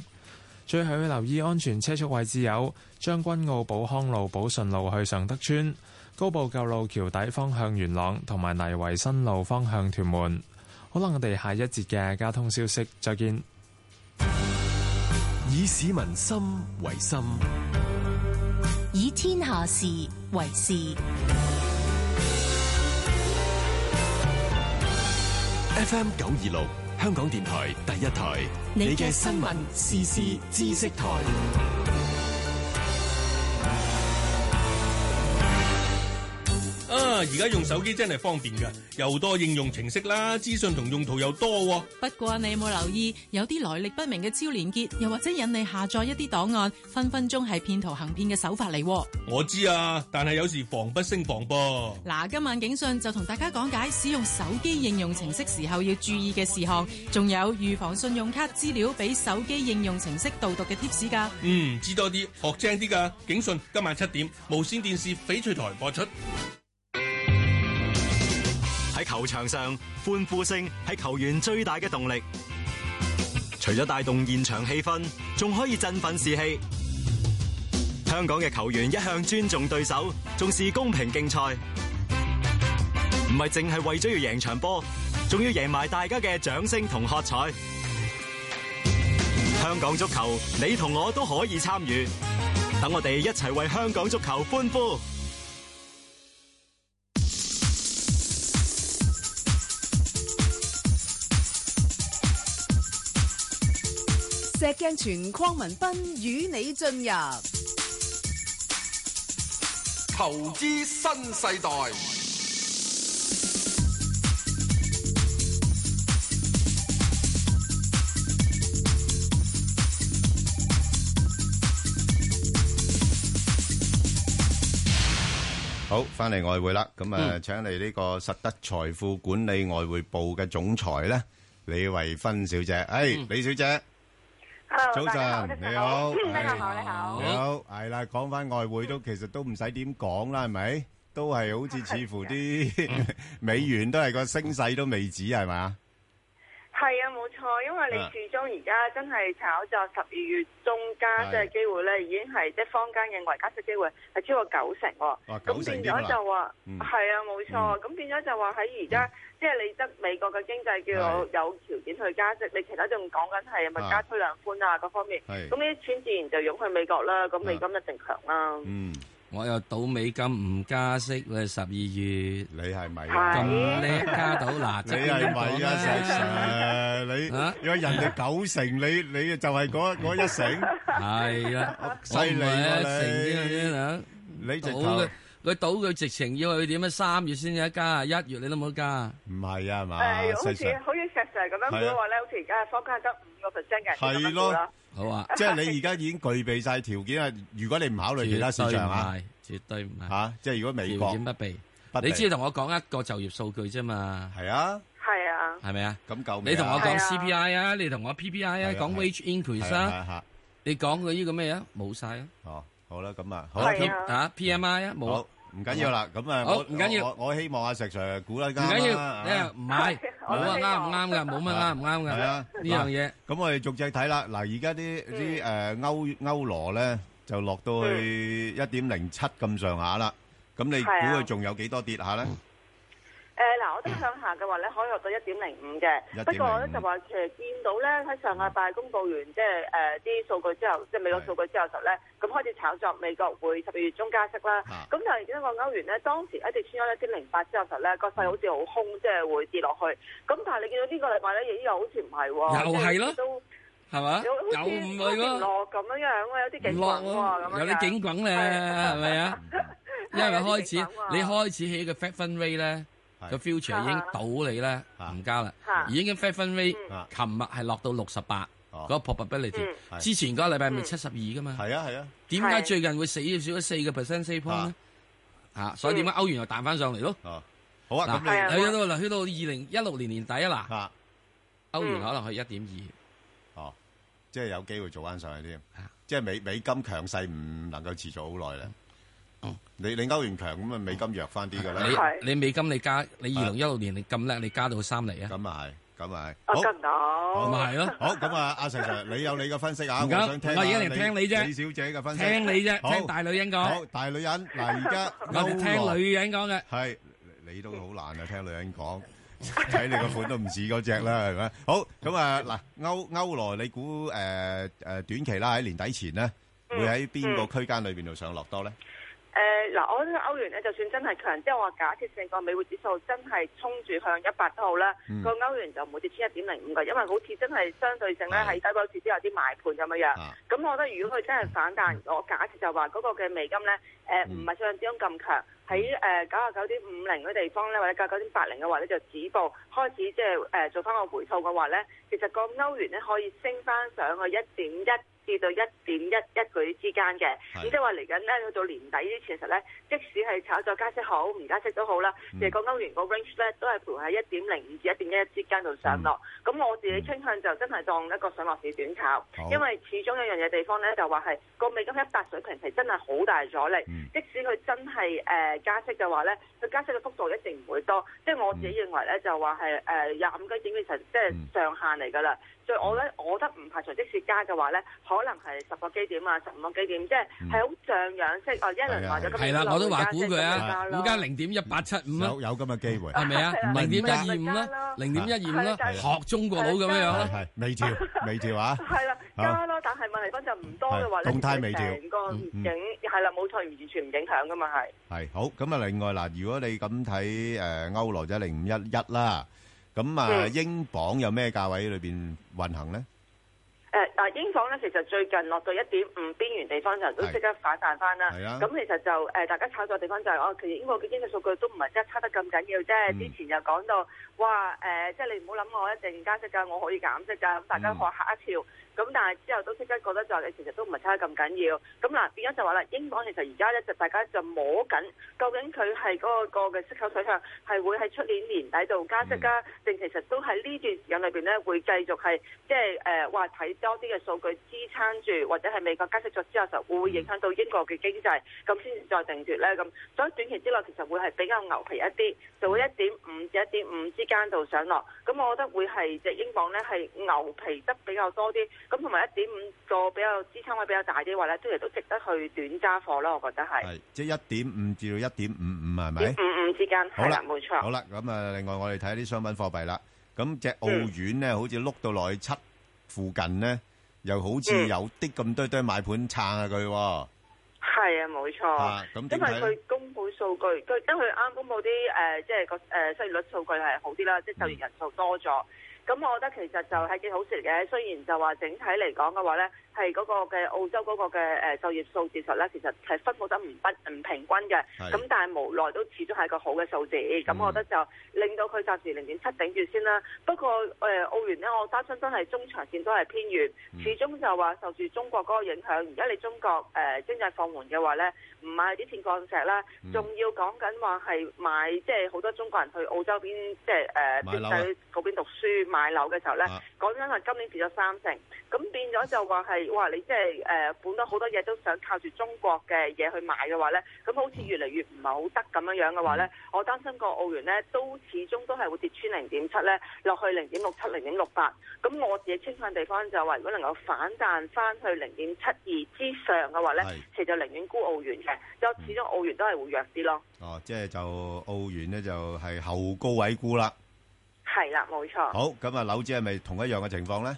Speaker 12: 最後要留意安全車速位置有將軍澳寶康路、寶順路去尚德村、高步舊路橋底方向元朗，同埋泥圍新路方向屯門。好啦，我哋下一節嘅交通消息再見。
Speaker 5: 以市民心為心，
Speaker 13: 以天下事為事。
Speaker 5: FM 九二六，香港電台第一台，你嘅新聞、時事、知識台。
Speaker 14: 啊！而家用手機真係方便㗎，又多應用程式啦，資訊同用途又多喎。
Speaker 15: 不過你有冇留意，有啲來歷不明嘅超連結，又或者引你下載一啲檔案，分分鐘係騙徒行騙嘅手法嚟。
Speaker 14: 我知啊，但係有時防不勝防噃。
Speaker 15: 嗱，今晚警訊就同大家講解使用手機應用程式時候要注意嘅事項，仲有預防信用卡資料俾手機應用程式盜讀嘅 tips 㗎。
Speaker 14: 嗯，知多啲，學精啲㗎。警訊今晚七點無線電視翡翠台播出。
Speaker 16: 喺球場上，歡呼聲係球員最大嘅動力。除咗帶動現場氣氛，仲可以振奮士氣。香港嘅球員一向尊重對手，重視公平競賽，唔係淨係為咗要贏場波，仲要贏埋大家嘅掌聲同喝彩。香港足球，你同我都可以參與，等我哋一齊為香港足球歡呼！
Speaker 1: 石鏡泉鄺民彬與你進入
Speaker 2: 投資新世代。
Speaker 3: 好，翻嚟外匯啦。咁啊，請嚟呢個實德財富管理外匯部嘅總裁咧，李慧芬小姐。誒，李小姐。
Speaker 17: Hello，
Speaker 3: 早晨，你好，
Speaker 17: 大家嗯好，你好，
Speaker 3: 你好，係啦，講翻外匯都其實都唔使點講啦，係咪？都係好似似乎啲 美元都係個升勢都未止，係嘛？
Speaker 17: 係啊，冇錯，因為你
Speaker 3: 啊
Speaker 17: 始終而家真係炒作十二月中加息嘅機會咧，已經係即係坊間認為加息機會係超過九成喎。
Speaker 18: 哇九
Speaker 17: 咁
Speaker 18: 成
Speaker 17: 變
Speaker 18: 添啊
Speaker 17: 咗就話
Speaker 18: 嗯
Speaker 17: 係啊，冇錯。咁變咗就話喺而家，即係你得美國嘅經濟叫做
Speaker 18: 係
Speaker 17: 有條件去加息，你其他仲講緊係咪加
Speaker 18: 啊啊
Speaker 17: 推量寬啊各方面。
Speaker 18: 係
Speaker 17: 咁呢啲錢自然就湧去美國啦，咁美金一定強啦。
Speaker 3: 嗯，
Speaker 4: 我又賭美金唔加息咧，十二月你
Speaker 3: 係咪
Speaker 17: 啊
Speaker 4: 咁叻加到 嗱？
Speaker 3: 你係咪啊，石 Sir？你
Speaker 4: 啊
Speaker 3: 如果人哋九成，你你就係嗰嗰一成，
Speaker 4: 係啦，
Speaker 3: 犀利
Speaker 4: 我唔係一
Speaker 3: 喎你
Speaker 4: 成啲
Speaker 3: 你直
Speaker 4: 賭
Speaker 3: 頭
Speaker 4: 佢，佢賭佢直情要佢點啊？三月先一加，一月你都冇得加。
Speaker 3: 唔係啊嘛
Speaker 17: 誒，好似好似石 Sir 咁樣
Speaker 3: 係啊
Speaker 17: 估話咧，好似而家坊間得五個 percent 嘅人
Speaker 3: 係
Speaker 17: 咁樣估
Speaker 3: 咯
Speaker 17: 啦。，
Speaker 4: 好啊，
Speaker 3: 即係你而家已經具備晒條件啊！如果你唔考慮其他市場啊，
Speaker 4: 絕對唔係，
Speaker 3: 嚇，即係如果美國
Speaker 4: 條件不備，你只係同我講一個就業數據啫嘛。
Speaker 3: 係啊，
Speaker 17: 係啊，啊，
Speaker 4: 係咪啊？
Speaker 3: 咁夠未啊
Speaker 4: 你同我講
Speaker 17: 係啊
Speaker 4: CPI 啊，你同我 PPI 啊，
Speaker 3: 係啊
Speaker 4: 講
Speaker 3: 係
Speaker 4: wage increase
Speaker 3: 係啊係
Speaker 4: 啊
Speaker 3: 啊，
Speaker 4: 你講佢呢個咩啊？冇晒啊！
Speaker 3: 哦，好啦，咁啊，好啦，
Speaker 4: 咁啊 PMI 啊，冇啊
Speaker 3: 好，唔緊要啦，咁啊，
Speaker 4: 好
Speaker 3: 我
Speaker 4: 唔緊要
Speaker 3: 我，我我希望阿石 Sir 估得
Speaker 4: 唔
Speaker 3: 啱啦
Speaker 4: 緊
Speaker 3: 啊
Speaker 4: 要，你啊唔 係冇啊啱唔啱㗎，冇乜啱唔啱㗎，
Speaker 3: 係啊，
Speaker 4: 呢樣嘢。
Speaker 3: 嗱。咁我哋逐隻睇啦。嗱，而家啲啲誒歐歐羅咧就落到去一點零七咁上下啦。咁你估
Speaker 17: 係啊
Speaker 3: 佢仲有幾多跌下咧？
Speaker 17: 誒呃嗱，我覺得向下嘅話咧，可以落到一點零五嘅。不過咧就話其實見到咧喺上個禮拜公佈完即係誒呃啲數據之後，即係美國數據之後實咧，咁開始炒作美國會十二月中加息啦。
Speaker 4: 啊
Speaker 17: 咁但係見到個歐元咧，當時一直穿咗一點零八之後實咧，個勢好似好空，即係會跌落去。咁但係你見到呢個禮拜咧，亦又好似唔係喎，
Speaker 4: 又係咯
Speaker 17: 即都
Speaker 4: 係嘛？
Speaker 17: 有
Speaker 4: 又
Speaker 17: 好似
Speaker 4: 唔係
Speaker 17: 好似唔
Speaker 4: 喎，
Speaker 17: 落咁樣樣喎，有啲
Speaker 4: 唔
Speaker 17: 警
Speaker 4: 落啊
Speaker 17: 棍喎咁樣
Speaker 4: 喎，有啲警棍咧，係咪啊？因為開始你開始起個 fat fund rate 咧，個 future 已經賭你咧，唔加啦
Speaker 14: 嚇，
Speaker 4: 已經 fat fund rate，琴日係落到六十八。嗰個 probability，
Speaker 14: 嗯
Speaker 4: 之前嗰個禮拜咪七十二噶嘛？
Speaker 3: 哦係啊係啊，
Speaker 4: 點解最近會死少咗四個 percent 四 point 咧？嚇，所以點解歐元又彈翻上嚟咯？
Speaker 3: 好啊，咁
Speaker 4: 嗱，
Speaker 3: 你
Speaker 4: 去到嗱，去到二零一六年年底啊嗱，歐元
Speaker 3: 嗯
Speaker 4: 可能去一點
Speaker 3: 哦，即係有機會做翻上去添。即係美美金強勢唔能夠持續好耐啦。你你歐元強咁啊，美金弱翻啲㗎啦。
Speaker 4: 二，你你美金你加，你二零一六年你咁叻，你加到三厘啊？
Speaker 3: 咁啊係，咁啊
Speaker 17: 我跟唔到，
Speaker 4: 咪係咯。
Speaker 3: 好，咁啊，阿石 Sir，你有你嘅分析啊，
Speaker 4: 唔
Speaker 3: 我
Speaker 4: 緊
Speaker 3: 想聽下
Speaker 4: 我而家嚟聽你啫
Speaker 3: 李小姐嘅分析，
Speaker 4: 聽你啫
Speaker 3: 好
Speaker 4: 聽大女人講
Speaker 3: 好，大女人嗱，而家
Speaker 4: 我哋聽女人講嘅，
Speaker 3: 係你都好難啊，聽女人講，睇你個款都唔似嗰只啦，係咪？好，咁啊，嗱，歐歐羅，你估誒誒短期啦，喺年底前咧，會喺邊個區間裏邊度上落多咧？
Speaker 17: 誒呃嗱、我覺得歐元咧，就算真係強，即係我假設成個美匯指數真係衝住向一百都好啦，
Speaker 3: 嗯
Speaker 17: 個、歐元就唔會跌穿一點零五嘅，因為好似真係相對性咧喺低位市都有啲賣盤咁樣樣。咁、我覺得如果佢真係反彈，我假設就話嗰個嘅美金咧，誒唔係想像之中咁強，喺誒九啊九點五零嗰地方咧，或者九啊九點八零嘅話咧就止步，開始即係誒做翻個回吐嘅話咧，其實個歐元咧可以升翻上去一點一。至到一點一一舉之間嘅，咁即係話嚟緊咧，去到年底之前，其實咧，即使係炒作加息好，唔加息都好啦，其實個歐元個 range 咧都係徘徊喺一點零五至一點一一之間度上落。
Speaker 4: 嗯
Speaker 17: 咁、我自己傾向就真係當一個上落市短炒，因為始終有樣嘢地方咧就話係個美金一百水平係真係好大阻力，
Speaker 4: 嗯
Speaker 17: 即使佢真係誒、呃加息嘅話咧，佢加息嘅幅度一定唔會多。即係我
Speaker 4: 嗯
Speaker 17: 自己認為咧，就話係誒廿五基點其實即係上限嚟㗎啦。所以我咧，
Speaker 4: 嗯
Speaker 17: 我覺得唔排除即使加嘅話咧，可能係十個基點啊，十五個基點，即係
Speaker 4: 嗯
Speaker 17: 係好像樣式。哦，一輪話咗咁
Speaker 4: 二，係啊啦，我都話估佢啊，
Speaker 17: 股
Speaker 4: 股價零點一八七五啊
Speaker 3: 有，有咁嘅機 會，
Speaker 4: 係咪啊？
Speaker 3: 唔係
Speaker 4: 零點
Speaker 3: 而
Speaker 4: 一
Speaker 3: 家
Speaker 4: 二五啦，零點一二五啦
Speaker 17: 係啊，
Speaker 4: 學中國佬咁樣樣
Speaker 3: 係
Speaker 4: 啦。
Speaker 3: 係微 調微調啊！
Speaker 17: 係啦，
Speaker 3: 好
Speaker 17: 加咯，但係問題分就唔多嘅話咧，
Speaker 3: 係動態微調
Speaker 17: 成個
Speaker 3: 嗯嗯
Speaker 17: 影係啦，冇錯，完全唔影響㗎嘛，係。
Speaker 3: 係好咁啊！另外嗱，如果你咁睇誒歐羅一零五一一啦，咁啊
Speaker 17: 嗯
Speaker 3: 英鎊有咩價位裏邊運行咧？
Speaker 17: 誒嗱，英鎊咧其實最近落到一點五邊緣地方就都即刻反彈翻啦。
Speaker 3: 係啊
Speaker 17: 咁其實就誒、大家炒作地方就係、哦，其實英國嘅經濟數據都唔係真係差得咁緊要啫。
Speaker 3: 嗯
Speaker 17: 之前又講到哇誒、即係你唔好諗我一定加息㗎，我可以減息㗎，咁大家話嚇一跳。咁但係之後都即刻覺得就係你其實都唔係差得咁緊要。咁嗱，變咗就話啦，英鎊其實而家咧就大家就摸緊，究竟佢係嗰個個嘅息口取向係會喺出年年底度加息啊，定、其實都喺呢段時間裏邊咧會繼續係即係誒話睇多啲嘅數據支撐住，或者係美國加息咗之後就會影響到英國嘅經濟，咁先至再定奪咧咁。所以短期之內其實會係比較牛皮一啲，就會一點五至一點五之間度上落。咁我覺得會係只英鎊咧係牛皮得比較多啲，咁同埋一點五個比較支撐位比較大啲嘅話咧，都亦都值得去短揸貨咯。我覺得係
Speaker 3: 即係一點五至到一點五五係咪
Speaker 17: 點？五五之間
Speaker 3: 好
Speaker 17: 係
Speaker 3: 啦
Speaker 17: 啦，，冇錯。
Speaker 3: 好啦，咁啊，另外我哋睇啲商品貨幣啦。咁只澳元咧，好似碌到落去七附近咧，又好似有啲咁堆堆買盤撐下佢喎。
Speaker 17: 係啊，冇錯。
Speaker 3: 啊咁
Speaker 17: 因
Speaker 3: 點睇呢
Speaker 17: 為佢公布數據，佢因為佢啱公布啲誒、呃即係個誒失業率數據係好啲啦，即係就業人數多咗。咁我覺得其實就係件好事嚟嘅，雖然就話整體嚟講嘅話咧，係嗰個嘅澳洲嗰個嘅誒就業數字實咧，其實係分佈得唔不唔平均嘅。
Speaker 10: 係
Speaker 17: 咁但係無奈都始終係個好嘅數字，咁、我覺得就令到佢暫時零點七頂住先啦。不過誒、呃澳元咧，我擔心真係中長線都係偏軟，
Speaker 10: 嗯
Speaker 17: 始終就話受住中國嗰個影響。而家你中國誒、呃、經濟放緩嘅話咧，唔買啲鐵礦石啦，
Speaker 10: 嗯
Speaker 17: 仲要講緊話係買即係好多中國人去澳洲邊即係誒
Speaker 10: 買樓啊
Speaker 17: 邊嗰邊讀書買樓嘅時候咧，講真係今年跌咗三成，咁變咗就話係哇！你即係誒本身好多嘢都想靠住中國嘅嘢去買嘅話咧，咁好似越嚟越唔係好得咁樣樣嘅話咧，我擔心個澳元咧都始終都係會跌穿零點七咧，落去零點六七、零點六八。咁我自己傾向地方就話，如果能夠反彈翻去零點七二之上嘅話咧，其實就寧願沽澳元嘅，就始終澳元都係會弱啲咯。
Speaker 3: 哦，即係就澳元咧就係後高位沽啦。
Speaker 17: 係啦，冇錯。
Speaker 3: 好，咁啊，樓指係咪同一樣嘅情況咧？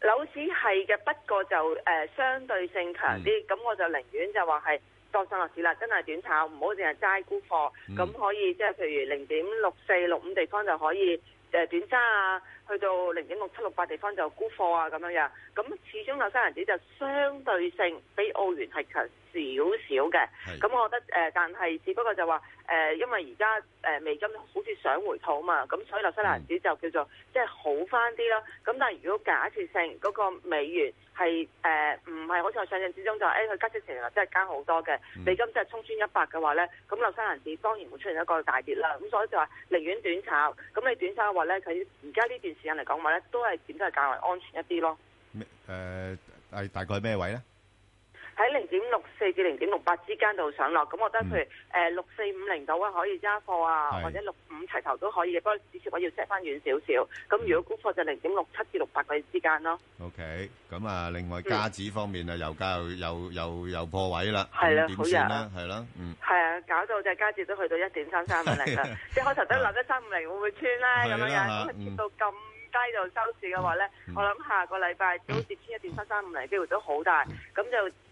Speaker 17: 樓市係嘅，不過就誒、呃相對性強啲，咁、我就寧願就話係當上落市啦，真係短炒，唔好淨係齋沽貨，咁、可以即係譬如零點六四六五地方就可以誒、呃短揸啊，去到零點六七六八地方就沽貨啊咁樣樣，咁始終紐西蘭紙就相對性比澳元係強少少嘅，咁我覺得誒、呃但係只不過就話誒、呃因為而家誒美金好似想回吐嘛，咁所以紐西蘭紙就叫做即係好翻啲咯。咁但係如果假設性嗰、個美元係誒唔係好似我想象之中就話誒佢加息成日真係加好多嘅，美金真係衝穿一百嘅話咧，咁紐西蘭紙當然會出現一個大跌啦。咁所以就話寧願短炒，咁你短炒嘅話咧，佢而家呢段時間嚟講話咧，都係點都係較為安全一啲咯。
Speaker 3: 咩誒係大概咩位咧？
Speaker 17: 喺零點六四至零點六八之間度上落，咁我覺得譬如誒六四五零度啊可以揸貨啊，
Speaker 3: 係
Speaker 17: 或者六五齊頭都可以嘅，不過止蝕位要 set 翻遠少少。咁如果沽貨就零點六七至六八嘅之間咯。
Speaker 3: OK，咁啊，另外加指方面啊，油價又又又又破位啦，
Speaker 17: 係啦
Speaker 3: 咁
Speaker 17: 好
Speaker 3: 點算
Speaker 17: 弱
Speaker 3: 咧？係啦，嗯，
Speaker 17: 係啊，搞到隻加字都去到一點三三五零啦，即係開頭都諗一三五零會唔會穿咧咁
Speaker 3: 係啦
Speaker 17: 樣樣，
Speaker 3: 嚇嗯
Speaker 17: 咁佢跌到咁低度收市嘅話咧，我諗下個禮拜都跌穿一點三三五零機會都好大，
Speaker 3: 嗯
Speaker 17: 咁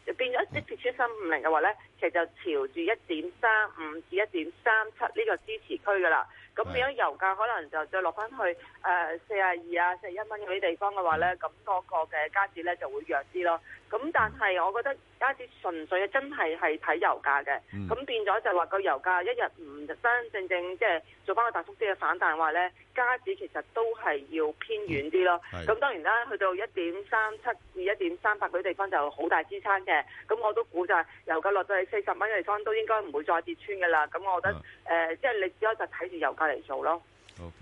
Speaker 17: 就變咗一跌穿三五零嘅話咧，其實就朝住一點三五至一點三七呢個支持區噶啦。咁
Speaker 10: 係
Speaker 17: 變咗油價可能就再落翻去誒四廿二啊、四一蚊嗰啲地方嘅話
Speaker 3: 嗯
Speaker 17: 咧，咁嗰個嘅加紙咧就會弱啲咯。咁但係我覺得加紙純粹真係係睇油價嘅，
Speaker 10: 嗯
Speaker 17: 咁、變咗就話個油價一日唔真真正正即係做翻個大幅啲嘅反彈話咧，加紙其實都係要偏遠啲咯。
Speaker 10: 係
Speaker 17: 咁當然啦，去到一點三七至一點三八嗰啲地方就好大支撐嘅。咁我都估就係油價落到去四十蚊嘅地方都應該唔會再跌穿嘅啦。咁我覺得誒、呃即係你只可以就睇住油價嚟做咯。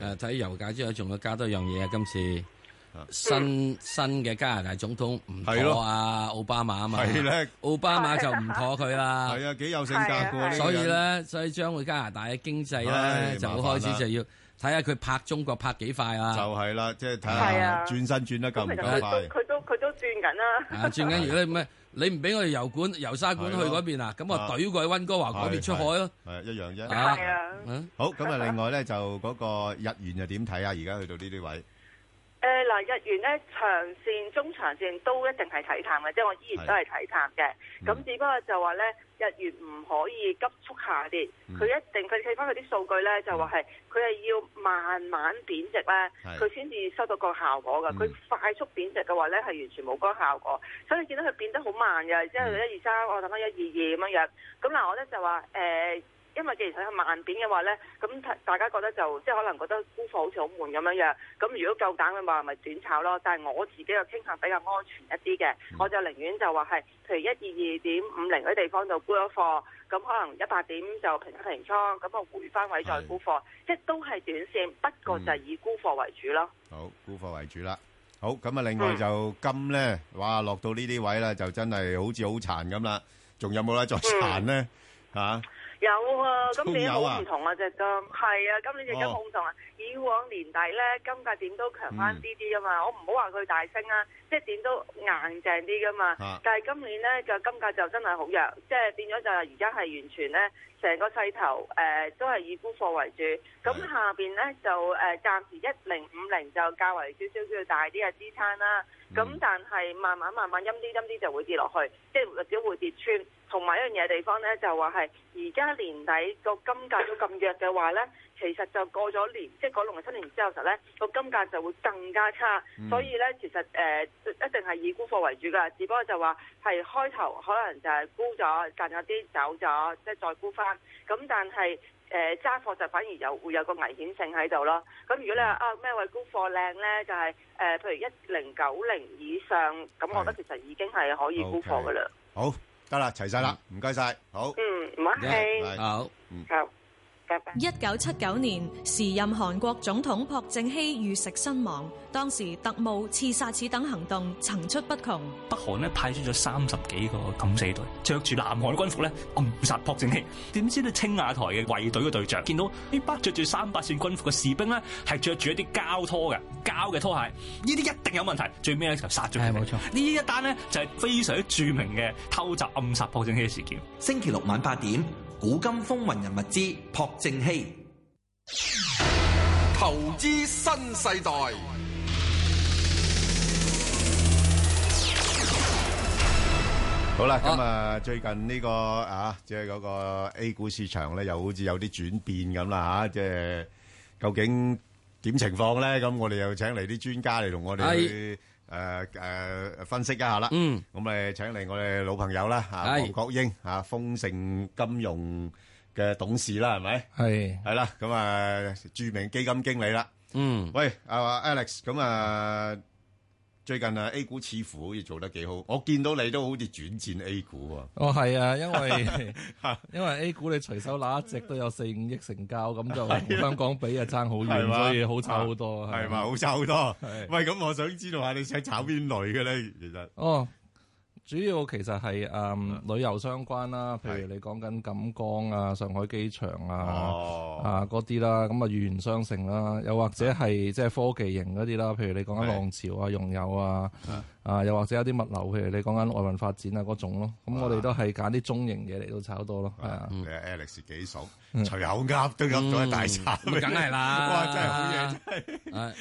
Speaker 4: 誒睇油價之外，仲要加多樣嘢啊！今次新新嘅加拿大總統唔
Speaker 3: 係
Speaker 4: 妥
Speaker 3: 咯
Speaker 4: 啊，奧巴馬啊嘛，
Speaker 3: 係咧
Speaker 4: 奧巴馬就唔妥佢啦。
Speaker 3: 係啊，幾有性格㗎喎呢個人
Speaker 4: 所以咧，所以將會加拿大嘅經濟
Speaker 3: 唉
Speaker 4: 咧就
Speaker 3: 麻
Speaker 4: 好
Speaker 3: 煩
Speaker 4: 開
Speaker 3: 啦
Speaker 4: 始就要睇下佢拍中國拍幾快啦。
Speaker 3: 就係啦，即係睇
Speaker 17: 係
Speaker 3: 下
Speaker 17: 啊
Speaker 3: 轉身轉得夠唔
Speaker 17: 咁其實
Speaker 3: 夠快。
Speaker 17: 佢都佢都佢都轉緊啦。
Speaker 4: 啊，轉緊如果你咩，你唔俾我哋油管、油砂管去嗰邊啊，咁我
Speaker 3: 啊
Speaker 4: 懟過去温哥華嗰邊出海咯。
Speaker 3: 係一樣啫。
Speaker 4: 啊係
Speaker 3: 啊，好咁啊！另外咧，就嗰個日元又點睇啊？而家去到呢啲位，
Speaker 17: 誒呃嗱，日元咧長線、中長線都一定係睇淡嘅，即係我依然都係睇淡嘅。咁、只不過就話咧，日元唔可以急速下跌，佢、一定佢睇翻佢啲數據咧，就話係佢係要慢慢貶值咧，
Speaker 10: 係
Speaker 17: 佢先至收到個效果㗎。佢、快速貶值嘅話咧，係完全冇嗰個效果。所以你見到佢變得好慢嘅，即係一二三，我等翻一二二咁樣樣。咁嗱，我咧就話誒。因為既然佢係慢貶嘅話咧，咁大大家覺得就即係可能覺得沽貨好似好悶咁樣樣。咁如果夠膽嘅話，咪短炒咯。但係我自己嘅傾向比較安全一啲嘅，
Speaker 3: 嗯
Speaker 17: 我就寧願就話係譬如一二二點五零嗰啲地方度沽咗貨，咁可能一百點就平一平倉，咁啊回翻位再沽貨，即係都係短線，不過就係
Speaker 3: 嗯
Speaker 17: 以沽貨為主咯。
Speaker 3: 好沽貨為主啦。好咁啊！另外就金咧，哇落到呢啲位啦，就真係好似好殘咁啦。仲有冇得再殘咧？嚇！
Speaker 17: 有啊，今年
Speaker 3: 仲有啊
Speaker 17: 好唔同啊只金，係啊，今年只金
Speaker 3: 哦
Speaker 17: 好唔同啊。以往年底咧，金價點都強
Speaker 3: 嗯
Speaker 17: 翻啲啲噶嘛，我唔好話佢大升啊，即係點都硬淨啲噶嘛
Speaker 10: 啊。
Speaker 17: 但係今年咧就金價就真係好弱，即係變咗就係而家係完全咧成個勢頭誒、呃都係以沽貨為主。咁下邊咧就誒、呃、暫時一零五零就較為少少叫大啲嘅支撐啦。咁、但係慢慢慢慢陰啲陰啲就會跌落去，即係或者會跌穿。同埋一樣嘢地方咧，就話係而家年底個金價都咁弱嘅話咧，其實就過咗年，即係過農曆新年之後實咧，個金價就會更加差。
Speaker 10: 嗯
Speaker 17: 所以咧，其實誒、呃一定係以沽貨為主㗎，只不過就話係開頭可能就係沽咗賺咗啲走咗，即係再沽翻。咁但係誒揸貨就反而有會有個危險性喺度咯。咁如果你話啊咩位沽貨靚咧，就係、誒、譬如一零九零以上，咁我覺得其實已經係可以沽貨㗎啦。
Speaker 3: 好，得啦，齊晒啦，唔該晒，好。
Speaker 17: 嗯，唔客氣。
Speaker 3: 係。嗯。
Speaker 18: 一九七九年，時任韓國總統朴正熙遇食身亡，當時特務刺殺此等行動層出不窮。
Speaker 19: 北韓咧派出咗三十幾個敢死隊，着住南韓嘅軍服咧，暗殺朴正熙。點知咧青瓦台嘅衛隊嘅隊長見到呢班着住三八線軍服嘅士兵咧，係着住一啲膠拖嘅膠嘅拖鞋，呢啲一定有問題。最尾咧就殺咗佢哋。冇錯，呢一單咧就係非常之著名嘅偷襲暗殺朴正熙嘅事件。
Speaker 20: 星期六晚八點，古今風雲人物之朴正熙。
Speaker 2: 投資新世代，
Speaker 3: 好啦，咁啊，最近呢個，啊，即係嗰個A 股市場呢，又好似有啲轉變咁啦，啊，即係究竟點情況呢？咁我哋又請嚟啲專家嚟同我哋
Speaker 4: 係。
Speaker 3: 去，誒，誒，分析一下啦。
Speaker 4: 嗯。
Speaker 3: 咁我哋請嚟我哋老朋友啦，啊，
Speaker 4: 係。
Speaker 3: 黃國英，啊，豐盛金融嘅董事啦，係咪？係啦，咁啊，著名基金經理啦。
Speaker 4: 嗯，
Speaker 3: 喂，啊 Alex，咁啊，最近啊 A 股似乎好似做得幾好，我見到你都好似轉戰 A 股喎。
Speaker 21: 哦，係啊，因 為因為 A 股你隨手拿一隻都有四五億成交，咁 就
Speaker 3: 係啊
Speaker 21: 同香港比啊爭好
Speaker 3: 係
Speaker 21: 遠，
Speaker 3: 嘛
Speaker 21: 所以好差好多。啊
Speaker 3: 係嘛，好差好多。
Speaker 21: 係
Speaker 3: 喂，咁我想知道下你想炒邊類嘅咧？其實，啊
Speaker 21: 哦，主要其實係誒、嗯旅遊相關啦，譬如你講緊錦江啊、上海機場
Speaker 3: 哦
Speaker 21: 啊、啊嗰啲啦，咁啊語言相成啦，又或者係即係科技型嗰啲啦，譬如你講緊係浪潮啊、用友啊，啊又或者有啲物流，譬如你講緊外運發展啊嗰種咯，咁我哋都係揀啲中型嘢嚟到炒多咯，係啊。
Speaker 4: 嗯
Speaker 3: 你嗯 Alex 幾熟，隨口噏都
Speaker 21: 嗯
Speaker 3: 噏到一大炒，
Speaker 4: 咁梗係啦，
Speaker 3: 哇，真係好嘢。
Speaker 4: 係。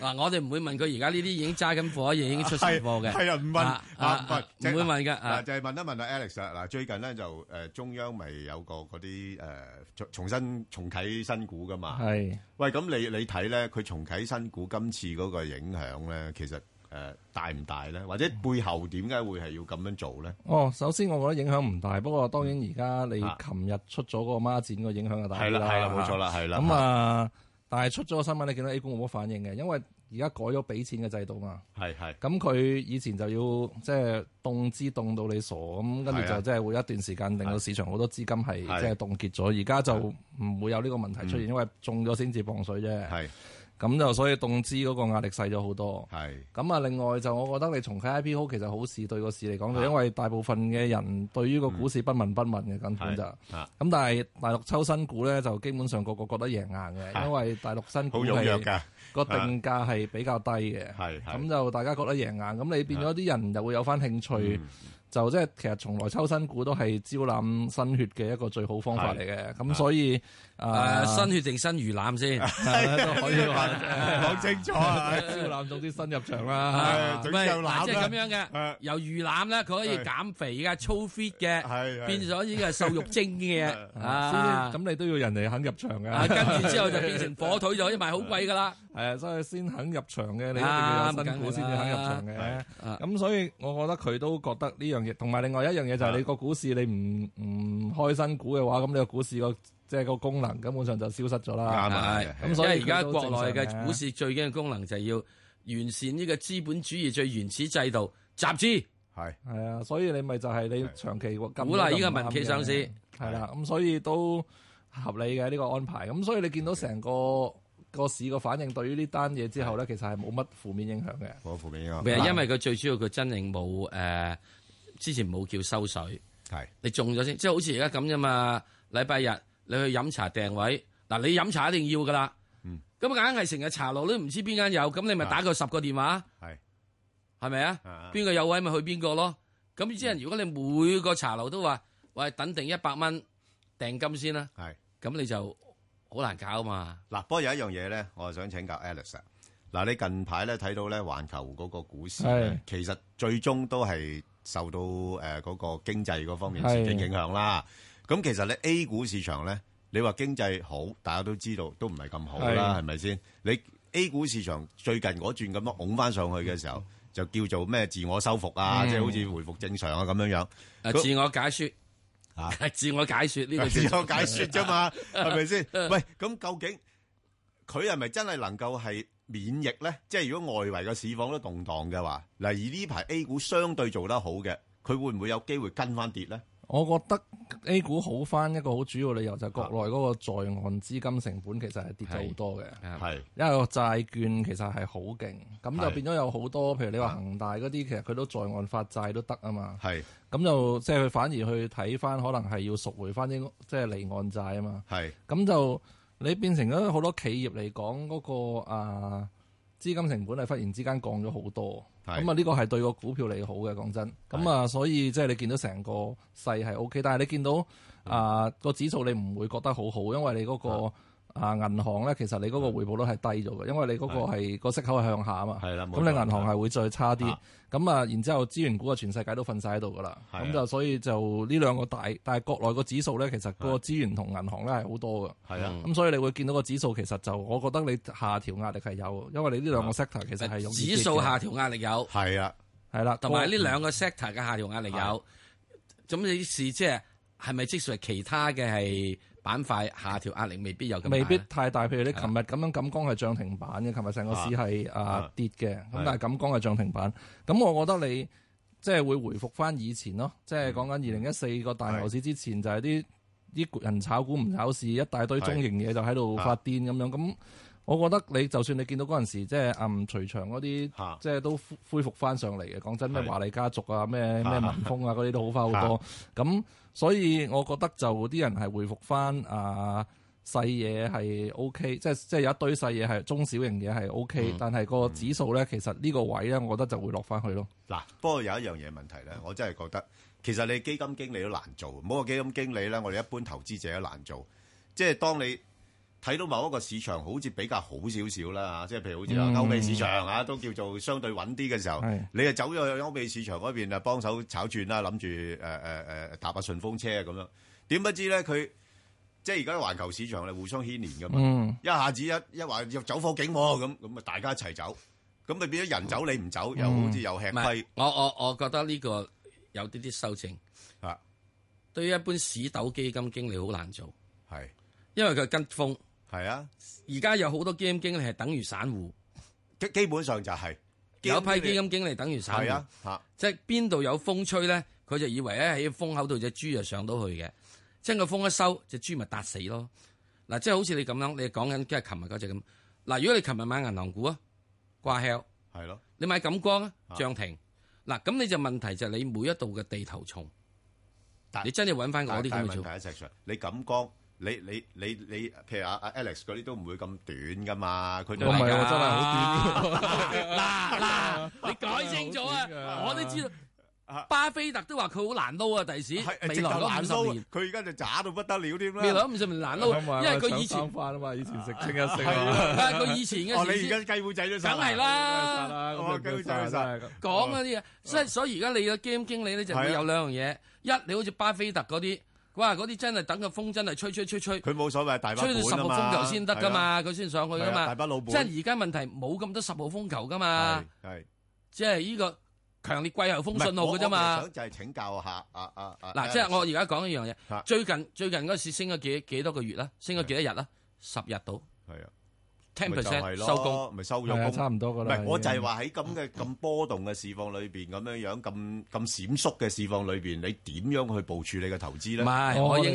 Speaker 4: 嗱，我哋唔會問佢而家呢啲已經揸緊貨，亦已經出晒貨嘅。
Speaker 3: 係啊，唔問啊，
Speaker 4: 啊唔
Speaker 3: 即係
Speaker 4: 會
Speaker 3: 嗱
Speaker 4: 問嘅。
Speaker 3: 嗱
Speaker 4: 啊
Speaker 3: 就係問一問啊 Alex 啊嗱，最近咧就誒中央咪有個嗰啲誒重重新重啟新股噶嘛。
Speaker 21: 係。
Speaker 3: 喂，咁你你睇咧，佢重啟新股今次嗰個影響咧，其實誒大唔大咧？或者背後點解會係要咁樣做咧？
Speaker 21: 哦，首先我覺得影響唔大，不過當然而家你琴日出咗嗰個孖展個影響就大啲啦。
Speaker 3: 啊係啦係啦冇錯啦係啦
Speaker 21: 咁啊，但係出咗個新聞，你見到 A 股冇乜反應嘅，因為而家改咗俾錢嘅制度嘛。
Speaker 3: 係係。
Speaker 21: 咁佢以前就要即係凍資凍到你傻，咁跟住
Speaker 3: 係啊
Speaker 21: 就即係會一段時間令到市場好多資金係
Speaker 3: 係嗯
Speaker 21: 即係凍結咗，而家就唔會有呢個問題出現，因為中咗先至磅水啫。
Speaker 3: 係。
Speaker 21: 咁就所以凍資嗰個壓力細咗好多。
Speaker 3: 係。
Speaker 21: 咁啊，另外就我覺得你重啟 IPO 其實好事對個市嚟講，就
Speaker 6: 啊
Speaker 21: 因為大部分嘅人對於個股
Speaker 3: 嗯
Speaker 21: 市不聞不問嘅根本就。
Speaker 3: 啊
Speaker 21: 咁但係大陸抽新股咧，就基本上個個覺得贏硬嘅，因為大陸新股
Speaker 3: 好踴躍㗎啊
Speaker 21: 係個定價係比較低嘅，咁就大家覺得贏硬，咁你變
Speaker 3: 啊
Speaker 21: 咗啲人就會有翻興趣，
Speaker 3: 嗯
Speaker 21: 就即係其實從來抽新股都係招攬新血嘅一個最好方法嚟嘅，咁所以啊
Speaker 4: 誒，新血定新魚腩先，
Speaker 21: 都可以話
Speaker 3: 啊講清楚
Speaker 21: 啊招攬咗啲新入場啦
Speaker 4: 啊，
Speaker 21: 係
Speaker 4: 唔係
Speaker 21: 招攬啦
Speaker 4: 嗱即係咁樣
Speaker 3: 啊
Speaker 4: 嘅，由魚腩咧，佢可以
Speaker 21: 係
Speaker 4: 減肥嘅，粗 fit 嘅，變咗呢個瘦肉 精嘅啊
Speaker 21: 啊，。咁你都要人哋肯入場
Speaker 4: 啊
Speaker 21: 嘅，
Speaker 4: 跟住之後就變成火腿就可以賣好貴噶啦。
Speaker 21: 係啊，所以先肯入場嘅，你一定要
Speaker 4: 啊
Speaker 21: 有新股先至肯入場
Speaker 4: 梗係啦
Speaker 21: 嘅。咁所以我覺得佢都覺得呢樣嘢， 同埋另外一樣嘢就係你
Speaker 14: 啊
Speaker 21: 個股市你唔唔開新股嘅話，咁你個股市個即係個功能根本上就消失咗啦。咁
Speaker 4: 啊咁所
Speaker 21: 所以
Speaker 4: 以而家
Speaker 21: 佢都
Speaker 4: 國
Speaker 21: 正常
Speaker 4: 內嘅股市最緊嘅功能就係要完善呢個資本主義最原始制度集資。
Speaker 3: 係
Speaker 21: 係啊，所以你咪就係你長期鼓
Speaker 4: 鼓勵呢個民企上市
Speaker 21: 係啦，咁所以都合理嘅呢個安排。咁所以你見到成個個市個反應對於呢單嘢之後咧，其實係冇乜負面影響嘅。
Speaker 3: 冇負
Speaker 21: 啊
Speaker 3: 面影
Speaker 4: 唔係因為佢最主要佢真正冇誒，之前冇叫收水，
Speaker 3: 係
Speaker 4: 你中咗先，即係好似而家咁啫嘛。禮拜日你去飲茶訂位，嗱你飲茶一定要噶啦，
Speaker 21: 嗯
Speaker 4: 咁啊硬係成日茶樓都唔知邊間有，咁
Speaker 21: 啊
Speaker 4: 你咪打個十個電話，
Speaker 3: 係
Speaker 4: 係咪啊？邊個有位咪去邊個咯。咁之人如果你每個茶樓都話，喂等定一百蚊訂金先啦，
Speaker 3: 係
Speaker 4: 咁你就好難搞啊嘛。
Speaker 3: 嗱，不過有一樣嘢咧，我係想請教 Alex 啊。嗱，你近排咧睇到咧，環球嗰個股市
Speaker 21: 係
Speaker 3: 呢其實最終都係受到誒嗰、個經濟嗰方面刺激
Speaker 21: 係
Speaker 3: 影響啦。咁其實咧 A 股市場咧，你話經濟好，大家都知道都唔係咁好啦，
Speaker 21: 係
Speaker 3: 係咪先？你 A 股市場最近嗰轉咁樣拱翻上去嘅時候，就叫做咩自我修復啊，
Speaker 4: 嗯
Speaker 3: 即係好似回復正常啊咁樣樣。
Speaker 4: 啊
Speaker 3: 咁
Speaker 4: 自我解説
Speaker 3: 啊，
Speaker 4: 自我解説呢個 最
Speaker 3: 自
Speaker 4: 重要
Speaker 3: 我解説啫嘛，係 咪 先？
Speaker 4: 啊
Speaker 3: 喂，咁究竟佢係咪真係能夠係免疫咧？即係如果外圍嘅市況都動盪嘅話，嗱而呢排 A 股相對做得好嘅，佢會唔會有機會跟翻跌咧？
Speaker 21: 我覺得 A 股好翻一個好主要理由就係國內嗰個在岸資金成本其實係跌咗好多嘅，
Speaker 3: 係
Speaker 21: 因為個債券其實係好勁，咁就
Speaker 3: 係
Speaker 21: 變咗有好多，譬如你話恒大嗰啲，其實佢都在岸發債都得啊嘛。
Speaker 3: 係
Speaker 21: 咁就即係佢反而去睇翻，可能係要贖回翻啲即係離岸債啊嘛。
Speaker 3: 係
Speaker 21: 咁就你變成咗好多企業嚟講嗰個啊資金成本係忽然之間降咗好多。
Speaker 3: 係
Speaker 21: 咁啊，呢個係對個股票利好嘅，講真。咁啊，所以即係你見到成個勢係 O K，但係你見到啊個指數你唔會覺得好好，因為你嗰個啊銀行咧，其實你
Speaker 3: 嗯
Speaker 21: 嗰個回報率係低咗嘅，因為你嗰個係個息口係向下啊嘛。
Speaker 3: 係啦，
Speaker 21: 咁你銀行係會再差啲
Speaker 3: 啊，
Speaker 21: 咁啊，然之後資源股啊，全世界都瞓晒喺度噶啦，
Speaker 3: 係啊
Speaker 21: 咁就所以就呢兩個大，但係國內個指數咧，其實個資源同銀行咧係好多噶，
Speaker 3: 係
Speaker 4: 嗯
Speaker 3: 啊
Speaker 21: 咁所以你會見到個指數其實就，我覺得你下調壓力係有，因為你呢
Speaker 3: 啊
Speaker 21: 兩個 sector 其實係用
Speaker 4: 指數下調壓力有，
Speaker 3: 係啊，
Speaker 21: 係啦，嗯
Speaker 4: 同埋呢
Speaker 21: 個
Speaker 4: 兩個 sector 嘅下調壓力有。咁你是即係係咪即係其他嘅係板塊下調壓力未必有咁大呢
Speaker 21: 未必太大，譬如你琴日咁樣錦江係漲停板嘅，琴日成個市係啊跌嘅，咁但係錦江係漲停板，咁我覺得你即係會回復翻以前咯，即係講緊二零一四個大牛市之前嗯就係啲啲人炒股唔炒市，一大堆中型嘢就喺度發癲咁樣，咁我覺得你就算你見到嗰陣時即係嗯徐翔嗰啲，即係都恢恢復翻上嚟嘅，講真咩
Speaker 3: 係
Speaker 21: 華麗家族啊，咩咩
Speaker 3: 啊
Speaker 21: 民豐啊嗰啲都好翻好多。咁所以我覺得就啲人係回復翻啊細嘢係 O K，即係即係有一堆細嘢係中小型嘢係 O K，
Speaker 3: 嗯
Speaker 21: 但係個指數咧其實呢個位咧，我覺得就會落翻去咯。
Speaker 3: 嗱，不過有一樣嘢問題
Speaker 21: 嗯
Speaker 3: 咧，我真係覺得其實你基金經理都難做，唔好話基金經理咧，我哋一般投資者都難做。即係當你睇到某一個市場好似比較好少少啦，啊即係譬如好似
Speaker 21: 嗯
Speaker 3: 歐美市場啊，都叫做相對穩啲嘅時候
Speaker 21: 係，
Speaker 3: 你就走咗去歐美市場嗰邊啊，幫手炒轉啦，諗住呃誒誒誒搭下順風車啊咁樣。點不知咧佢即係而家環球市場咧互相牽連㗎嘛，
Speaker 21: 嗯
Speaker 3: 一下子一一話要走火警喎咁，咁啊大家一齊走，咁咪變咗人走你唔走，又好似又吃
Speaker 4: 唔係
Speaker 3: 虧。
Speaker 4: 我我我覺得呢個有啲啲修正。
Speaker 3: 啊，
Speaker 4: 對於一般市斗基金經理好難做，
Speaker 3: 係
Speaker 4: 因為佢跟風。
Speaker 3: 係啊，
Speaker 4: 而家有好多基金經理係等於散戶，
Speaker 3: 基基本上就係
Speaker 4: 有批基金經理等於散
Speaker 3: 係
Speaker 4: 戶
Speaker 3: 啊。嚇。
Speaker 4: 即係邊度有風吹咧，佢就以為咧喺風口度只豬就上到去嘅，即係個風一收，只豬咪笪死咯。嗱，即係好似你咁樣，你講緊即係琴日嗰只咁。嗱，如果你琴日買銀行股啊，掛 hell，
Speaker 3: 係咯，
Speaker 4: 你買錦光啊，
Speaker 3: 啊
Speaker 4: 漲停。嗱，咁你就問題就係你每一度嘅地頭蟲，
Speaker 3: 但
Speaker 4: 你真係揾翻
Speaker 3: 但
Speaker 4: 嗰啲
Speaker 3: 但
Speaker 4: 咁
Speaker 3: 係
Speaker 4: 去
Speaker 3: 問題
Speaker 4: 做。
Speaker 3: 係石 Sir，你咁講，你你你你，譬如阿阿 Alex 嗰啲都唔會咁短噶嘛，佢都
Speaker 21: 我唔係
Speaker 3: 係㗎
Speaker 21: 我真係好短
Speaker 4: 嗱嗱，你改清楚
Speaker 21: 好短
Speaker 4: 啊！
Speaker 21: 㗎
Speaker 4: 我都知道，巴菲特都話佢好難撈啊，第時
Speaker 3: 係
Speaker 4: 未
Speaker 3: 直頭
Speaker 4: 來
Speaker 3: 難
Speaker 4: 嗰五十
Speaker 3: 撈
Speaker 4: 年，
Speaker 3: 佢而家就渣到不得了添啦。
Speaker 4: 未來五十年難撈，因為佢以前。
Speaker 21: 翻啊嘛，以前食清一
Speaker 3: 係
Speaker 21: 色
Speaker 3: 啊
Speaker 21: 啊。
Speaker 4: 啊！佢以前嘅
Speaker 3: 哦，
Speaker 4: 時
Speaker 3: 你
Speaker 4: 先
Speaker 3: 而家雞糊仔都殺啊
Speaker 4: 梗係啦，
Speaker 3: 哦雞糊仔都殺
Speaker 4: 講嗰啲嘢，所以所以而家你嘅基金經理咧就會
Speaker 3: 係啊
Speaker 4: 有兩樣嘢，一你好似巴菲特嗰啲，哇嗰啲真係等個風真係吹吹吹吹，
Speaker 3: 佢冇所謂大把
Speaker 4: 吹到十號
Speaker 3: 本啊嘛
Speaker 4: 風球先得噶嘛，佢先上去噶
Speaker 3: 係啊
Speaker 4: 嘛，
Speaker 3: 大把老本
Speaker 4: 即係而家問題冇咁多十號風球噶嘛，
Speaker 3: 係
Speaker 4: 即係呢個強烈季候
Speaker 3: 唔
Speaker 4: 風
Speaker 3: 係
Speaker 4: 信號
Speaker 3: 我
Speaker 4: 嘅啫
Speaker 3: 我其
Speaker 4: 嘛
Speaker 3: 實。想就係請教下啊啊啊
Speaker 4: 嗱，即係我而家講一樣
Speaker 3: 啊
Speaker 4: 嘢，最近最近嗰時升咗幾幾多個月啦，啊升咗幾多日啦，十日到，
Speaker 3: 係啊。
Speaker 4: ten
Speaker 3: 咪就係
Speaker 4: percent
Speaker 3: 咯
Speaker 4: 收工。
Speaker 3: 咪收咗
Speaker 21: 係啊
Speaker 3: 工，
Speaker 21: 差唔多㗎啦
Speaker 3: 唔係，我
Speaker 21: 已
Speaker 3: 就
Speaker 21: 經
Speaker 3: 係話喺咁嘅咁波動嘅市況裏邊，咁樣樣咁咁閃縮嘅市況裏邊，你點樣去部署你嘅投資咧？
Speaker 4: 唔係，
Speaker 21: 哦
Speaker 4: 我應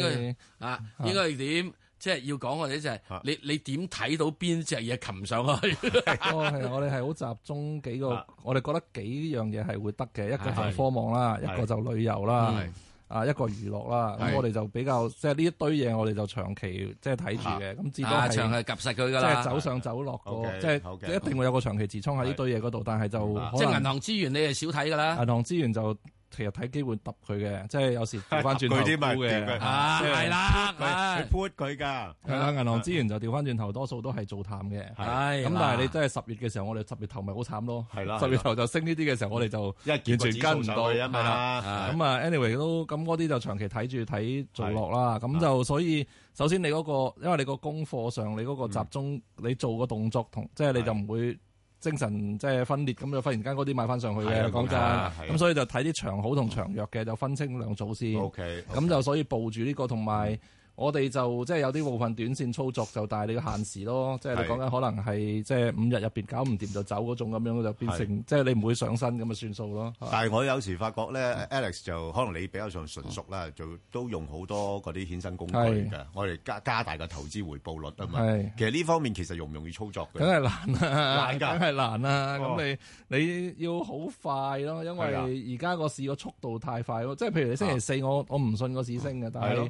Speaker 4: 該啊，
Speaker 3: 啊
Speaker 4: 應該係點？即係要講我哋就係
Speaker 21: 啊
Speaker 4: 你你點睇到邊只嘢擒上 去？
Speaker 21: 哦，係啊我哋係好集中幾個
Speaker 4: 啊，
Speaker 21: 我哋覺得幾樣嘢係會得嘅，一個
Speaker 4: 係
Speaker 21: 就科網啦，
Speaker 4: 係
Speaker 21: 一個就旅遊啦
Speaker 4: 係，
Speaker 21: 啊一個娛樂啦。
Speaker 4: 係
Speaker 21: 咁我哋就比較即係呢一堆嘢，我哋就長期即係睇住嘅。咁至多
Speaker 4: 啊
Speaker 21: 係
Speaker 4: 長係及實佢㗎
Speaker 21: 即
Speaker 4: 啦
Speaker 21: 係走上走落個，
Speaker 4: OK，
Speaker 21: 即係
Speaker 4: OK，
Speaker 21: 一定會有個長期持倉喺呢堆嘢嗰度，但係就
Speaker 4: 啊即
Speaker 21: 可
Speaker 4: 係銀啊
Speaker 21: 能啊
Speaker 4: 行資源，你係少睇㗎啦。
Speaker 21: 銀行資源就其實睇機會揼佢嘅，即係有時調翻轉頭
Speaker 3: 佢啲咪
Speaker 21: 沽
Speaker 3: 調佢
Speaker 21: 嘅，
Speaker 3: 啊
Speaker 21: 即係
Speaker 3: 係啦佢佢 put 佢㗎
Speaker 21: 係啦，銀行資源就調翻轉頭，多數都係做淡嘅，
Speaker 3: 係
Speaker 21: 咁
Speaker 3: 嗱
Speaker 21: 但係你真係十月嘅時候，我哋十月頭咪好慘咯，
Speaker 3: 係啦
Speaker 21: 十月頭就升呢啲嘅時候，我哋就
Speaker 3: 嗯因為
Speaker 21: 完全跟唔
Speaker 3: 結果
Speaker 21: 到，
Speaker 3: 指數上去啊嘛
Speaker 21: 係啦
Speaker 3: 係
Speaker 21: 咁啊，anyway 都咁嗰啲就長期睇住睇做落啦，咁
Speaker 3: 啊
Speaker 21: 就所以首先你嗰個，因為你個功課上你嗰個
Speaker 3: 嗯
Speaker 21: 集中，你做個動作同即係你就唔會。精神即係分裂咁就忽然間嗰啲買翻上去
Speaker 3: 係啊
Speaker 21: 嘅，講
Speaker 3: 冇錯啊係啊嗯
Speaker 21: 真，咁所以就睇啲長好同長弱嘅，就分清兩組先。
Speaker 3: OK，
Speaker 21: 咁就所以佈住呢個，同
Speaker 3: 嗯
Speaker 21: 埋我哋就即係有啲部分短線操作就，但係你要限時咯，即係你
Speaker 3: 係
Speaker 21: 講緊可能係即係五日入邊搞唔掂就走嗰種咁樣，就變
Speaker 3: 係
Speaker 21: 成即係你唔會上身咁啊算數咯。
Speaker 3: 但係我有時發覺咧，Alex 就可能你比較上純熟啦，就都用好多嗰啲衍生工具
Speaker 21: 係
Speaker 3: 嘅，我哋加加大個投資回報率啊嘛
Speaker 21: 係。
Speaker 3: 其實呢方面其實容唔容易操作嘅？
Speaker 21: 梗係難啦，
Speaker 3: 難
Speaker 21: 梗
Speaker 3: 㗎，
Speaker 21: 係難啦。
Speaker 3: 哦
Speaker 21: 咁你你要好快咯，因
Speaker 3: 係啊啊
Speaker 21: 為而家個市個速度太快咯。即係譬如你星期四，我我唔信個市升嘅，但
Speaker 3: 係
Speaker 21: 係
Speaker 3: 咯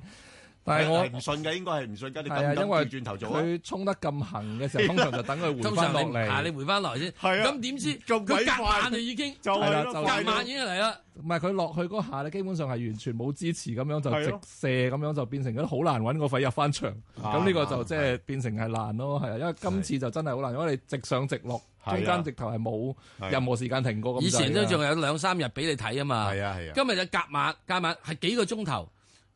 Speaker 21: 但係我
Speaker 3: 係唔信嘅，應該係唔信嘅。你
Speaker 21: 係啊，
Speaker 3: 咁
Speaker 21: 因為
Speaker 3: 咁轉頭做啊？
Speaker 21: 佢衝得咁行嘅時候，通常就等佢回
Speaker 4: 通
Speaker 21: 翻
Speaker 4: 常
Speaker 21: 落
Speaker 4: 你
Speaker 21: 嚟。
Speaker 4: 啊，你回翻落嚟先。
Speaker 21: 係啊
Speaker 4: 咁點知佢
Speaker 21: 咁鬼
Speaker 4: 隔
Speaker 21: 快
Speaker 4: 晚就已經
Speaker 21: 就係咯
Speaker 4: 隔晚已經嚟啦。
Speaker 21: 唔係佢落去嗰下咧，基本上係完全冇支持咁樣就
Speaker 4: 係
Speaker 21: 直
Speaker 4: 咯
Speaker 21: 射咁樣就變成咗好難揾個肺入翻場。
Speaker 3: 啊
Speaker 21: 咁呢個就
Speaker 3: 啱
Speaker 21: 即係變成係難咯，係啊，因為今次就真係好難，因為你直上直落，
Speaker 4: 係啊
Speaker 21: 中間直頭係冇
Speaker 4: 係
Speaker 21: 任何時間停過咁滯㗎。
Speaker 4: 以前都仲有兩三日俾你睇啊嘛。係
Speaker 3: 啊係啊
Speaker 4: 今日就夾晚夾晚係幾個鐘頭，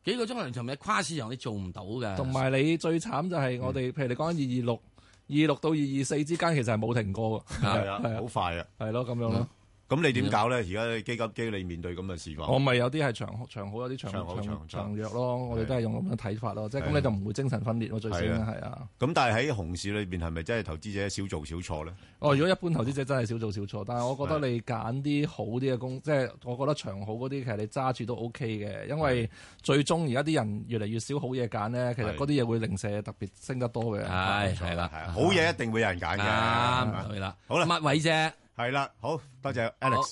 Speaker 4: 幾個鐘頭同埋跨市場你做唔到嘅。
Speaker 21: 同埋你最慘就係我
Speaker 3: 嗯
Speaker 21: 哋，譬如你講緊二二六。二六到二二四之間其實係冇停過㗎，
Speaker 3: 係啊，好快啊，
Speaker 21: 係咯咁樣
Speaker 4: 嗯
Speaker 21: 咯。
Speaker 3: 咁你點搞咧？而家基金經理面對咁嘅市況，
Speaker 21: 我咪有啲係長長好，有啲長
Speaker 3: 長好長
Speaker 21: 長長弱咯，我哋都係用咁嘅睇法咯，即係
Speaker 3: 係
Speaker 21: 咁你就唔會精神分裂咯，最先
Speaker 3: 係啊
Speaker 21: 係啊。
Speaker 3: 咁但係喺熊市裏邊係咪真係投資者少做少錯咧？
Speaker 21: 哦，如果一般投資者真係少做少錯，但係我覺得你揀啲好啲嘅公，即係我覺得長好嗰啲，其實你揸住都 OK 嘅，因為最終而家啲人越嚟越少好嘢揀咧，其實嗰啲嘢會零舍特別升得多嘅。
Speaker 4: 係係啦，
Speaker 3: 好嘢一定會有人揀嘅，
Speaker 4: 啱對啦。好啦，乜位啫？
Speaker 3: 係啦，好多謝 Alex。